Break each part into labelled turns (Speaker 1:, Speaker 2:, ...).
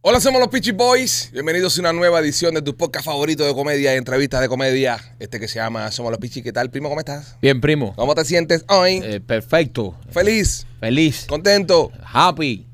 Speaker 1: Hola, somos los Peachy Boys. Bienvenidos a una nueva edición de tu podcast favorito de comedia y entrevistas de comedia. Este que se llama Somos los Pichi. ¿Qué tal, primo? ¿Cómo estás?
Speaker 2: Bien, primo.
Speaker 1: ¿Cómo te sientes hoy?
Speaker 2: Eh, perfecto.
Speaker 1: Feliz,
Speaker 2: Feliz.
Speaker 1: contento.
Speaker 2: Happy.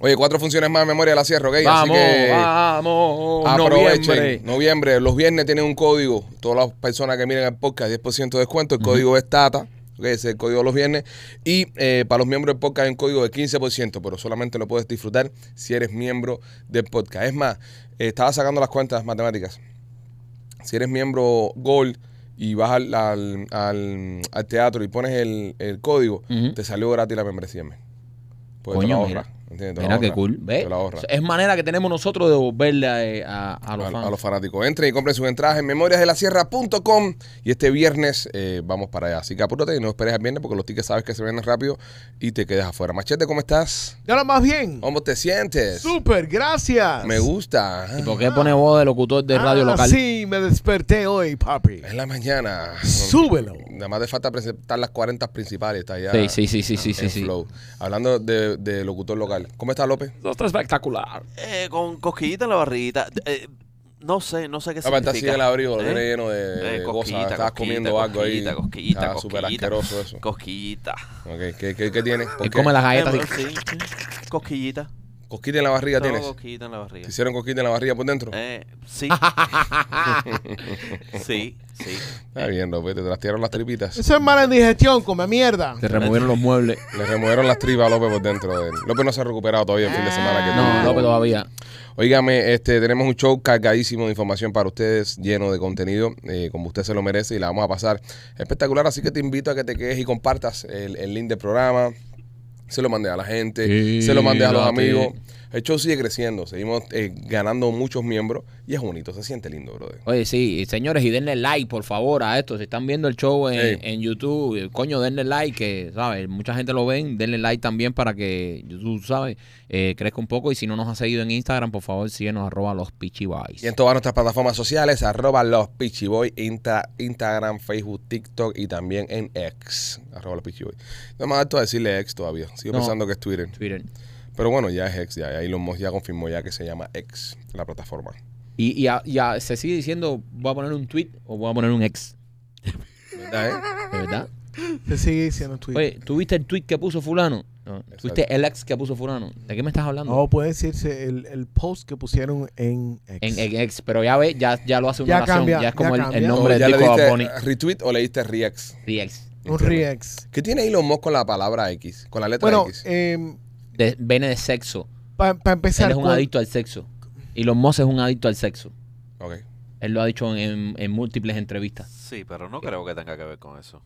Speaker 1: Oye, cuatro funciones más, memoria la cierro, ¿ok?
Speaker 2: Vamos,
Speaker 1: Así que
Speaker 2: vamos.
Speaker 1: aprovechen. Ah, Noviembre.
Speaker 2: Noviembre.
Speaker 1: Los viernes tienen un código. Todas las personas que miren el podcast, 10% de descuento. El código es Tata. ok, ese es el código de los viernes. Y eh, para los miembros del podcast hay un código de 15%, pero solamente lo puedes disfrutar si eres miembro del podcast. Es más, eh, estaba sacando las cuentas matemáticas. Si eres miembro Gold y vas al, al, al- al teatro y pones el, el código,
Speaker 2: Ujú.
Speaker 1: te salió gratis la membresía. men. Porque te
Speaker 2: Coño,
Speaker 1: la
Speaker 2: mira.
Speaker 1: ahorras, ¿entiendes? Te la
Speaker 2: Mira qué
Speaker 1: ahorras,
Speaker 2: cool. ¿Ves?
Speaker 1: Te la ahorras
Speaker 2: Es manera que tenemos nosotros de volverle a, a- a los
Speaker 1: a,
Speaker 2: fans.
Speaker 1: a los fanáticos. Entren y compren sus entradas en memoriasdelasierra.com y este viernes eh, vamos para allá. Así que apúrate y no esperes al viernes porque los tickets sabes que se venden rápido y te quedas afuera. Machete, ¿cómo estás?
Speaker 3: Y ahora más bien.
Speaker 1: ¿Cómo te sientes?
Speaker 3: Súper, gracias.
Speaker 1: Oh, Me gusta.
Speaker 2: ¿Y por qué pone voz de locutor de radio
Speaker 3: Ah,
Speaker 2: local?
Speaker 3: Sí, me desperté hoy, papi.
Speaker 1: Es la mañana.
Speaker 3: Súbelo.
Speaker 1: Nada más te falta presentar las 40 principales. Está ya
Speaker 2: Sí, sí, sí, sí, sí,
Speaker 1: en
Speaker 2: sí, sí.
Speaker 1: Ah, flow. Hablando de, de locutor local. ¿Cómo está López?
Speaker 2: Eso está espectacular.
Speaker 4: Eh, con cosquillita en la barriguita. Eh, no sé, no sé qué
Speaker 1: Aparte así
Speaker 4: significa.
Speaker 1: el abrigo, lo
Speaker 4: ¿Eh?
Speaker 1: tiene lleno de,
Speaker 4: Eh,
Speaker 1: de
Speaker 4: cosquillita,
Speaker 1: cosas. Estabas
Speaker 4: cosquillita,
Speaker 1: comiendo algo ahí.
Speaker 4: cosquillita, Cosquillita,
Speaker 1: Estaba súper
Speaker 4: cosquillita.
Speaker 1: asqueroso eso.
Speaker 4: Cosquillita.
Speaker 1: Ok, ¿Qué, qué, qué tienes? ¿Por
Speaker 2: Él
Speaker 1: qué?
Speaker 2: come las galletas.
Speaker 4: Eh,
Speaker 2: así.
Speaker 4: sí, sí. Cosquillita.
Speaker 1: ¿Cosquita en la barriga
Speaker 4: Tengo
Speaker 1: tienes?
Speaker 4: cosquillita en la barriga.
Speaker 1: ¿Te hicieron cosquita en la barriga por dentro?
Speaker 4: Eh, sí. sí, sí.
Speaker 1: Está bien, López, te trastearon las tripitas.
Speaker 3: Eso es mala indigestión, come mierda.
Speaker 2: Te removieron los muebles.
Speaker 1: Le removieron las tripas a López por dentro. de él. López no se ha recuperado todavía el fin de semana que
Speaker 2: Ah, No,
Speaker 1: tuvo.
Speaker 2: López todavía.
Speaker 1: Óigame, este, tenemos un show cargadísimo de información para ustedes, lleno de contenido, eh, como usted se lo merece y la vamos a pasar espectacular. Así que te invito a que te quedes y compartas el, el link del programa. Se lo mandé a la gente,
Speaker 2: Sí,
Speaker 1: se lo mandé a los
Speaker 2: date.
Speaker 1: amigos. El show sigue creciendo, seguimos eh, ganando muchos miembros y es bonito, se siente lindo, brother.
Speaker 2: Oye, sí, y señores, y denle like, por favor, a esto. Si están viendo el show
Speaker 1: Sí.
Speaker 2: en, en YouTube, eh, coño, denle like, que, ¿sabes? Mucha gente lo ven, denle like también para que YouTube, ¿sabes? Eh, crezca un poco. Y si no nos has seguido en Instagram, por favor, síguenos, arroba los pichiboys.
Speaker 1: Y en todas nuestras plataformas sociales, arroba los Pichiboy, Insta- Instagram, Facebook, TikTok y también en X, arroba los Pichiboy. No me adapto a decirle X todavía, sigo
Speaker 2: No.
Speaker 1: pensando que es Twitter.
Speaker 2: Twitter.
Speaker 1: Pero bueno, ya es X, ya, ya Elon Musk ya confirmó ya que se llama X la plataforma.
Speaker 2: Y, y a- y a- se sigue diciendo, voy a poner un tweet o voy a poner un ex,
Speaker 1: ¿Verdad, eh?
Speaker 2: ¿de verdad?
Speaker 3: Te sigue diciendo Twitter.
Speaker 2: Oye, ¿tuviste el tweet que puso fulano? No. ¿Tuviste el ex que puso fulano? ¿De qué me estás hablando?
Speaker 3: O puede decirse el, el post que pusieron en X.
Speaker 2: En, en ex, pero ya ve, ya, ya lo hace una
Speaker 3: Ya
Speaker 2: nación,
Speaker 3: cambia,
Speaker 2: ya es como
Speaker 3: ya
Speaker 2: el- el,
Speaker 3: cambia.
Speaker 2: nombre
Speaker 1: ¿O ya
Speaker 2: del
Speaker 1: le
Speaker 2: disco de
Speaker 1: diste
Speaker 2: Bad Bunny.
Speaker 1: retweet o le diste reacts?
Speaker 2: The Ex.
Speaker 3: Un reex.
Speaker 1: ¿Qué tiene Elon Musk con la palabra X? Con la letra
Speaker 3: Bueno,
Speaker 2: eh,
Speaker 1: X.
Speaker 2: De- viene de sexo.
Speaker 3: para
Speaker 2: Él
Speaker 3: empezar,
Speaker 2: es un
Speaker 3: cuan-
Speaker 2: adicto al sexo. Y los Moss es un adicto al sexo.
Speaker 1: Ok.
Speaker 2: Él lo ha dicho en, en- en múltiples entrevistas.
Speaker 4: Sí, pero no creo que tenga que ver con eso.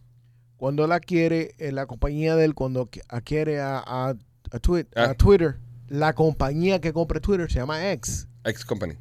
Speaker 3: cuando la quiere, eh, la compañía de él, cuando qui- adquiere a, a, a Twi-
Speaker 1: Ah.
Speaker 3: a Twitter, la compañía que compra Twitter se llama X.
Speaker 1: X Company.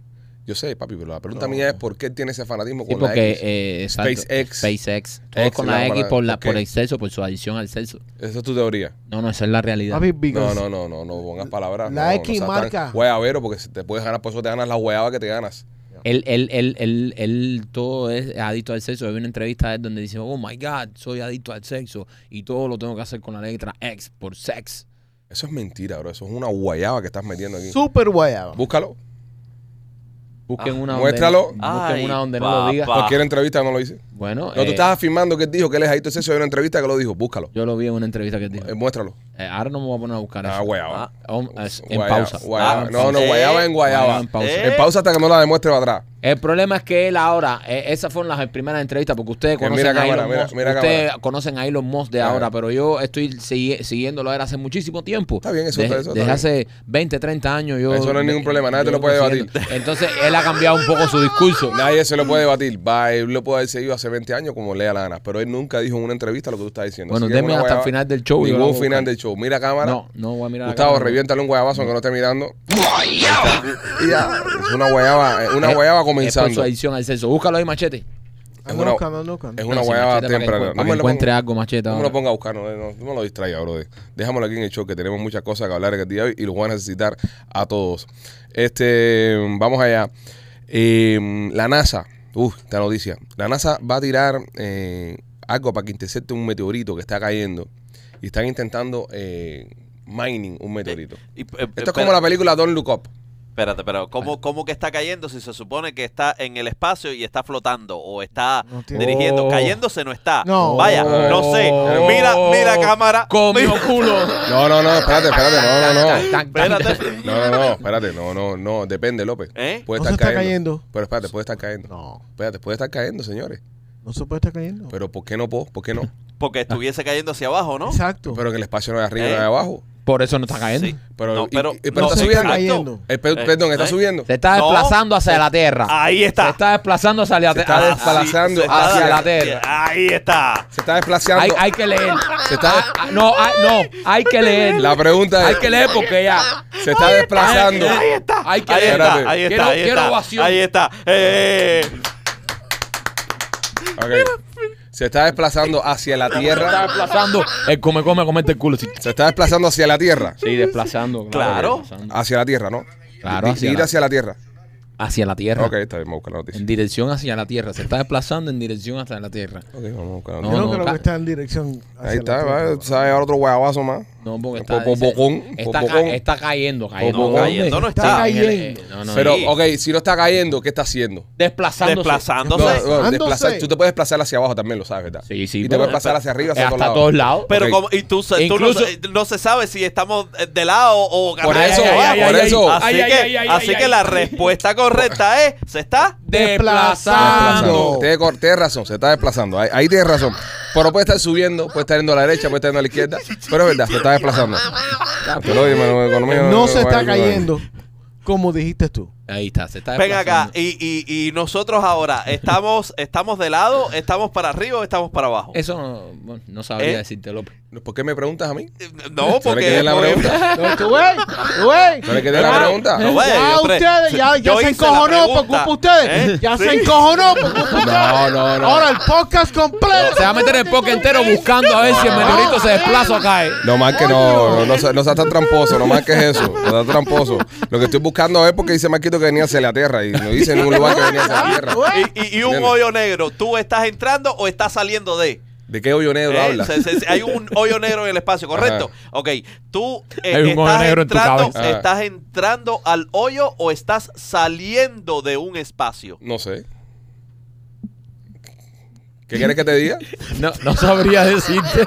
Speaker 1: Yo sé, papi, pero la pregunta
Speaker 3: No.
Speaker 1: mía es por qué él tiene ese fanatismo
Speaker 2: Sí,
Speaker 1: con la
Speaker 2: porque
Speaker 1: X.
Speaker 2: eh, exacto.
Speaker 1: SpaceX.
Speaker 2: SpaceX. Todo
Speaker 1: X,
Speaker 2: con
Speaker 1: la
Speaker 2: la X por, la,
Speaker 1: palabra,
Speaker 2: por
Speaker 1: ok.
Speaker 2: el sexo, por su adicción al sexo.
Speaker 1: Esa es tu teoría.
Speaker 2: No, no, esa es la realidad.
Speaker 3: Papi, because-
Speaker 1: No, no, no, no, no pongas palabras.
Speaker 3: La
Speaker 1: no,
Speaker 3: X
Speaker 1: no seas
Speaker 3: marca.
Speaker 1: tan Guayabero, porque si te puedes ganar, por eso te ganas la guayaba que te ganas.
Speaker 2: Él, él, él, él, él todo es adicto al sexo. Hay una entrevista de él donde dice, oh my God, soy adicto al sexo y todo lo tengo que hacer con la letra X por sex.
Speaker 1: Eso es mentira, bro. Eso es una guayaba que estás metiendo aquí.
Speaker 3: Super guayaba.
Speaker 1: Búscalo.
Speaker 2: Busquen
Speaker 4: Ah.
Speaker 2: una
Speaker 1: Muéstralo.
Speaker 2: donde, no- busquen
Speaker 4: Ay,
Speaker 2: una donde no lo diga.
Speaker 4: papá.
Speaker 1: Cualquier entrevista no lo dice.
Speaker 2: Bueno,
Speaker 1: No, tú
Speaker 2: Ah. eh,
Speaker 1: estás afirmando que él dijo que él es adicto al sexo. Hay una entrevista que lo dijo. Búscalo.
Speaker 2: yo lo vi en una entrevista que dijo.
Speaker 1: Eh, muéstralo.
Speaker 2: Eh, ahora no me voy a poner a buscar
Speaker 1: Ah,
Speaker 2: eso.
Speaker 1: guayaba.
Speaker 4: Ah,
Speaker 2: Oh, es- en
Speaker 1: Guayaba,
Speaker 2: pausa.
Speaker 1: guayaba.
Speaker 2: Ah, en
Speaker 1: No,
Speaker 2: pausa.
Speaker 1: no,
Speaker 4: Eh.
Speaker 1: guayaba en
Speaker 2: Guayaba
Speaker 1: guayaba.
Speaker 2: en pausa.
Speaker 4: Eh.
Speaker 1: En pausa hasta que no la demuestre para atrás.
Speaker 2: El problema es que él ahora, eh, esas fueron las primeras entrevistas, porque ustedes
Speaker 1: Que
Speaker 2: conocen
Speaker 1: mira
Speaker 2: a
Speaker 1: cámara,
Speaker 2: Elon
Speaker 1: mira-
Speaker 2: Musk.
Speaker 1: mira
Speaker 2: ustedes
Speaker 1: cámara.
Speaker 2: conocen a Elon Musk de
Speaker 1: Ajá.
Speaker 2: ahora, pero yo estoy sigui- siguiéndolo a él hace muchísimo tiempo.
Speaker 1: Está bien, eso
Speaker 2: desde,
Speaker 1: está- eso está
Speaker 2: Desde hace 20, 30 años yo...
Speaker 1: Eso no es ningún problema, nadie te lo
Speaker 2: yo
Speaker 1: puede
Speaker 2: consiguiendo. Entonces, él ha cambiado un poco su discurso.
Speaker 1: Nadie se lo puede debatir. Va, él lo puede haber seguido hace 20 años como lea la gana. Pero él nunca dijo en una entrevista lo que tú estás diciendo.
Speaker 2: Bueno,
Speaker 1: Así que es
Speaker 2: denme
Speaker 1: una
Speaker 2: hasta el
Speaker 1: guayaba.
Speaker 2: final del show y yo lo
Speaker 1: Ningún
Speaker 2: voy a
Speaker 1: final
Speaker 2: buscar.
Speaker 1: del show. Mira cámara.
Speaker 2: No, no voy a mirar la
Speaker 1: Gustavo,
Speaker 2: cámara.
Speaker 1: reviéntale un guayabazo aunque no esté mirando. Y ya, es una guayaba, es una guayaba
Speaker 2: Es Eh, por
Speaker 1: comenzando.
Speaker 2: su
Speaker 1: Es
Speaker 2: adicción al sexo. Búscalo ahí, machete.
Speaker 3: Ando
Speaker 1: una-
Speaker 3: buscando, ando buscando.
Speaker 1: una
Speaker 2: No, sí,
Speaker 1: guayaba
Speaker 2: Machete, para que
Speaker 1: temprana.
Speaker 2: encuentre- Para que encuentre algo, machete.
Speaker 1: No me
Speaker 2: ahora.
Speaker 1: lo ponga a buscar, no, eh, no, no me lo distraiga, brother. Déjamelo aquí en el show, que tenemos muchas cosas que hablar en el día de hoy y los voy a necesitar a todos. Este, vamos allá. Eh, la NASA, uff, esta noticia. La NASA va a tirar eh, algo para que intercepte un meteorito que está cayendo y están intentando eh, mining un meteorito.
Speaker 4: Y, eh,
Speaker 1: Esto es
Speaker 4: espera,
Speaker 1: como la película Don't Look Up.
Speaker 4: Espérate, pero ¿cómo, ¿cómo que está cayendo si se supone que está en el espacio y está flotando o está
Speaker 3: No tiene-
Speaker 4: dirigiendo?
Speaker 2: Oh.
Speaker 4: Cayéndose no está.
Speaker 3: No.
Speaker 4: Vaya, no sé. Mira, mira cámara.
Speaker 2: Comió
Speaker 4: Mira-
Speaker 2: culo.
Speaker 1: No, no, no, espérate, espérate, no, no, no.
Speaker 2: Tan, tan, tan.
Speaker 4: Espérate.
Speaker 1: No, no, no, espérate, no, no, no, depende, López.
Speaker 4: ¿Eh?
Speaker 1: Puede
Speaker 3: No se
Speaker 1: estar
Speaker 3: está
Speaker 1: cayendo.
Speaker 3: cayendo.
Speaker 1: Pero espérate, puede estar cayendo.
Speaker 3: No,
Speaker 1: Espérate, puede estar cayendo, señores.
Speaker 3: no se puede estar cayendo.
Speaker 1: Pero ¿por qué no puedo? ¿Por qué no?
Speaker 4: Porque estuviese cayendo hacia abajo, ¿no?
Speaker 3: Exacto.
Speaker 1: Pero que el espacio no es arriba, no es
Speaker 4: ¿Eh?
Speaker 1: abajo.
Speaker 2: Por eso no está cayendo.
Speaker 4: Sí.
Speaker 1: Pero,
Speaker 4: No,
Speaker 1: y-
Speaker 4: pero-
Speaker 1: y- pero
Speaker 4: no,
Speaker 1: está
Speaker 3: se
Speaker 1: subiendo.
Speaker 3: está cayendo.
Speaker 1: Eh, pe-
Speaker 4: Eh,
Speaker 1: perdón, está
Speaker 4: ¿eh?
Speaker 1: subiendo.
Speaker 2: Se está
Speaker 4: No.
Speaker 2: desplazando hacia la tierra.
Speaker 4: Ahí
Speaker 2: Se
Speaker 4: está.
Speaker 2: está desplazando hacia la
Speaker 1: Se está
Speaker 2: tierra.
Speaker 1: desplazando. desplazando
Speaker 4: se está
Speaker 2: hacia la
Speaker 4: desplazando. Ahí está.
Speaker 1: Se está desplazando.
Speaker 2: Hay, hay que leer.
Speaker 1: Se está-
Speaker 2: Ah, No, ah, no, hay que leer.
Speaker 1: la pregunta es,
Speaker 2: Hay que leer porque ya.
Speaker 1: se está desplazando.
Speaker 4: Ahí está.
Speaker 2: Hay que
Speaker 4: ahí
Speaker 2: leer.
Speaker 4: está.
Speaker 1: Espérate.
Speaker 4: Ahí está.
Speaker 2: Quiero-
Speaker 4: ahí
Speaker 2: quiero
Speaker 4: está,
Speaker 2: ovación.
Speaker 4: Ahí está. Eh, eh, eh.
Speaker 1: Ok. Se está desplazando hacia la
Speaker 2: Está
Speaker 1: Tierra.
Speaker 2: desplazando. El come, come, comete el culo. Sí,
Speaker 1: Se está desplazando hacia la Tierra.
Speaker 2: Sí, desplazando.
Speaker 4: Claro.
Speaker 2: desplazando.
Speaker 1: Hacia la Tierra, ¿no?
Speaker 2: Claro,
Speaker 1: Di-
Speaker 2: hacia
Speaker 1: ir
Speaker 2: la-
Speaker 1: hacia la Tierra.
Speaker 2: Hacia la tierra.
Speaker 1: Ok, está bien, vamos a buscar la noticia.
Speaker 2: En dirección hacia la tierra. Se está desplazando en dirección hacia la tierra.
Speaker 1: Ok, vamos a buscar la noticia.
Speaker 2: No,
Speaker 3: Yo
Speaker 2: no,
Speaker 3: creo que lo
Speaker 2: ca-
Speaker 3: que está en dirección. hacia
Speaker 1: Ahí
Speaker 3: la
Speaker 1: está,
Speaker 3: tierra.
Speaker 1: va, ¿sabes? Ahora otro guayabazo más.
Speaker 2: No, porque
Speaker 1: Po-
Speaker 2: está.
Speaker 1: po-
Speaker 2: dice-
Speaker 1: bocón,
Speaker 2: está,
Speaker 1: po-
Speaker 2: ca-
Speaker 1: bocón.
Speaker 2: está cayendo, cayendo.
Speaker 1: Po-
Speaker 2: no,
Speaker 1: bocón.
Speaker 4: Cayendo no
Speaker 3: Está
Speaker 4: está.
Speaker 2: En el- eh,
Speaker 3: cayendo.
Speaker 2: no, no,
Speaker 1: Pero,
Speaker 2: no.
Speaker 4: Sí.
Speaker 1: ok, si no está cayendo, ¿qué está haciendo?
Speaker 2: Desplazándose.
Speaker 4: Desplazándose.
Speaker 1: No, no, desplazar-
Speaker 3: Desplazándose.
Speaker 1: tú te puedes desplazar hacia abajo también, lo sabes, ¿verdad?
Speaker 2: Sí, sí,
Speaker 1: Y te
Speaker 2: pero-
Speaker 1: puedes desplazar hacia arriba, hacia
Speaker 2: hasta
Speaker 1: todos lados.
Speaker 2: todos lados.
Speaker 4: Pero
Speaker 1: Ok.
Speaker 4: como y tú, sa- tú no,
Speaker 2: Incluso-
Speaker 4: sa- no se sabe si estamos eh, de lado o
Speaker 1: Por
Speaker 4: hacia
Speaker 1: eso,
Speaker 4: abajo.
Speaker 1: por eso.
Speaker 4: así que, así que la respuesta correcta es se está
Speaker 1: Desplazando.
Speaker 2: Desplazando.
Speaker 1: Tienes cor- tienes razón, se está desplazando. Ahí, ahí tienes razón. Pero puede estar subiendo, puede estar yendo a la derecha, puede estar yendo a la izquierda. Pero es verdad, se está desplazando. Te lo digo, hermano, economía-
Speaker 3: No se está
Speaker 1: economía-
Speaker 3: cayendo, como dijiste tú.
Speaker 2: Ahí está, se está
Speaker 4: Ven acá,
Speaker 2: desplazando.
Speaker 4: y, y- y nosotros ahora, ¿estamos estamos de lado, estamos para arriba o estamos para abajo?
Speaker 2: Eso no, bueno, no sabría
Speaker 4: ¿Eh?
Speaker 2: decirte, López.
Speaker 1: ¿Por qué me preguntas a mí?
Speaker 4: No,
Speaker 1: ¿Tú le
Speaker 4: porque...
Speaker 1: quedé la
Speaker 4: porque-
Speaker 1: pregunta?
Speaker 3: No, tú, güey, tú, güey.
Speaker 1: ¿No le quedé la
Speaker 3: Ah,
Speaker 1: pregunta?
Speaker 4: No, güey,
Speaker 3: ya
Speaker 4: yo pre-
Speaker 3: ustedes, ya, ya
Speaker 4: yo
Speaker 3: se
Speaker 4: hice la
Speaker 3: encojonó por culpa
Speaker 4: pregunta.
Speaker 3: de ustedes.
Speaker 4: ¿Eh?
Speaker 3: Ya
Speaker 4: Sí.
Speaker 3: se encojonó por culpa de ustedes.
Speaker 1: No, no, no.
Speaker 3: Ahora el podcast completo.
Speaker 2: Se va a meter el poke entero buscando a ver si el
Speaker 4: Ah.
Speaker 2: meteorito se desplaza o cae.
Speaker 1: No más que no, no, no, sea- no seas tan tramposo, no más que es eso, no seas tramposo. Lo que estoy buscando es porque dice Marquito que venía hacia la tierra y no dice en ningún lugar que venía hacia la tierra.
Speaker 4: Y, y- y un
Speaker 1: Entiendo.
Speaker 4: hoyo negro, ¿tú estás entrando o estás saliendo de?
Speaker 1: ¿De qué hoyo negro
Speaker 4: ¿Eh?
Speaker 1: hablas?
Speaker 4: Se- se- se- hay un hoyo negro en el espacio, ¿correcto? Ok, tú eh,
Speaker 2: Hay un hoyo
Speaker 4: estás,
Speaker 2: negro en tu
Speaker 4: entrando,
Speaker 2: cabeza.
Speaker 1: Ajá.
Speaker 4: estás entrando al hoyo o estás saliendo de un espacio.
Speaker 1: No sé. ¿Qué quieres que te diga?
Speaker 2: No, no sabría decirte.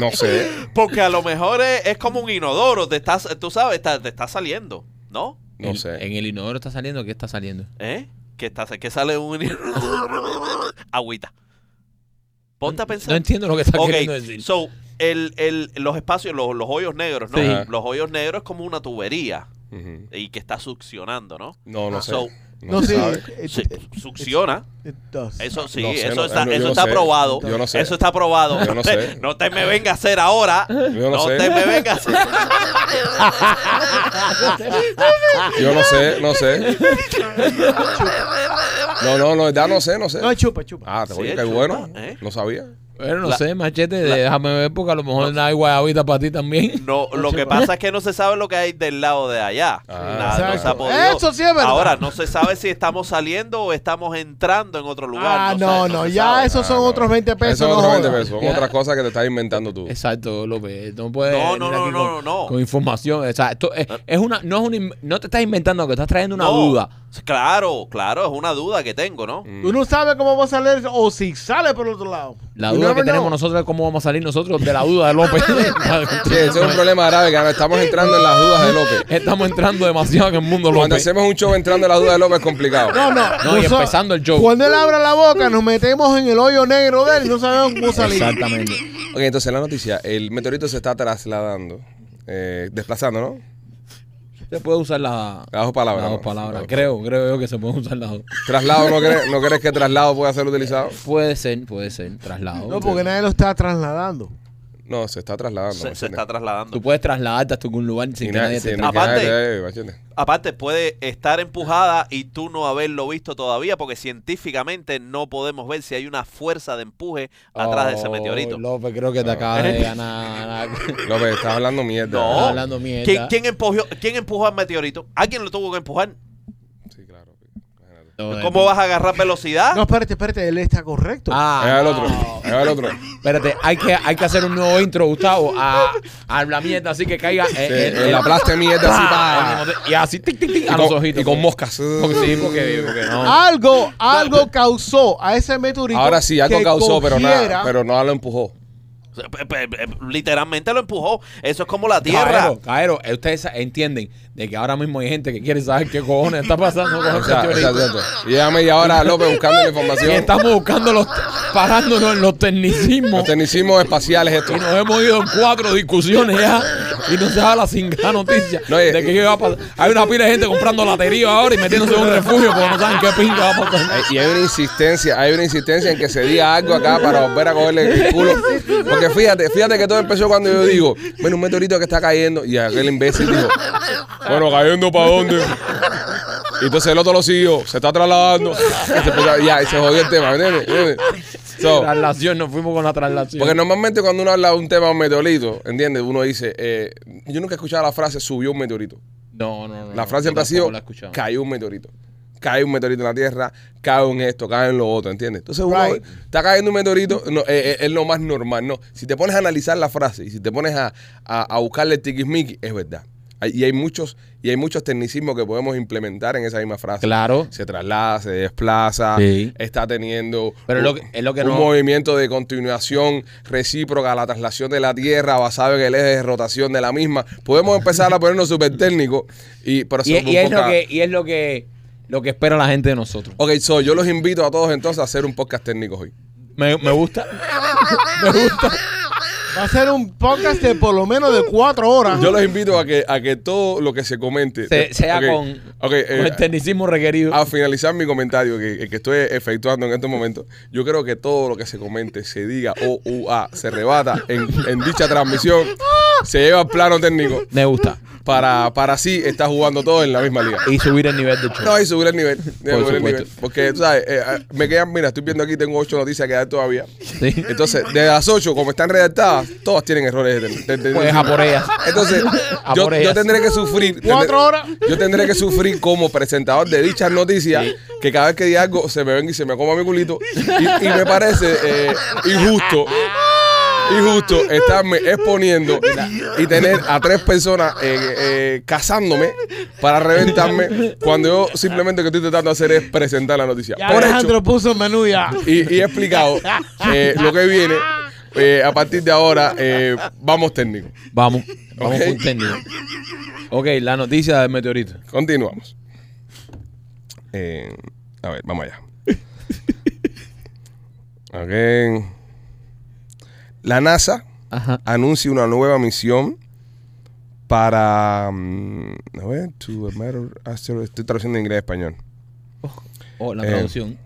Speaker 1: No sé.
Speaker 4: Porque a lo mejor es, es como un inodoro, te estás, tú sabes, está- te estás saliendo, ¿no?
Speaker 1: No
Speaker 2: En-
Speaker 1: sé.
Speaker 2: En el inodoro está saliendo, ¿qué está saliendo?
Speaker 4: ¿Eh? Que, estás, que sale un inodoro. Agüita. Ponte a
Speaker 2: No
Speaker 4: pensar.
Speaker 2: entiendo lo que está queriendo
Speaker 4: ok,
Speaker 2: decir.
Speaker 4: so, el, el, los espacios, los, los hoyos negros, ¿no?
Speaker 2: Sí.
Speaker 4: Los hoyos negros es como una tubería
Speaker 1: Ujú.
Speaker 4: y que está succionando, ¿no?
Speaker 1: No, no sé.
Speaker 4: So,
Speaker 1: No
Speaker 3: No
Speaker 1: se
Speaker 3: sé.
Speaker 1: sabe.
Speaker 3: it-
Speaker 4: Sí,
Speaker 3: it-
Speaker 4: succiona.
Speaker 3: it does.
Speaker 4: Eso sí,
Speaker 1: No sé,
Speaker 4: eso
Speaker 1: no-
Speaker 4: está,
Speaker 1: no, yo
Speaker 4: eso
Speaker 1: no
Speaker 4: está
Speaker 1: sé.
Speaker 4: probado.
Speaker 1: Yo no sé.
Speaker 4: Eso está probado.
Speaker 1: Yo no sé.
Speaker 4: No te me vengas a hacer ahora.
Speaker 1: Yo no
Speaker 4: no
Speaker 1: sé.
Speaker 4: te me vengas a hacer.
Speaker 1: Yo no sé, no sé. No, no, no, de verdad no sé, no sé.
Speaker 3: No, chupa, chupa.
Speaker 1: Ah, te voy a
Speaker 4: Sí,
Speaker 1: qué
Speaker 4: chupa,
Speaker 1: bueno.
Speaker 4: ¿eh?
Speaker 1: No sabía.
Speaker 2: Bueno, no
Speaker 4: La-
Speaker 2: sé, machete, déjame ver porque a lo mejor no hay guayabita para ti también.
Speaker 4: No, lo que pasa es que no se sabe lo que hay del lado de allá.
Speaker 1: Ah,
Speaker 4: Nada, no se ha
Speaker 3: exacto.
Speaker 4: podido.
Speaker 3: Eso sí es verdad.
Speaker 4: Ahora no se sabe si estemos saliendo o estamos entrando en otro lugar.
Speaker 3: Ah, no,
Speaker 4: se-
Speaker 3: no,
Speaker 4: se
Speaker 3: ya
Speaker 4: sabe.
Speaker 3: eso- Esos son otros 20 pesos,
Speaker 1: Esos
Speaker 3: no
Speaker 1: otros
Speaker 3: jodas.
Speaker 1: 20 pesos. Son
Speaker 2: Ya.
Speaker 1: otras cosas que te estás inventando tú.
Speaker 2: Exacto, López. No puedes.
Speaker 4: No,
Speaker 2: venir
Speaker 4: no, no,
Speaker 2: aquí
Speaker 4: no,
Speaker 2: con,
Speaker 4: no, no.
Speaker 2: Con información. O sea, esto es, es una, no, es una, in- no te estás inventando, que estás trayendo una
Speaker 4: No.
Speaker 2: duda.
Speaker 4: Claro, claro, es una duda que tengo, ¿no?
Speaker 1: Ah,
Speaker 3: Tú no sabes cómo va a salir o si sale por el otro lado.
Speaker 2: La
Speaker 3: You
Speaker 2: duda que
Speaker 3: never
Speaker 2: tenemos
Speaker 3: know.
Speaker 2: nosotros es cómo vamos a salir nosotros de la duda de López.
Speaker 1: Sí, ese es un problema grave, que ahora estamos entrando en las dudas de López.
Speaker 2: Estamos entrando demasiado en el mundo,
Speaker 1: Cuando
Speaker 2: López.
Speaker 1: hacemos un show entrando en las dudas de López es complicado.
Speaker 3: No, no.
Speaker 2: No, y
Speaker 3: nosotros-
Speaker 2: empezando el show.
Speaker 3: Cuando él abra la boca, nos metemos en el hoyo negro de él y no sabemos cómo salir.
Speaker 2: Exactamente.
Speaker 1: Ok, entonces la noticia, el meteorito se está trasladando, eh, desplazando, ¿no?
Speaker 2: Se puede usar la,
Speaker 1: Las dos palabras,
Speaker 2: Las dos
Speaker 4: pues,
Speaker 1: ¿no?
Speaker 2: palabras.
Speaker 1: Las dos
Speaker 2: Creo, creo yo que se puede usar las dos.
Speaker 1: Traslado, ¿no crees, ¿no crees que traslado pueda ser utilizado?
Speaker 2: Puede ser, puede ser. Traslado.
Speaker 3: No, porque nadie lo está trasladando.
Speaker 1: No, se está trasladando.
Speaker 4: Se, se
Speaker 1: machete.
Speaker 4: está trasladando.
Speaker 2: Tú puedes trasladarte hasta algún lugar
Speaker 1: Y
Speaker 2: sin que
Speaker 1: na-
Speaker 2: nadie
Speaker 1: sí,
Speaker 2: te
Speaker 1: ni que
Speaker 4: Aparte-
Speaker 1: nadie te- eh, machete.
Speaker 4: Aparte, puede estar empujada y tú no haberlo visto todavía, porque científicamente no podemos ver si hay una fuerza de empuje atrás de ese
Speaker 2: Oh,
Speaker 4: meteorito.
Speaker 2: López, creo que te acabas de ganar.
Speaker 1: López, estás hablando mierda.
Speaker 4: No.
Speaker 2: Estás hablando mierda.
Speaker 4: ¿Quién, quién empujó, ¿Quién empujó al meteorito? ¿Alguien lo tuvo que empujar?
Speaker 1: Sí, claro. imagínate.
Speaker 4: ¿Cómo vas a agarrar velocidad?
Speaker 3: No, espérate, espérate, él está correcto.
Speaker 2: Ah,
Speaker 1: Ahí va el
Speaker 2: no.
Speaker 1: otro. Ahí va el otro.
Speaker 2: Espérate, hay que, hay que hacer un nuevo intro, Gustavo, a, a la mierda, así que caiga. eh,
Speaker 1: Sí,
Speaker 2: eh, eh, Ah,
Speaker 1: el aplaste mierda así. pa.
Speaker 2: pa, y así, tic, tic, tic, a
Speaker 1: Y
Speaker 2: los
Speaker 1: con-
Speaker 2: ojitos. pues.
Speaker 1: Y con moscas.
Speaker 2: Sí, porque, porque no.
Speaker 3: Algo, algo causó a ese meteorito.
Speaker 1: Ahora sí, algo
Speaker 3: que
Speaker 1: causó, pero nada.
Speaker 3: cogiera-
Speaker 1: Pero nada lo empujó.
Speaker 4: Pe- pe- pe- Literalmente lo empujó. Eso es como la tierra.
Speaker 2: Caero, Caero, eh, ustedes sa- entienden de que ahora mismo hay gente que quiere saber qué cojones está pasando con
Speaker 1: O
Speaker 2: los
Speaker 1: sea,
Speaker 2: meteoritos.
Speaker 1: exacto. Y ya media hora a López buscando la
Speaker 2: Y
Speaker 1: información.
Speaker 2: estamos buscando los, parándonos en los
Speaker 1: Los
Speaker 2: tecnicismos.
Speaker 1: tecnicismos espaciales estos.
Speaker 2: Y nos hemos ido en cuatro discusiones ya y no se da la cingada noticia
Speaker 1: No, y-
Speaker 2: de que qué va a pasar. Hay una pila de gente comprando latería ahora y metiéndose en un refugio porque no saben qué pinga va a pasar.
Speaker 1: Eh, Y hay una insistencia, hay una insistencia en que se diga algo acá para volver a cogerle el culo. Porque fíjate, fíjate que todo empezó cuando yo digo, bueno, un meteorito que está cayendo. Y aquel imbécil dijo, bueno, cayendo para dónde. Y entonces el otro lo siguió, se está trasladando. Y se, empezó- ya, y se jodió el tema, ¿entiendes? ¿Entiendes? So,
Speaker 2: Traslación, nos fuimos con la traslación.
Speaker 1: porque normalmente cuando uno habla de un tema de un meteorito, ¿entiendes? Uno dice, eh, yo nunca he escuchado la frase subió un meteorito.
Speaker 2: no, no, no.
Speaker 1: La
Speaker 2: no,
Speaker 1: frase
Speaker 2: yo
Speaker 1: siempre ha sido,
Speaker 2: tampoco la he escuchado.
Speaker 1: cayó un meteorito. Cae un meteorito en la Tierra, cae en esto, cae en lo otro, ¿entiendes? Entonces uno
Speaker 3: Right.
Speaker 1: está cayendo un meteorito, no, eh, eh, es lo más normal, ¿no? Si te pones a analizar la frase y si te pones a, a, a buscarle el tiquismiqui, es verdad. Hay- y hay muchos y hay muchos tecnicismos que podemos implementar en esa misma frase.
Speaker 2: Claro.
Speaker 1: Se traslada, se desplaza,
Speaker 2: Sí.
Speaker 1: está teniendo
Speaker 2: Pero
Speaker 1: un,
Speaker 2: lo que- es lo que
Speaker 1: un
Speaker 2: no-
Speaker 1: movimiento de continuación recíproca a la traslación de la Tierra basado en el eje de rotación de la misma. Podemos empezar a ponernos súper técnicos y, pero
Speaker 2: Y,
Speaker 1: eso fue
Speaker 2: y
Speaker 1: un
Speaker 2: es lo
Speaker 1: podcast.
Speaker 2: que, y es lo que, lo que espera la gente de nosotros.
Speaker 1: Ok, so, yo los invito a todos entonces a hacer un podcast técnico hoy.
Speaker 2: Me, me gusta.
Speaker 3: Va a ser un podcast de por lo menos de cuatro horas.
Speaker 1: Yo los invito a que, a que todo lo que se comente
Speaker 2: Se- sea
Speaker 1: ok,
Speaker 2: con,
Speaker 1: ok,
Speaker 2: con
Speaker 1: eh, ah,
Speaker 2: el tecnicismo requerido.
Speaker 1: a finalizar mi comentario que, que estoy efectuando en estos momentos, yo creo que todo lo que se comente, se diga o u, a, se rebata en, en dicha transmisión, se lleva al plano técnico
Speaker 2: Me gusta.
Speaker 1: para, para así estar jugando todo en la misma liga.
Speaker 2: Y subir el nivel de show.
Speaker 1: No, y subir el nivel. subir el
Speaker 2: supuesto.
Speaker 1: nivel. Porque, tú sabes, eh, eh, me quedan, mira, estoy viendo aquí, tengo ocho noticias que dar todavía.
Speaker 2: Sí.
Speaker 1: Entonces, de las ocho, como están redactadas, todas tienen errores. de- de- de-
Speaker 2: Pues a por ellas.
Speaker 1: entonces,
Speaker 2: A
Speaker 1: yo,
Speaker 2: por
Speaker 1: yo
Speaker 2: ellas.
Speaker 1: tendré que sufrir. tendré-
Speaker 3: ¿Cuatro horas?
Speaker 1: Yo tendré que sufrir como presentador de dichas noticias que cada vez que diga algo se me venga y se me coma mi culito. Y, y me parece eh, injusto. Injusto estarme exponiendo y tener a tres personas eh, eh, cazándome para reventarme cuando yo simplemente lo que estoy tratando de hacer es presentar la noticia.
Speaker 3: Ya
Speaker 1: Por hecho,
Speaker 3: Alejandro puso el menú ya.
Speaker 1: y, y he explicado eh, lo que viene. eh, a partir de ahora, eh, vamos técnicos.
Speaker 2: Vamos. Vamos
Speaker 1: Ok.
Speaker 2: con técnico. Ok, la noticia del meteorito.
Speaker 1: Continuamos. Eh, a ver, vamos allá. Ok. La NASA
Speaker 2: Ajá.
Speaker 1: anuncia una nueva misión para. mm, a ver, to a matter astero- Estoy traduciendo de inglés a español.
Speaker 2: Oh, la
Speaker 1: Eh.
Speaker 2: traducción.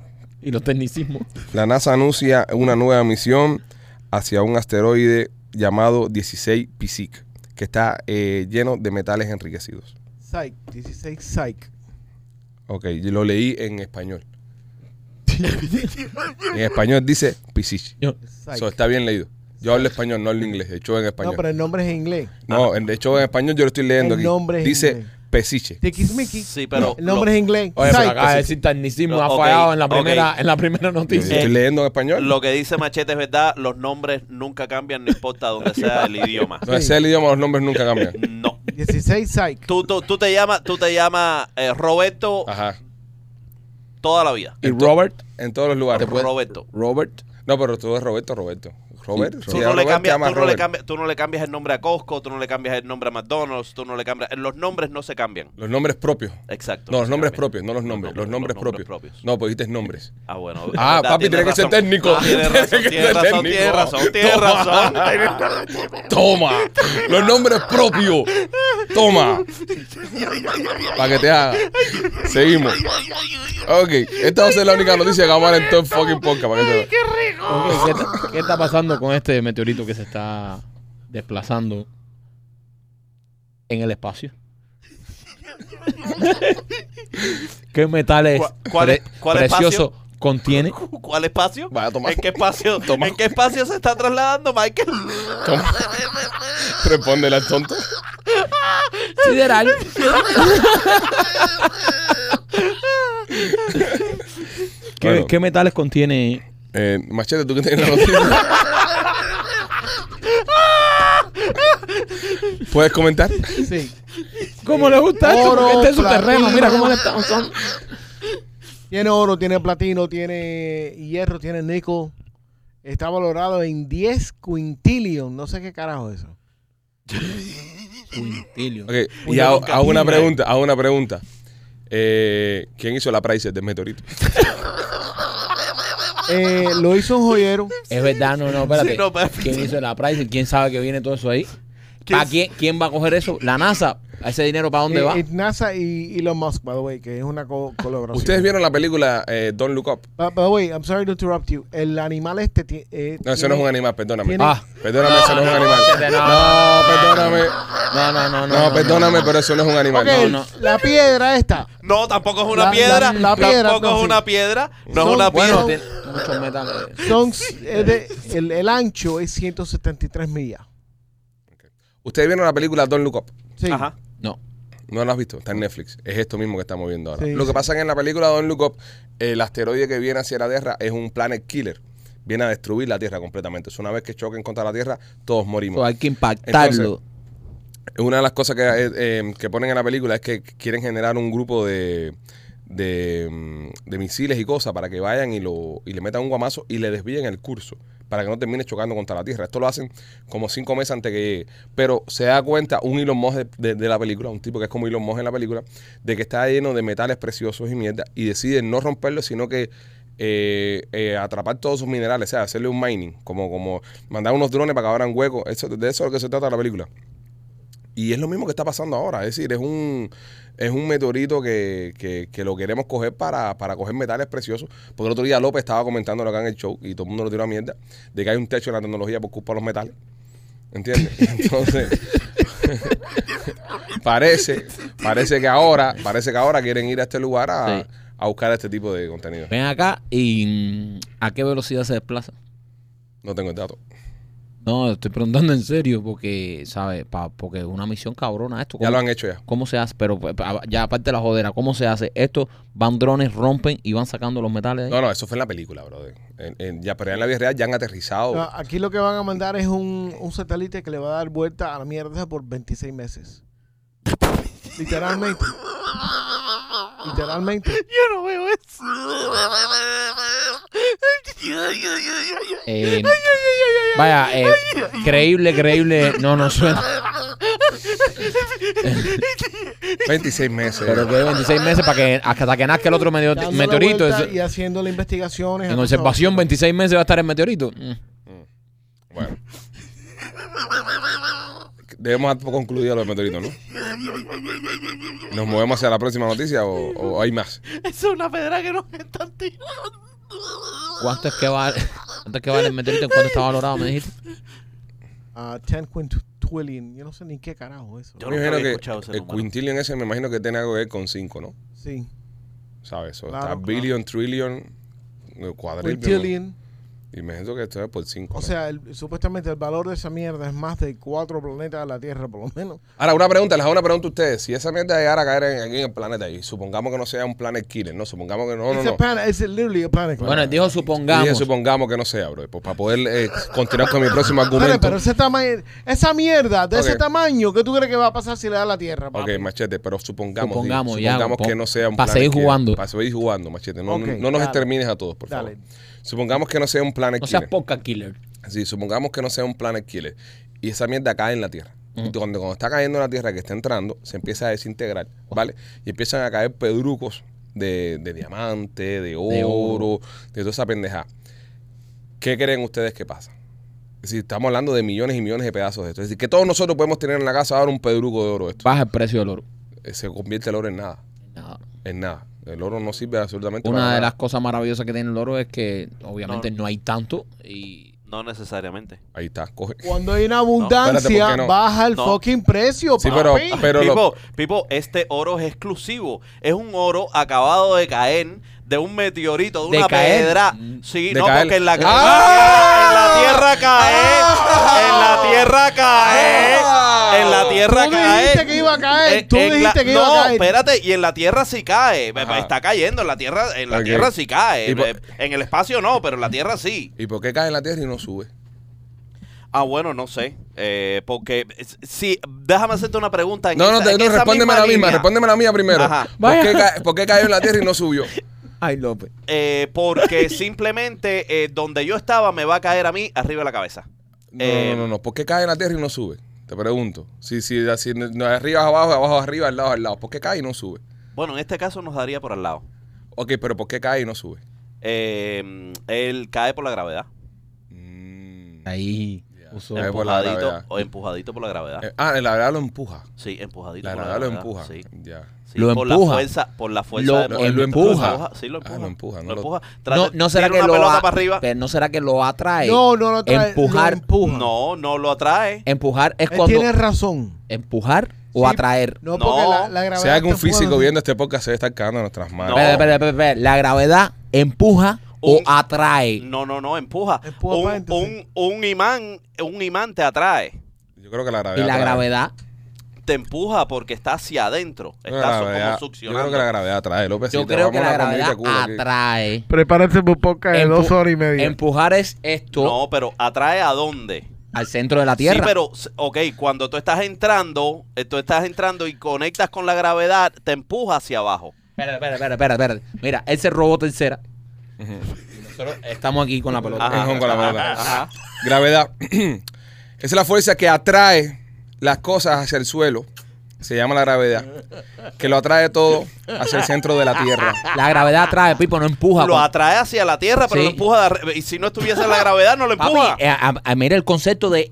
Speaker 2: Y los tecnicismos.
Speaker 1: La NASA anuncia una nueva misión hacia un asteroide llamado 16 Pisic, que está eh, lleno de metales enriquecidos.
Speaker 3: Psych, 16 Psych.
Speaker 1: Ok, yo lo leí en español. en español dice Pisich.
Speaker 2: Yo-
Speaker 3: Psych.
Speaker 1: So, está bien leído. Yo hablo español, no hablo inglés. De hecho, en
Speaker 3: no,
Speaker 1: español. No,
Speaker 3: pero el nombre es en inglés.
Speaker 1: en- de hecho, en español yo lo estoy leyendo
Speaker 3: El
Speaker 1: aquí.
Speaker 3: nombre es
Speaker 1: dice
Speaker 3: inglés.
Speaker 1: Pesiche.
Speaker 3: Tiquismiqui.
Speaker 4: Sí, pero.
Speaker 3: El nombre
Speaker 4: lo-
Speaker 3: es en inglés.
Speaker 2: Oye, pero
Speaker 3: Psych.
Speaker 2: acá decir tecnicismo
Speaker 4: No,
Speaker 2: ha
Speaker 4: ok,
Speaker 2: fallado en, la
Speaker 4: ok. Eh,
Speaker 2: primera, en la primera
Speaker 1: Yo
Speaker 2: noticia.
Speaker 1: estoy leyendo en español.
Speaker 4: Lo que dice Machete es verdad, los nombres nunca cambian, no importa donde sea el idioma.
Speaker 1: No sé el idioma, los nombres nunca cambian.
Speaker 4: No.
Speaker 3: 16 Psych.
Speaker 4: Tú, tú, tú te llamas, tú te llamas eh, Roberto
Speaker 1: Ajá.
Speaker 4: toda la vida.
Speaker 2: Y Robert.
Speaker 1: En todos los lugares.
Speaker 4: Roberto.
Speaker 2: Robert.
Speaker 1: No, pero tú es Roberto, Roberto. Robert,
Speaker 4: Tú, no le cambias, tú, no le cambias, tú no le cambias el nombre a Costco, tú no le cambias el nombre a McDonald's, tú no le cambias. Los nombres no se cambian.
Speaker 1: Los nombres propios.
Speaker 4: Exacto.
Speaker 1: No, los
Speaker 4: se
Speaker 1: nombres
Speaker 4: cambian.
Speaker 1: propios, no los nombres. Los nombres propios. No, pues dijiste nombres.
Speaker 4: Ah, bueno.
Speaker 1: Ah,
Speaker 4: verdad,
Speaker 1: papi, tiene que ser
Speaker 4: razón.
Speaker 1: técnico.
Speaker 4: Ah, Tiene
Speaker 1: Tiene
Speaker 4: razón,
Speaker 1: que
Speaker 4: tiene
Speaker 1: ser
Speaker 4: razón, tiene
Speaker 1: técnico.
Speaker 4: razón, tiene
Speaker 1: Toma.
Speaker 4: razón.
Speaker 1: Toma, los nombres propios. Toma. Para que te haga. Seguimos. Ok, esta va a ser la única noticia que vamos a dar en todo el fucking podcast. Para que se vea.
Speaker 2: Ok, ¿qué, está- qué está pasando con este meteorito que se está desplazando en el espacio? ¿Qué metales
Speaker 4: ¿Cuál- cuál- cuál
Speaker 2: precioso contiene?
Speaker 4: ¿Cuál espacio?
Speaker 1: Vaya, toma.
Speaker 4: ¿En qué espacio?
Speaker 1: Toma.
Speaker 4: ¿En qué espacio se está trasladando, Michael?
Speaker 1: Toma. Respóndele al tonto.
Speaker 2: Sideral. ¿Qué,
Speaker 1: Bueno.
Speaker 2: qué metales contiene?
Speaker 1: Eh, machete, tú que tienes la noticia. ¿Puedes comentar?
Speaker 3: Sí.
Speaker 2: ¿Cómo le gusta esto?
Speaker 3: Oro,
Speaker 2: Porque este es su
Speaker 3: platino.
Speaker 2: terreno. Mira cómo le está usando.
Speaker 3: Tiene oro, tiene platino, tiene hierro, tiene níquel. Está valorado en 10 quintillion. No sé qué carajo es eso.
Speaker 2: Quintilio.
Speaker 1: Ok, y hago, hago una pregunta, hago una pregunta. Eh, ¿Quién hizo la price del meteorito?
Speaker 3: Eh, lo hizo un joyero.
Speaker 2: Es verdad, no, no, espérate.
Speaker 4: Sí, no, espérate.
Speaker 2: ¿Quién hizo la price? ¿Quién sabe que viene todo eso ahí?
Speaker 4: ¿Quién-
Speaker 2: ¿Para quién, quién va a coger eso? ¿La NASA? ¿A ¿Ese dinero para dónde
Speaker 3: Eh,
Speaker 2: va?
Speaker 3: eh, NASA y Elon Musk, by the way, que es una co- colaboración.
Speaker 1: ¿Ustedes vieron la película eh, Don't Look Up?
Speaker 3: By, by the way, I'm sorry to interrupt you. El animal este. ti- eh,
Speaker 1: No, eso no es un
Speaker 3: tiene-
Speaker 1: animal, perdóname.
Speaker 3: tiene-
Speaker 2: Ah.
Speaker 1: Perdóname, eso no es un animal. No, perdóname.
Speaker 2: No, no, no, no.
Speaker 1: No, perdóname, pero eso no es un animal.
Speaker 3: Ok,
Speaker 1: No.
Speaker 2: no.
Speaker 3: La piedra esta.
Speaker 4: No, tampoco es una
Speaker 3: La-
Speaker 4: piedra.
Speaker 3: la- la piedra,
Speaker 4: tampoco
Speaker 3: no,
Speaker 4: es
Speaker 3: sí.
Speaker 4: una piedra. No
Speaker 3: Son-
Speaker 4: es una piedra.
Speaker 2: Bueno,
Speaker 3: Bueno,
Speaker 2: tiene muchos metales.
Speaker 3: Son, es de- el, el ancho es 173 millas.
Speaker 1: ¿Ustedes vieron la película Don't Look Up?
Speaker 3: Sí.
Speaker 4: Ajá.
Speaker 2: No.
Speaker 1: No la has visto, está en Netflix. Es esto mismo que estamos viendo ahora.
Speaker 3: Sí,
Speaker 1: Lo que
Speaker 3: sí.
Speaker 1: pasa es que en la película Don't Look Up, el asteroide que viene hacia la Tierra es un planet killer. Viene a destruir la Tierra completamente. Es una vez que choquen contra la Tierra, todos morimos.
Speaker 2: Eso hay que impactarlo.
Speaker 1: Una de las cosas que, eh, eh, que ponen en la película es que quieren generar un grupo de, de, mm, de misiles y cosas para que vayan y, lo, y le metan un guamazo y le desvíen el curso para que no termine chocando contra la Tierra. Esto lo hacen como cinco meses antes que llegue. Pero se da cuenta un Elon Musk de, de- de la película, un tipo que es como Elon Musk en la película, de que está lleno de metales preciosos y mierda y decide no romperlo, sino que eh, eh, atrapar todos sus minerales, o sea, hacerle un mining, como, como mandar unos drones para que abran huecos. Eso, de eso es lo que se trata la película. Y es lo mismo que está pasando ahora. Es decir, es un, es un meteorito que, que- que lo queremos coger para, para coger metales preciosos. Porque el otro día López estaba comentando acá en el show y todo el mundo lo tiró a mierda de que hay un techo en la tecnología por culpa de los metales. ¿Entiendes? Entonces, parece, parece que ahora, parece que ahora quieren ir a este lugar a,
Speaker 2: Sí.
Speaker 1: a buscar este tipo de contenido.
Speaker 2: Ven acá y mm, ¿a qué velocidad se desplaza?
Speaker 1: No tengo el dato.
Speaker 2: No, estoy preguntando en serio porque, ¿sabes? Pa- porque es una misión cabrona esto.
Speaker 1: Ya
Speaker 2: ¿Cómo-
Speaker 1: lo han hecho ya.
Speaker 2: ¿Cómo se hace? Pero pues, pa- ya aparte de la jodera, ¿cómo se hace? Esto van drones, rompen y van sacando los metales. de ahí.
Speaker 1: No, no, eso fue en la película, brother. En- en- ya, pero ya en la vida real ya han aterrizado.
Speaker 3: No, aquí lo que van a mandar es un, un satélite que le va a dar vuelta a la mierda por 26 meses. Literalmente. Literalmente.
Speaker 4: Yo no veo eso.
Speaker 2: Eh, vaya, eh, creíble, creíble. No, no suena.
Speaker 1: 26 meses.
Speaker 2: Pero que 26 meses para que hasta que nazca el otro medio-
Speaker 3: Dando la
Speaker 2: meteorito.
Speaker 3: vuelta
Speaker 2: es-
Speaker 3: y haciendo las investigaciones.
Speaker 2: en observación, 26 meses va a estar el meteorito. Mm.
Speaker 1: Bueno. Debemos haber concluido los meteoritos, ¿no? ¿Nos movemos hacia la próxima noticia o, o hay más?
Speaker 4: Es una piedra que nos están tirando.
Speaker 2: ¿Cuánto es que vale? ¿Cuánto es que vale el meteorito? ¿En cuánto está valorado? Me dijiste.
Speaker 3: A 10 quint- trillion. Yo no sé ni qué carajo eso.
Speaker 4: Yo
Speaker 1: me
Speaker 4: nunca
Speaker 1: imagino
Speaker 4: había
Speaker 1: que
Speaker 4: escuchado ese
Speaker 1: el
Speaker 4: número.
Speaker 1: quintillion ese me imagino que tiene algo que ver con 5, ¿no?
Speaker 3: Sí.
Speaker 1: ¿Sabes? O
Speaker 3: Claro,
Speaker 1: está
Speaker 3: claro.
Speaker 1: billion, trillion, eh, cuadrillion.
Speaker 3: Quintillion.
Speaker 1: Y me imagino que esto es por 5.
Speaker 3: O sea, el- supuestamente el valor de esa mierda es más de cuatro planetas de la Tierra, por lo menos.
Speaker 1: Ahora, una pregunta, les hago una pregunta a ustedes. Si esa mierda llegara a caer en- aquí en el planeta y supongamos que no sea un planet killer, ¿no? Supongamos que no, no,
Speaker 3: It's a
Speaker 1: no.
Speaker 3: planet. It's literally a planet.
Speaker 2: Bueno, él dijo supongamos.
Speaker 1: Dije, supongamos que no sea, bro. Pues para poder eh, continuar con mi próximo
Speaker 3: Espera,
Speaker 1: argumento.
Speaker 3: pero ese tamaño, esa mierda de ese
Speaker 1: Ok.
Speaker 3: tamaño, ¿qué tú crees que va a pasar si le da la tierra? papi?
Speaker 1: Ok, machete, pero supongamos,
Speaker 2: Supongamos,
Speaker 1: digo,
Speaker 2: ya,
Speaker 1: supongamos
Speaker 2: pon-
Speaker 1: que no sea un
Speaker 2: pa'
Speaker 1: planet
Speaker 2: seguir
Speaker 1: killer.
Speaker 2: jugando.
Speaker 1: Para seguir jugando, machete. No,
Speaker 3: Ok,
Speaker 1: no- no nos
Speaker 3: dale.
Speaker 1: extermines a todos, por
Speaker 3: Dale.
Speaker 1: favor. Supongamos que no sea un planet
Speaker 2: No seas
Speaker 1: killer.
Speaker 2: poca killer.
Speaker 1: Sí, supongamos que no sea un planet killer. Y esa mierda cae en la Tierra.
Speaker 2: Mm.
Speaker 1: Y cuando, cuando está cayendo en la Tierra, que está entrando, se empieza a desintegrar, ¿vale? Y empiezan a caer pedrucos de, de diamante, de oro, de
Speaker 2: oro.
Speaker 1: toda esa pendejada. ¿Qué creen ustedes que pasa? Es decir, estamos hablando de millones y millones de pedazos de esto. Es decir, que todos nosotros podemos tener en la casa ahora un pedruco de oro de esto.
Speaker 2: Baja el precio del oro.
Speaker 1: Eh, Se convierte el oro en nada.
Speaker 2: Nada.
Speaker 1: En nada. El oro no sirve absolutamente
Speaker 2: Una
Speaker 1: para
Speaker 2: de las
Speaker 1: nada.
Speaker 2: cosas maravillosas que tiene el oro es que obviamente no,
Speaker 4: No.
Speaker 2: hay tanto y
Speaker 4: No necesariamente.
Speaker 1: Ahí está, coge.
Speaker 3: Cuando hay una
Speaker 1: Espérate, ¿por
Speaker 3: abundancia,
Speaker 1: qué no?
Speaker 3: baja el
Speaker 4: No.
Speaker 3: fucking precio,
Speaker 1: Sí,
Speaker 3: papi.
Speaker 1: pero, pero lo-
Speaker 4: Pipo, Pipo, este oro es exclusivo. Es un oro acabado de caer de un meteorito, de,
Speaker 2: De
Speaker 4: una
Speaker 2: caer.
Speaker 4: piedra.
Speaker 2: Mm.
Speaker 4: Sí,
Speaker 1: De
Speaker 4: no,
Speaker 1: caer.
Speaker 4: porque en la,
Speaker 1: ¡Ah!
Speaker 4: en la tierra cae. En la tierra cae.
Speaker 1: ¡Ah!
Speaker 4: En la tierra
Speaker 3: Tú
Speaker 4: cae.
Speaker 3: dijiste que iba a caer,
Speaker 4: Eh,
Speaker 3: tú
Speaker 4: en la-
Speaker 3: dijiste que iba
Speaker 4: no,
Speaker 3: a caer.
Speaker 4: espérate, y en la tierra sí cae.
Speaker 1: Ajá.
Speaker 4: Está cayendo, en la tierra, en la
Speaker 1: Ok.
Speaker 4: tierra sí cae.
Speaker 1: Y po-
Speaker 4: Eh, en el espacio no, pero en la tierra sí.
Speaker 1: ¿Y por qué cae en la tierra y no sube?
Speaker 4: Ah, bueno, no sé. Eh, porque es- sí, déjame hacerte una pregunta. en
Speaker 1: No, no,
Speaker 4: esa-
Speaker 1: te-
Speaker 4: en
Speaker 1: no
Speaker 4: esa
Speaker 1: respóndeme la misma,
Speaker 4: línea.
Speaker 1: respóndeme la mía primero.
Speaker 4: Ajá.
Speaker 1: ¿Por
Speaker 2: Vaya.
Speaker 1: qué, ca- por qué cayó en la tierra y no subió?
Speaker 2: Ay, López.
Speaker 4: Eh, porque simplemente eh, donde yo estaba me va a caer a mí arriba de la cabeza.
Speaker 1: No,
Speaker 4: Eh,
Speaker 1: no, no, no. ¿Por qué cae en la tierra y no sube? Te pregunto. Si, si, si no, arriba es abajo, abajo es arriba, al lado es al lado. ¿Por qué cae y no sube?
Speaker 4: Bueno, en este caso nos daría por al lado.
Speaker 1: Ok, pero ¿por qué cae y no sube?
Speaker 4: Eh, él cae por la gravedad.
Speaker 1: Mm.
Speaker 2: Ahí. usó-
Speaker 1: Cae por la gravedad.
Speaker 4: Empujadito, o empujadito por la gravedad.
Speaker 1: Eh, ah, la verdad lo empuja.
Speaker 4: Sí, empujadito
Speaker 1: La
Speaker 4: por la
Speaker 1: verdad lo
Speaker 4: gravedad.
Speaker 1: empuja.
Speaker 4: Sí,
Speaker 1: Ya.
Speaker 4: sí,
Speaker 2: Lo
Speaker 4: por
Speaker 2: empuja.
Speaker 4: La fuerza, por la fuerza
Speaker 2: Lo
Speaker 4: de-
Speaker 1: Él lo empuja.
Speaker 4: Sí, lo empuja.
Speaker 1: Ah, lo empuja, no
Speaker 4: Lo
Speaker 1: lo-
Speaker 4: empuja.
Speaker 2: No,
Speaker 4: Trata-
Speaker 2: no será
Speaker 4: tira
Speaker 2: que
Speaker 4: una
Speaker 2: lo
Speaker 4: pelota
Speaker 2: a-
Speaker 4: para arriba.
Speaker 2: pero no será que lo atrae.
Speaker 3: No, no lo trae.
Speaker 2: Empujar.
Speaker 3: Lo empuja.
Speaker 4: No, no lo atrae.
Speaker 2: Empujar es
Speaker 3: Él
Speaker 2: cuando
Speaker 3: tiene razón.
Speaker 2: empujar o
Speaker 3: Sí.
Speaker 2: atraer.
Speaker 3: No,
Speaker 4: No.
Speaker 3: porque la, la gravedad.
Speaker 1: Si hay algún
Speaker 3: está jugando
Speaker 1: físico
Speaker 3: así.
Speaker 1: viendo este podcast, se debe estar cagando en nuestras manos.
Speaker 4: No.
Speaker 2: Espera, espera, espera, espera. La gravedad empuja o
Speaker 4: Un- Mm,
Speaker 2: atrae.
Speaker 4: No, no, no, empuja.
Speaker 3: Empuja
Speaker 4: un,
Speaker 3: para entonces.
Speaker 4: un- un imán, un imán te atrae.
Speaker 1: Yo creo que la
Speaker 2: Y
Speaker 1: gravedad.
Speaker 2: la
Speaker 1: atrae.
Speaker 2: gravedad.
Speaker 4: te empuja porque está hacia adentro.
Speaker 1: Yo creo que
Speaker 4: Está
Speaker 1: la
Speaker 4: so-
Speaker 1: gravedad-
Speaker 4: como succionando.
Speaker 1: Yo creo que la gravedad atrae, López.
Speaker 2: Yo
Speaker 1: si te
Speaker 2: creo
Speaker 1: vamos
Speaker 2: que
Speaker 1: a
Speaker 2: la
Speaker 1: una comidita
Speaker 2: gravedad
Speaker 1: de Cuba aquí.
Speaker 2: atrae.
Speaker 3: Prepárense por podcast de
Speaker 2: Empu-
Speaker 3: dos horas y media.
Speaker 2: Empujar es esto
Speaker 4: No, pero atrae a dónde.
Speaker 2: al centro de la Tierra.
Speaker 4: Sí, pero, s- ok, cuando tú estás entrando, eh, tú estás entrando y conectas con la gravedad, te empuja hacia abajo.
Speaker 2: Espera, espera, espera, espera, espera. Mira, él se robó tercera.
Speaker 1: Ujú.
Speaker 2: Nosotros estamos aquí con la pelota.
Speaker 1: En Hong Kong, la
Speaker 4: ajá,
Speaker 1: verdad.
Speaker 4: ajá.
Speaker 1: Gravedad. Esa es la fuerza que atrae las cosas hacia el suelo. Se llama la gravedad. Que lo atrae todo hacia el centro de la Tierra.
Speaker 2: La gravedad atrae, Pipo, no empuja. pues.
Speaker 4: Lo
Speaker 2: pa-
Speaker 4: atrae hacia la tierra, pero
Speaker 2: Sí.
Speaker 4: lo empuja. de arri- y si no estuviese la gravedad, no lo
Speaker 2: Papi,
Speaker 4: empuja.
Speaker 2: eh, a- a- mira el concepto de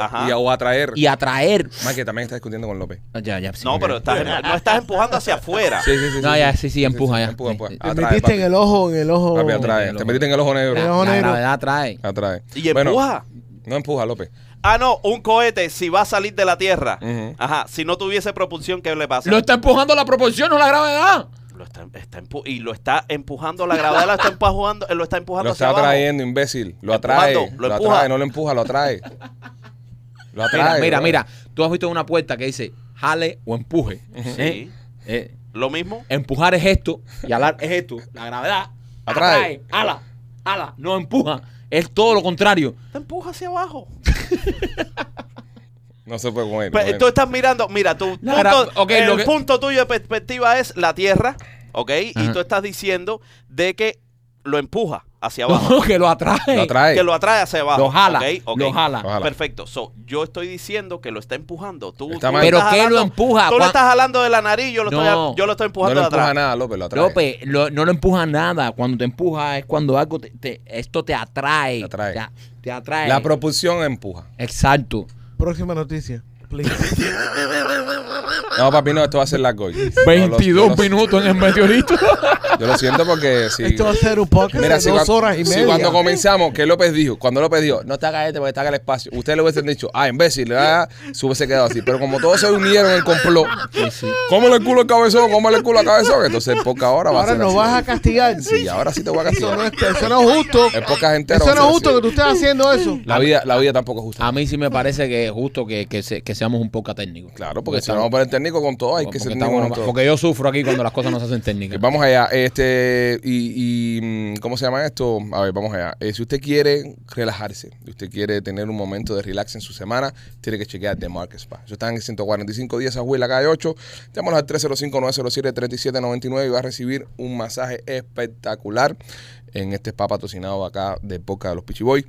Speaker 1: Atraer,
Speaker 4: Ajá.
Speaker 1: y, o atraer.
Speaker 2: y atraer.
Speaker 1: Más que también está discutiendo con López.
Speaker 2: Ya, ya, sí.
Speaker 4: no, pero estás, em- no estás empujando hacia afuera.
Speaker 1: Sí, sí, sí.
Speaker 2: No, ya, sí, sí, empuja, ya.
Speaker 1: Empuja, empuja.
Speaker 2: Te
Speaker 3: Te
Speaker 1: Atrae,
Speaker 3: metiste
Speaker 1: papi.
Speaker 3: en el ojo, en el ojo.
Speaker 1: Papi, atrae.
Speaker 2: En el
Speaker 1: Te metiste en el ojo negro.
Speaker 3: Pero-
Speaker 2: La, la
Speaker 3: negro.
Speaker 2: gravedad atrae.
Speaker 1: Atrae.
Speaker 4: Y
Speaker 1: Bueno,
Speaker 4: empuja.
Speaker 1: No empuja, López.
Speaker 4: Ah, no, un cohete, si va a salir de la tierra,
Speaker 1: Ujú.
Speaker 4: ajá, si no tuviese propulsión, ¿qué le pasa?
Speaker 2: Lo está empujando la proporción, no la gravedad.
Speaker 4: Lo está, está empu- y lo está empujando, la gravedad lo está empujando, eh, lo está empujando
Speaker 1: Lo
Speaker 4: hacia
Speaker 1: está
Speaker 4: abajo.
Speaker 1: atrayendo, imbécil. Lo atrae.
Speaker 4: Empujando,
Speaker 1: Lo,
Speaker 4: lo empuja.
Speaker 1: atrae, no lo empuja, lo atrae. Lo
Speaker 2: Mira,
Speaker 1: atrae.
Speaker 2: mira,
Speaker 1: bro.
Speaker 2: mira. Tú has visto una puerta que dice jale o empuje.
Speaker 4: Sí.
Speaker 2: ¿Eh? Eh,
Speaker 4: Lo mismo.
Speaker 2: Empujar es esto y alar es esto. La gravedad
Speaker 1: Atrae.
Speaker 2: atrae, ala, ala, no empuja. Es todo lo contrario.
Speaker 4: Te empuja hacia abajo.
Speaker 1: No se puede comer.
Speaker 4: Pe-
Speaker 1: bueno.
Speaker 4: Tú estás mirando, mira, tu
Speaker 2: La
Speaker 4: punto,
Speaker 2: gra- ok,
Speaker 4: el
Speaker 2: lo que-
Speaker 4: punto tuyo de perspectiva es la Tierra, ¿ok? Y
Speaker 2: Ajá.
Speaker 4: tú estás diciendo de que lo empuja hacia abajo.
Speaker 2: que lo atrae.
Speaker 1: Lo atrae.
Speaker 4: Que lo atrae hacia abajo.
Speaker 2: Lo jala,
Speaker 4: ¿ok? Ok.
Speaker 2: lo jala.
Speaker 1: Ojalá.
Speaker 4: Perfecto. So, yo estoy diciendo que lo está empujando. Tú,
Speaker 1: Está
Speaker 4: tú
Speaker 1: mal.
Speaker 2: Pero
Speaker 4: estás
Speaker 2: ¿qué lo
Speaker 4: jalando-
Speaker 2: empuja?
Speaker 4: Tú
Speaker 2: Cuan-
Speaker 4: lo estás jalando de la nariz, yo lo,
Speaker 2: No.
Speaker 4: estoy, yo lo estoy
Speaker 1: No
Speaker 4: empujando
Speaker 1: le
Speaker 4: de
Speaker 1: empuja
Speaker 4: atrás.
Speaker 1: nada, López. Lo atrae.
Speaker 2: López, lo- no lo empuja nada. Cuando te empuja es cuando algo te- te- esto te atrae.
Speaker 1: Te atrae.
Speaker 2: Te, a- te atrae.
Speaker 1: La propulsión empuja.
Speaker 2: Exacto.
Speaker 3: Próxima noticia. please.
Speaker 1: No, papi, no, esto va a ser largo. hoy. yo lo, yo lo-
Speaker 2: minutos en el meteorito.
Speaker 1: Yo lo siento porque si.
Speaker 3: Esto va a ser un podcast
Speaker 1: Mira,
Speaker 3: de
Speaker 1: si
Speaker 3: dos
Speaker 1: cuan-
Speaker 3: horas y
Speaker 1: si
Speaker 3: media.
Speaker 1: cuando comenzamos, que López dijo, cuando López dijo, no te hagas este porque te haga el espacio, ustedes le hubiesen dicho, ah, imbécil, ah, se hubiese quedado así. Pero como todos se unieron en complot, cómele el culo al cabezón, cómele el culo al cabezón, entonces en poca hora va a
Speaker 3: Ahora
Speaker 1: ser
Speaker 3: nos
Speaker 1: así.
Speaker 3: vas a castigar.
Speaker 1: Sí, ahora sí te voy a
Speaker 3: Eso no,
Speaker 1: castigar.
Speaker 3: es, eso no es justo.
Speaker 1: El podcast entero va
Speaker 3: Eso
Speaker 1: a
Speaker 3: no es
Speaker 1: ser
Speaker 3: justo
Speaker 1: así.
Speaker 3: que tú Ah, estés haciendo eso.
Speaker 1: La vida, la vida tampoco es justa.
Speaker 2: A mí sí me parece que es justo que, que se- que seamos un poco técnicos.
Speaker 1: Claro, porque si no
Speaker 2: estamos-
Speaker 1: vamos a poner técnico con todo, hay que
Speaker 2: porque
Speaker 1: ser técnico
Speaker 2: estamos-
Speaker 1: con todo.
Speaker 2: porque yo sufro aquí cuando las cosas no se hacen
Speaker 1: Que
Speaker 2: técnicas.
Speaker 1: Vamos allá, este, y, y, mm, ¿cómo se llama esto? A ver, vamos allá. Eh, si usted quiere relajarse, si usted quiere tener un momento de relax en su semana, tiene que chequear The Market Spa. Yo están en 145 días, abuela, calle 8. Llámanos al 305-907-3799 y va a recibir un masaje espectacular en este spa patrocinado acá de Boca de los Pichiboy.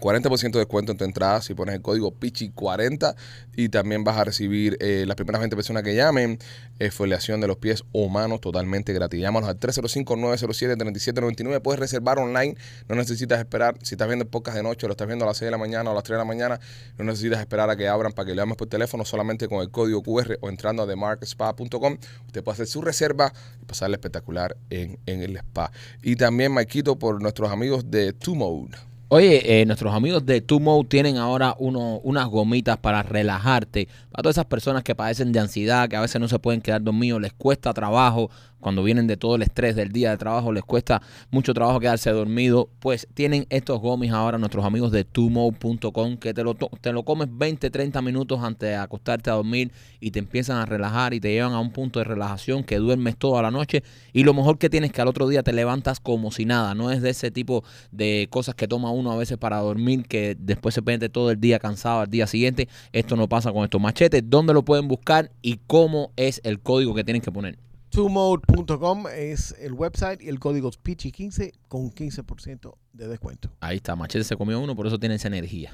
Speaker 1: 40% de descuento en tu entrada si pones el código PICHI40 y también vas a recibir eh, las primeras 20 personas que llamen exfoliación de los pies o manos totalmente gratis. Llámanos al 305-907-3799. Puedes reservar online, no necesitas esperar. Si estás viendo el podcast de noche, lo estás viendo a las 6 de la mañana o a las 3 de la mañana, no necesitas esperar a que abran para que le llames por teléfono. Solamente con el código QR o entrando a themarkspa.com, usted puede hacer su reserva y pasarle espectacular en, en el spa. Y también, Maikito, por nuestros amigos de Two Mode.
Speaker 2: Oye, eh, nuestros amigos de Tumo tienen ahora uno, unas gomitas para relajarte. Para todas esas personas que padecen de ansiedad, que a veces no se pueden quedar dormidos, les cuesta trabajo. Cuando vienen de todo el estrés del día de trabajo, les cuesta mucho trabajo quedarse dormido. Pues tienen estos gomis ahora nuestros amigos de Tumo.com que te lo, to- te lo comes 20, 30 minutos antes de acostarte a dormir y te empiezan a relajar y te llevan a un punto de relajación que duermes toda la noche. Y lo mejor que tienes es que al otro día te levantas como si nada. No es de ese tipo de cosas que toma uno a veces para dormir, que después se pende todo el día cansado al día siguiente. Esto no pasa con estos machetes. ¿Dónde lo pueden buscar y cómo es el código que tienen que poner?
Speaker 3: Tumode.com es el website y el código es PICHI15 con 15% de descuento.
Speaker 2: Ahí está, Machete se comió uno, por eso tiene esa energía.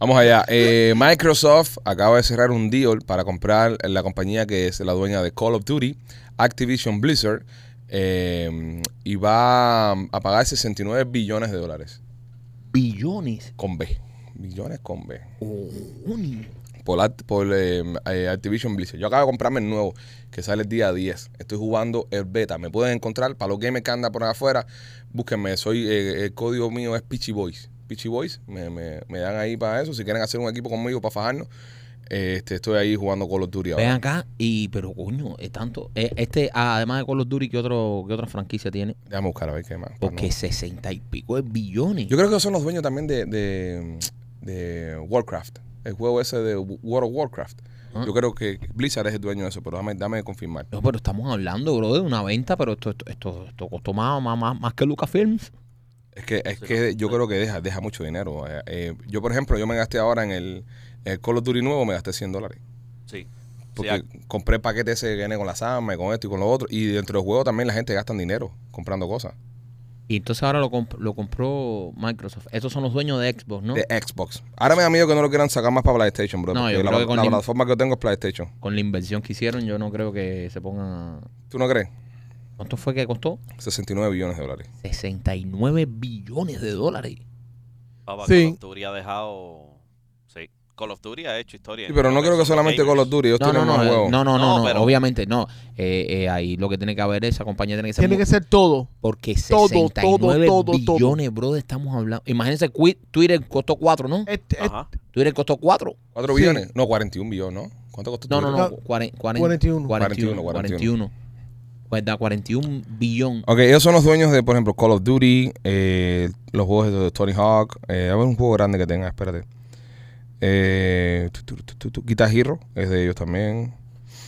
Speaker 1: Vamos allá. Eh, Microsoft acaba de cerrar un deal para comprar la compañía que es la dueña de Call of Duty, Activision Blizzard, eh, y va a pagar 69 billones de dólares
Speaker 2: Billones.
Speaker 1: con B. Billones con B. Por, Act- por, eh, eh, Activision Blizzard. Yo acabo de comprarme el nuevo, que sale el día 10. Estoy jugando el beta. Me pueden encontrar, para los gamers que andan por afuera, búsquenme. Soy, eh, el código mío es Pichi Boys. Pichi Boys, me, me- me dan ahí para eso. Si quieren hacer un equipo conmigo para fajarnos, eh, este, estoy ahí jugando Call of Duty ahora.
Speaker 2: Ven acá y, pero coño, es tanto. eh, Este, ah, además de Call of Duty, ¿qué, otro, qué otra franquicia tiene?
Speaker 1: Déjame buscar a ver qué más. para
Speaker 2: Porque
Speaker 1: no-
Speaker 2: 60 y pico de billones.
Speaker 1: Yo creo que son los dueños también de, de, de Warcraft. El juego ese de World of Warcraft.
Speaker 2: Ah.
Speaker 1: Yo creo que Blizzard es el dueño de eso, pero dame, dame confirmar.
Speaker 2: No, pero estamos hablando, bro, de una venta, pero esto, esto, esto, esto costó más, más, más, más que Lucasfilms.
Speaker 1: Es que, es que yo creo que deja, deja mucho dinero. Eh, eh, yo, por ejemplo, yo me gasté ahora en el, el Call of Duty nuevo, me gasté 100 dólares.
Speaker 4: Sí.
Speaker 1: Porque
Speaker 4: Sí,
Speaker 1: compré el paquete ese que viene con las armas, y con esto y con lo otro. Y dentro del juego también la gente gasta dinero comprando cosas.
Speaker 2: Y entonces ahora lo, comp- lo compró Microsoft. Estos son los dueños de Xbox, ¿no?
Speaker 1: De Xbox. Ahora me da miedo que no lo quieran sacar más para PlayStation, bro.
Speaker 2: No,
Speaker 1: porque
Speaker 2: yo
Speaker 1: la,
Speaker 2: creo que con
Speaker 1: la
Speaker 2: lim-
Speaker 1: plataforma que yo tengo es PlayStation.
Speaker 2: Con la inversión que hicieron, yo no creo que se pongan a...
Speaker 1: ¿Tú no crees?
Speaker 2: ¿Cuánto fue que costó?
Speaker 1: 69 billones de dólares.
Speaker 2: 69 billones de dólares.
Speaker 4: Papá,
Speaker 3: Sí.
Speaker 4: Call of Duty ha dejado. Sí. Call of Duty ha hecho historia.
Speaker 1: Sí, pero no creo que solamente Call of Duty. Ellos
Speaker 2: No, no,
Speaker 1: tienen
Speaker 2: no,
Speaker 1: más
Speaker 2: eh,
Speaker 1: juegos.
Speaker 2: no, no, no,
Speaker 4: No,
Speaker 2: no,
Speaker 4: pero-
Speaker 2: obviamente no. Eh, eh, ahí lo que tiene que haber esa compañía tiene que ser...
Speaker 3: Tiene
Speaker 2: mu-
Speaker 3: que ser todo.
Speaker 2: Porque
Speaker 3: todo, todo,
Speaker 2: 69
Speaker 3: todo, todo.
Speaker 2: billones, bro, estamos hablando... Imagínense, Qui- Twitter costó 4, ¿no?
Speaker 3: Este- este-
Speaker 4: Ajá.
Speaker 2: Twitter costó 4.
Speaker 1: ¿Cuatro
Speaker 3: Sí.
Speaker 1: billones? No, 41 billones, ¿no? ¿Cuánto costó
Speaker 2: No, no,
Speaker 1: Twitter?
Speaker 2: no,
Speaker 3: No,
Speaker 2: cuaren- cuaren-
Speaker 3: 41.
Speaker 1: 41.
Speaker 2: 41, 41. ¿Verdad? 41 billón.
Speaker 1: Ok, ellos son los dueños de, por ejemplo, Call of Duty, eh, los juegos de Tony Hawk. Eh, a ver un juego grande que tenga, espérate. Eh, tu, tu, tu, tu, tu, Guitar Hero es de ellos también.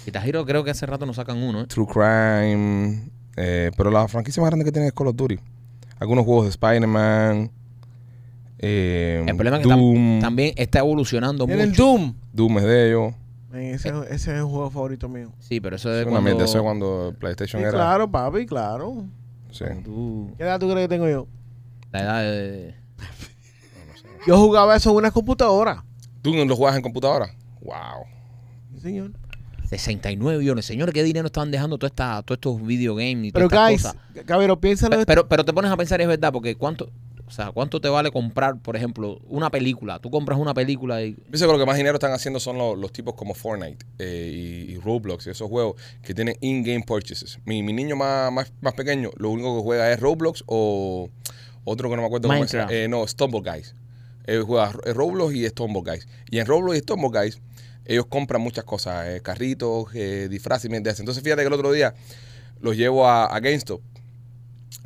Speaker 2: Y Tajiro creo que hace rato nos sacan uno, ¿eh?
Speaker 1: True Crime. eh, pero la franquicia más grande que tienen es Call of Duty. Algunos juegos de Spider-Man. eh,
Speaker 2: El problema es que tam-
Speaker 1: Doom.
Speaker 2: también está evolucionando
Speaker 3: en el
Speaker 2: mucho.
Speaker 3: Doom.
Speaker 1: Doom es de ellos.
Speaker 3: Eh, Ese, ese es el juego favorito mío.
Speaker 2: Sí, pero eso es
Speaker 1: Una
Speaker 2: cuando...
Speaker 1: mierda, eso es cuando PlayStation
Speaker 3: Sí,
Speaker 1: era.
Speaker 3: claro, papi, claro.
Speaker 1: Sí.
Speaker 2: tú-
Speaker 3: ¿Qué edad tú crees que tengo yo?
Speaker 2: la edad de-
Speaker 3: Yo jugaba eso en una computadora.
Speaker 1: Doom lo juegas en computadora. Wow.
Speaker 3: Sí, señor.
Speaker 2: 69 billones. Señores, ¿qué dinero están dejando toda esta- todos estos videogames y
Speaker 3: Pero,
Speaker 2: todas estas
Speaker 3: guys,
Speaker 2: cosas?
Speaker 3: Gabriel, piénsalo.
Speaker 2: Pe-
Speaker 3: esto.
Speaker 2: Pero, pero te pones a pensar, y es verdad, porque cuánto... O sea, ¿cuánto te vale comprar, por ejemplo, una película? Tú compras una película y...
Speaker 1: Pienso que lo que más dinero están haciendo son lo- los, tipos como Fortnite eh, y, y Roblox y esos juegos que tienen in-game purchases. Mi, mi niño más, más, más pequeño, lo único que juega es Roblox o otro que no me acuerdo cómo es.
Speaker 2: Minecraft.
Speaker 1: Eh, no, Stumble Guys. Él juega Ro- eh, Roblox y Stumble Guys. Y en Roblox y Stumble Guys, ellos compran muchas cosas, eh, carritos, eh, disfraces y mierda esa. Entonces fíjate que el otro día los llevo a, a GameStop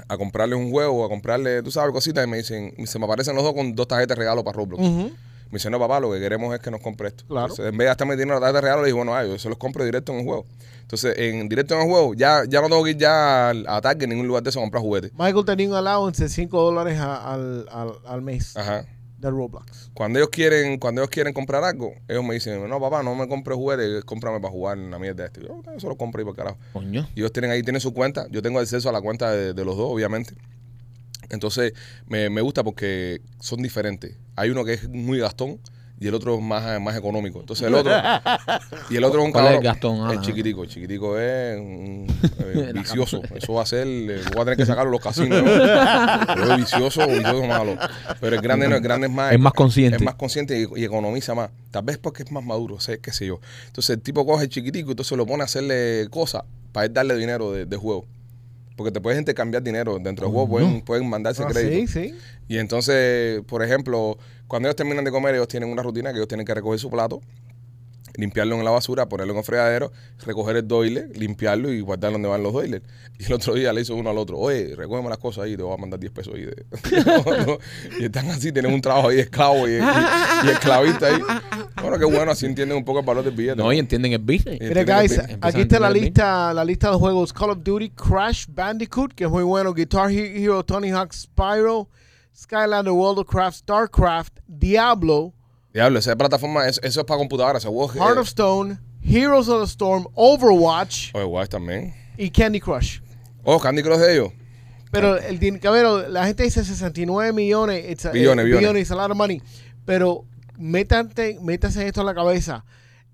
Speaker 1: a comprarle un juego, a comprarle, tú sabes, cositas, y me dicen, se me aparecen los dos con dos tarjetas de regalo para Roblox.
Speaker 3: Ujú.
Speaker 1: Me dice, no, papá, lo que queremos es que nos compre esto.
Speaker 3: Claro.
Speaker 1: Entonces, en vez de gastarme dinero en la tarjeta real, le digo, bueno, ah, yo se los compro directo en el juego. Entonces, en directo en el juego, ya, ya no tengo que ir ya al- a Target, en ningún lugar de eso, a comprar juguetes.
Speaker 3: Michael tenía un allowance de 5 dólares a- al, al, al mes
Speaker 1: Ajá.
Speaker 3: de Roblox.
Speaker 1: Cuando ellos quieren, cuando ellos quieren comprar algo, ellos me dicen, no, papá, no me compres juguetes, cómprame para jugar en la mierda esta. Y Yo, "Ah, eso lo compro y para carajo.
Speaker 2: Coño.
Speaker 1: Y ellos tienen ahí, tienen su cuenta. Yo tengo acceso a la cuenta de, de los dos, obviamente. Entonces, me, me gusta porque son diferentes. Hay uno que es muy gastón y el otro es más, más económico. Entonces, el otro. y el otro es un
Speaker 2: ¿Cuál es el
Speaker 1: cabrón.
Speaker 2: gastón? Ah,
Speaker 1: El
Speaker 2: la-
Speaker 1: chiquitico. El chiquitico es un, eh, vicioso. Eso va a ser. eh, voy a tener que sacarlo a los casinos. ¿no? Pero es vicioso, vicioso malo. Pero el grande no, el grande es más.
Speaker 2: Es más consciente.
Speaker 1: Es más consciente y, y economiza más. Tal vez porque es más maduro, sé, qué sé yo. Entonces el tipo coge el chiquitico y entonces lo pone a hacerle cosas para él darle dinero de, de juego. Porque te puedes intercambiar dinero dentro del juego,
Speaker 2: Ujú.
Speaker 1: pueden, pueden mandarse
Speaker 3: Oh, Ah,
Speaker 1: crédito.
Speaker 3: sí, sí.
Speaker 1: Y entonces, por ejemplo, cuando ellos terminan de comer, ellos tienen una rutina que ellos tienen que recoger su plato, limpiarlo en la basura, ponerlo en el fregadero, recoger el doile, limpiarlo y guardar donde van los doiles. Y el otro día le hizo uno al otro, oye, recógeme las cosas ahí, te voy a mandar 10 pesos ahí. de-". y están así, tienen un trabajo ahí de esclavo y, y, y esclavista ahí. Bueno, qué bueno, así entienden un poco el valor del billete.
Speaker 2: No, y entienden el
Speaker 1: Eh,
Speaker 2: business.
Speaker 3: Mira,
Speaker 1: tiene que
Speaker 3: guys,
Speaker 1: empe-
Speaker 2: empezar
Speaker 3: aquí está la
Speaker 2: a entender
Speaker 3: lista, la lista de juegos Call of Duty, Crash Bandicoot, que es muy bueno, Guitar He- Hero, Tony Hawk, Spyro, Skylander, World of Craft, StarCraft, Diablo,
Speaker 1: Diablo, esa plataforma, eso, eso es para computadoras, ese juego.
Speaker 3: Heart of Stone, Heroes of the Storm, Overwatch
Speaker 1: Oye, guay, también.
Speaker 3: y Candy Crush.
Speaker 1: Oh, Candy Crush de ellos.
Speaker 3: Pero el din- cabrero, la gente dice 69 millones, it's a,
Speaker 1: Billones,
Speaker 3: eh,
Speaker 1: billones.
Speaker 3: it's a lot of money. Pero métase, métase esto en la cabeza.